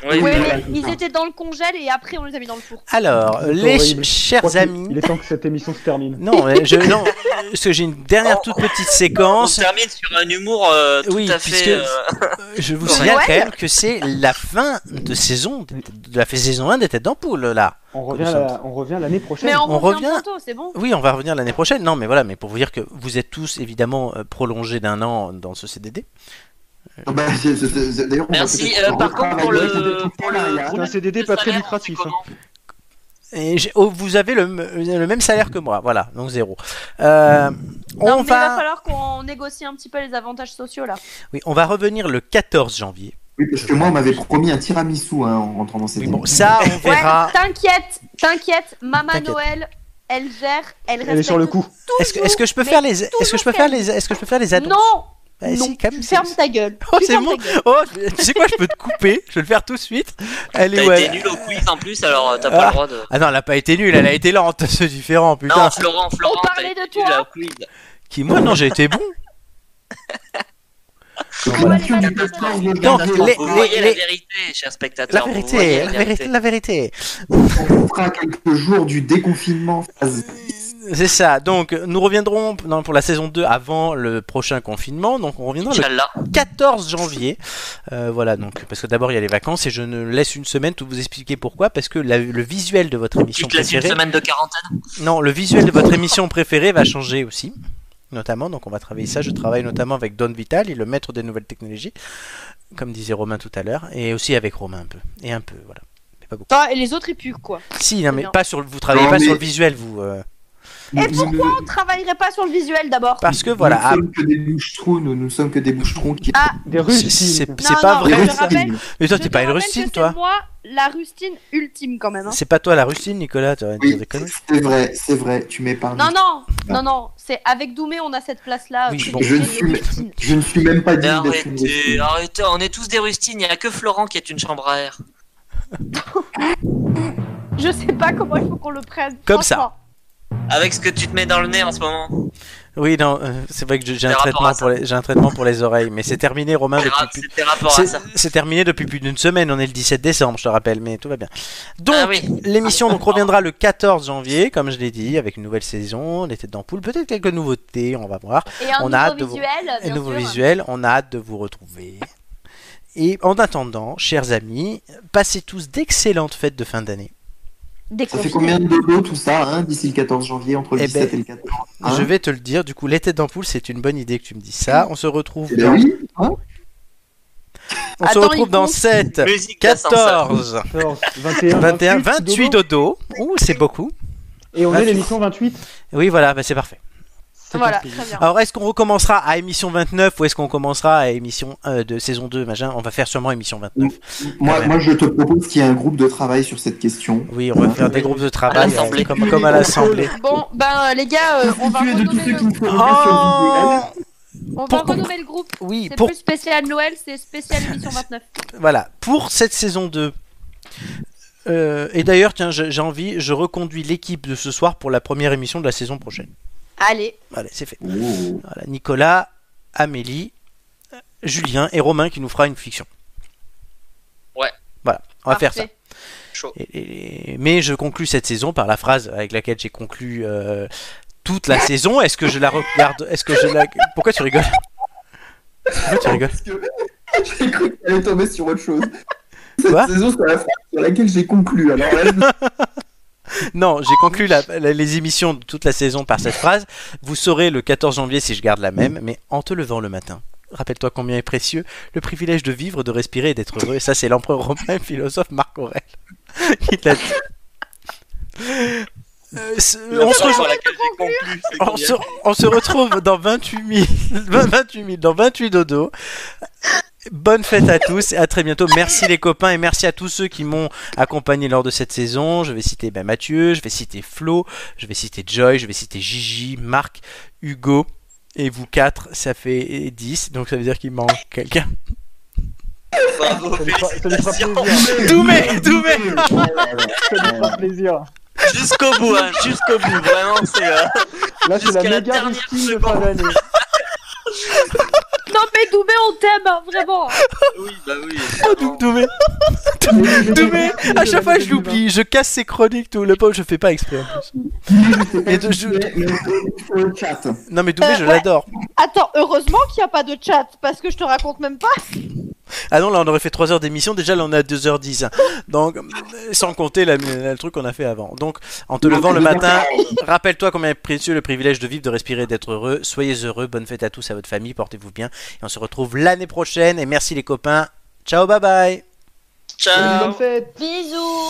Speaker 7: Oui,
Speaker 4: Ouais,
Speaker 7: mais-
Speaker 4: mais ils étaient dans le congèle et après on les a mis dans le four.
Speaker 1: Alors,
Speaker 5: C'est
Speaker 1: les
Speaker 5: horrible.
Speaker 1: ch-
Speaker 5: Je crois
Speaker 1: chers
Speaker 5: qu'il-
Speaker 1: amis.
Speaker 5: Il est temps que cette émission se termine.
Speaker 1: Non, euh, je, non, parce que j'ai une dernière toute petite
Speaker 7: On
Speaker 1: séquence.
Speaker 7: termine sur un humour euh, tout
Speaker 1: Oh, Oui,
Speaker 7: à fait.
Speaker 1: puisque-
Speaker 7: euh,
Speaker 1: Je vous
Speaker 7: Noël.
Speaker 1: signale quand même que c'est la fin de saison, de la saison 1 des Têtes d'Ampoule, là.
Speaker 5: On revient, à la- on revient l'année prochaine.
Speaker 4: Mais on,
Speaker 1: on
Speaker 4: revient
Speaker 1: revient.
Speaker 4: bientôt, c'est bon.
Speaker 1: Oui, on va revenir l'année prochaine. Non, mais voilà, mais pour vous dire que vous êtes tous évidemment euh, prolongés d'un an dans ce CDD.
Speaker 3: Ah bah, c'est- c'est- c'est- D'ailleurs, on va
Speaker 7: Merci.
Speaker 3: peut-être
Speaker 7: euh, par contre, pour
Speaker 3: retravailler cette
Speaker 7: le,
Speaker 3: étude
Speaker 7: pour le
Speaker 3: salariale.
Speaker 5: C'est un
Speaker 7: roulette
Speaker 5: CDD
Speaker 7: de
Speaker 5: pas très
Speaker 7: salaire,
Speaker 5: lucratif, hein.
Speaker 7: on fait comment
Speaker 1: Et j'ai- oh, vous avez le, m- le même salaire que moi, voilà, donc zéro. Euh,
Speaker 4: Non,
Speaker 1: on
Speaker 4: mais il va
Speaker 1: va,
Speaker 4: falloir qu'on négocie un petit peu les avantages sociaux là.
Speaker 1: oui, on va revenir le 14 janvier.
Speaker 3: Oui, parce que moi, on m'avait promis un tiramisu hein, en rentrant dans cette
Speaker 1: Oui,
Speaker 3: émission.
Speaker 1: bon, ça, on
Speaker 4: Ouais,
Speaker 1: verra.
Speaker 4: t'inquiète, t'inquiète, Maman
Speaker 1: T'inquiète.
Speaker 4: Noël, elle gère, elle respecte.
Speaker 5: Elle est sur le coup.
Speaker 1: Est-ce que, est-ce que je peux faire les, est-ce que je peux faire les, est-ce que je peux faire les annonces
Speaker 4: Non,
Speaker 1: Bah,
Speaker 4: non,
Speaker 1: si, quand même,
Speaker 4: tu
Speaker 1: c'est-
Speaker 4: fermes ta gueule.
Speaker 1: Oh,
Speaker 4: Tu
Speaker 1: c'est
Speaker 4: fermes
Speaker 1: bon.
Speaker 4: ta gueule.
Speaker 1: Oh, je- tu sais quoi, je peux te couper, je vais le faire tout de suite. Elle est
Speaker 7: T'as
Speaker 1: où
Speaker 7: été
Speaker 1: elle-
Speaker 7: nul au quiz en plus, alors euh, t'as pas
Speaker 1: Ah.
Speaker 7: le droit de.
Speaker 1: Ah non, elle a pas été nulle, elle a été lente, c'est différent, putain.
Speaker 7: Non, Florent, Florent,
Speaker 4: On
Speaker 7: t'as
Speaker 4: parlait
Speaker 7: été
Speaker 4: de
Speaker 7: nul
Speaker 4: toi.
Speaker 7: au quiz.
Speaker 1: Qui moi Non, j'ai été bon.
Speaker 3: Donc,
Speaker 4: Ouais,
Speaker 3: la
Speaker 4: les
Speaker 3: queue du
Speaker 4: malades
Speaker 3: peuple,
Speaker 4: mentales.
Speaker 3: il est
Speaker 1: Donc,
Speaker 3: gardé.
Speaker 1: les-
Speaker 7: Vous voyez
Speaker 1: les-
Speaker 7: la vérité, chers
Speaker 1: La
Speaker 7: spectateurs. vous voyez
Speaker 1: vérité, la vérité, la vérité.
Speaker 3: On fera quelques jours du déconfinement. phase
Speaker 1: C'est ça. Donc, nous reviendrons p- non, pour la saison 2 avant le prochain confinement. Donc, on reviendra le
Speaker 7: Inch'Allah.
Speaker 1: 14 janvier. Euh, voilà, donc, parce que d'abord, il y a les vacances et je ne laisse une semaine tout vous expliquer pourquoi. Parce que la- le visuel de votre
Speaker 7: Tu
Speaker 1: émission
Speaker 7: te laisses une
Speaker 1: préférée.
Speaker 7: semaine de quarantaine.
Speaker 1: Non, le visuel de votre émission préférée va changer aussi. Notamment, donc on va travailler ça. Je travaille notamment avec Don Vital, il est le maître des nouvelles technologies, comme disait Romain tout à l'heure, et aussi avec Romain un peu. Et un peu, voilà. Mais pas beaucoup.
Speaker 4: Attends, et les autres ils puent quoi.
Speaker 1: Si, non, mais
Speaker 4: Non.
Speaker 1: pas sur le, vous travaillez
Speaker 3: Non,
Speaker 1: pas
Speaker 3: mais-
Speaker 1: sur le visuel, vous. euh,
Speaker 3: Nous-
Speaker 4: Et pourquoi
Speaker 3: nous-
Speaker 4: On travaillerait pas sur le visuel d'abord.
Speaker 1: parce que voilà,
Speaker 3: Nous sommes que des bouches-trous, nous, nous sommes que des bouches-trous qui.
Speaker 4: Ah,
Speaker 5: Des
Speaker 1: ah, c'est
Speaker 5: rues.
Speaker 1: c'est-
Speaker 5: Philippe.
Speaker 1: c'est
Speaker 4: Non,
Speaker 1: pas
Speaker 4: non,
Speaker 1: vrai.
Speaker 4: mais je rappelle-
Speaker 1: Mais toi,
Speaker 4: Je
Speaker 1: t'es
Speaker 4: te
Speaker 1: pas une
Speaker 4: rappelle
Speaker 1: rustine,
Speaker 4: que
Speaker 1: toi.
Speaker 4: C'est moi la rustine ultime quand même. hein.
Speaker 1: C'est pas toi la rustine, Nicolas. Tu
Speaker 3: Oui, c'est vrai, c'est vrai, tu m'épargnes.
Speaker 4: Non, non, non, non, c'est avec Doumé, on a cette place-là.
Speaker 1: Oui,
Speaker 4: Je suis
Speaker 1: bon.
Speaker 3: Je ne
Speaker 4: obligée
Speaker 3: suis-
Speaker 4: de rustine.
Speaker 3: Je ne suis même pas
Speaker 7: Mais
Speaker 3: digne d'être une
Speaker 7: ben, Arrêtez,
Speaker 3: rustine.
Speaker 7: arrêtez, on est tous des rustines, il n'y a que Florent qui est une chambre à air.
Speaker 4: Je sais pas comment il faut qu'on le prenne.
Speaker 1: Comme ça.
Speaker 4: franchement.
Speaker 7: Avec ce que tu te mets dans le nez en ce moment.
Speaker 1: Oui, non, euh, c'est vrai que j'ai un,
Speaker 7: Par rapport
Speaker 1: traitement
Speaker 7: à ça.
Speaker 1: pour les- j'ai un traitement pour les oreilles, Ah, mais c'est terminé, Romain,
Speaker 7: C'est
Speaker 1: depuis
Speaker 7: ra-
Speaker 1: plus-
Speaker 7: C'était rapport à
Speaker 1: C'est-
Speaker 7: ça.
Speaker 1: C'est terminé depuis plus d'une semaine, on est le 17 décembre, je te rappelle, mais tout va bien. Donc,
Speaker 7: Ah oui.
Speaker 1: l'émission donc reviendra le 14 janvier, comme je l'ai dit, avec une nouvelle saison, les têtes d'ampoule, peut-être quelques nouveautés, on va voir.
Speaker 4: Et un
Speaker 1: ah. On a hâte de vous-
Speaker 4: nouveau visuel,
Speaker 1: Un
Speaker 4: bien
Speaker 1: nouveau
Speaker 4: sûr.
Speaker 1: visuel, on a hâte de vous retrouver. Et en attendant, chers amis, passez tous d'excellentes fêtes de fin d'année.
Speaker 3: Ça fait combien de dodo tout ça, hein, d'ici le 14 janvier, entre le
Speaker 1: Eh ben,
Speaker 3: 17 et le 14 hein
Speaker 1: Je vais te le dire, du coup, les têtes d'ampoule, c'est une bonne idée que tu me dis ça. On se retrouve
Speaker 3: Eh
Speaker 1: dans,
Speaker 3: ben oui, hein
Speaker 1: on se
Speaker 4: Attends,
Speaker 1: retrouve
Speaker 4: il
Speaker 1: dans
Speaker 4: compte.
Speaker 1: 7,
Speaker 7: Musique d'ascenseur.
Speaker 1: 14,
Speaker 5: 14, 21,
Speaker 1: 21, 28
Speaker 5: 28
Speaker 1: dodo. Ouh, c'est beaucoup.
Speaker 5: Et on est
Speaker 1: 28.
Speaker 5: l'émission 28.
Speaker 1: Oui, voilà, bah, c'est parfait.
Speaker 5: C'est
Speaker 4: Voilà,
Speaker 5: parti.
Speaker 4: très bien.
Speaker 1: Alors, est-ce qu'on recommencera à émission 29 ou est-ce qu'on commencera à émission euh, de saison 2 machin On va faire sûrement émission 29.
Speaker 3: Moi,
Speaker 1: même.
Speaker 3: moi, je te propose qu'il y ait un groupe de travail sur cette question.
Speaker 1: Oui, on va faire des groupes de travail
Speaker 7: l'Assemblée.
Speaker 1: euh, comme, comme à l'Assemblée.
Speaker 4: Bon, ben euh, les gars, euh, on va
Speaker 3: Situé de tous
Speaker 4: renommer
Speaker 3: ceux
Speaker 4: le,
Speaker 3: qui nous font des
Speaker 1: Oh
Speaker 3: questions
Speaker 4: on va
Speaker 1: pour-
Speaker 4: renommer le groupe.
Speaker 1: Oui,
Speaker 4: C'est
Speaker 1: pour,
Speaker 4: plus spécial Noël, c'est spécial émission 29.
Speaker 1: voilà, pour cette saison 2. euh, et d'ailleurs, tiens, je- j'ai envie, je reconduis l'équipe de ce soir pour la première émission de la saison prochaine.
Speaker 4: Allez,
Speaker 1: Allez, c'est fait.
Speaker 3: visuelles. Oh.
Speaker 1: Voilà, Nicolas, Amélie, euh, Julien et Romain qui nous fera une fiction.
Speaker 7: Ouais.
Speaker 1: Voilà, on va faire ça.
Speaker 4: parfait.
Speaker 1: Et- et- mais je conclus cette saison par la phrase avec laquelle j'ai conclu euh, toute la saison. Est-ce que je la regarde Est-ce que je la Pourquoi tu rigoles Pourquoi tu rigoles
Speaker 3: Parce que J'ai cru qu'elle allait tomber sur autre chose. Cette
Speaker 1: Quoi
Speaker 3: saison, c'est la phrase sur laquelle j'ai conclu. Alors là, je-
Speaker 1: Non, j'ai conclu la- la- les émissions de toute la saison par cette phrase. Vous saurez le 14 janvier si je garde la même, mais en te levant le matin. Rappelle-toi combien est précieux le privilège de vivre, de respirer et d'être heureux. Et ça, c'est l'empereur romain et philosophe Marc Aurèle qui te l'a dit. Euh, ce-
Speaker 7: La
Speaker 1: on se
Speaker 7: phrase
Speaker 1: rejoint.
Speaker 7: sur laquelle j'ai conclu, c'est
Speaker 1: on
Speaker 7: combien
Speaker 1: se, on se retrouve dans 28 000, 28 000, dans 28 dodo. Bonne fête à tous et à très bientôt. Merci les copains et merci à tous ceux qui m'ont accompagné lors de cette saison. Je vais citer ben, Mathieu, je vais citer Flo, je vais citer Joy, je vais citer Gigi, Marc, Hugo et vous quatre. Ça fait 10, donc ça veut dire qu'il manque quelqu'un.
Speaker 7: Bravo,
Speaker 5: Ça nous fera- ça nous fera
Speaker 7: félicitations.
Speaker 5: plaisir.
Speaker 1: Doumé, Doumé
Speaker 5: Ça nous fera plaisir.
Speaker 7: Jusqu'au bout, hein, jusqu'au bout. Vraiment, c'est. euh,
Speaker 5: Là, c'est
Speaker 7: Jusqu'à
Speaker 5: la
Speaker 7: la
Speaker 5: méga
Speaker 7: dernière
Speaker 5: rustine de fin d'année.
Speaker 4: Non mais Doumé, on t'aime hein, vraiment.
Speaker 7: Oui, bah oui.
Speaker 1: Oh, Dou- Doumé, Doumé, à chaque fois je l'oublie, je casse ses chroniques, tout le pauvre, je fais pas exprès en plus. Et de- je-
Speaker 3: Mais- mais on est sur le chat.
Speaker 1: Non mais Doumé,
Speaker 4: Euh,
Speaker 1: je
Speaker 4: ouais.
Speaker 1: l'adore.
Speaker 4: Attends, heureusement qu'il n'y a pas de chat parce que je te raconte même pas.
Speaker 1: Ah non, là on aurait fait 3 heures d'émission, déjà là on est à 2h10. Donc, euh, sans compter la- la- le truc qu'on a fait avant. Donc, en te levant le matin, rappelle-toi combien est précieux le privilège de vivre, de respirer, d'être heureux. Soyez heureux, bonne fête à tous, à votre famille, portez-vous bien. Et on se retrouve l'année prochaine. Et merci les copains. Ciao, bye bye.
Speaker 5: Bonne fête
Speaker 2: Bisous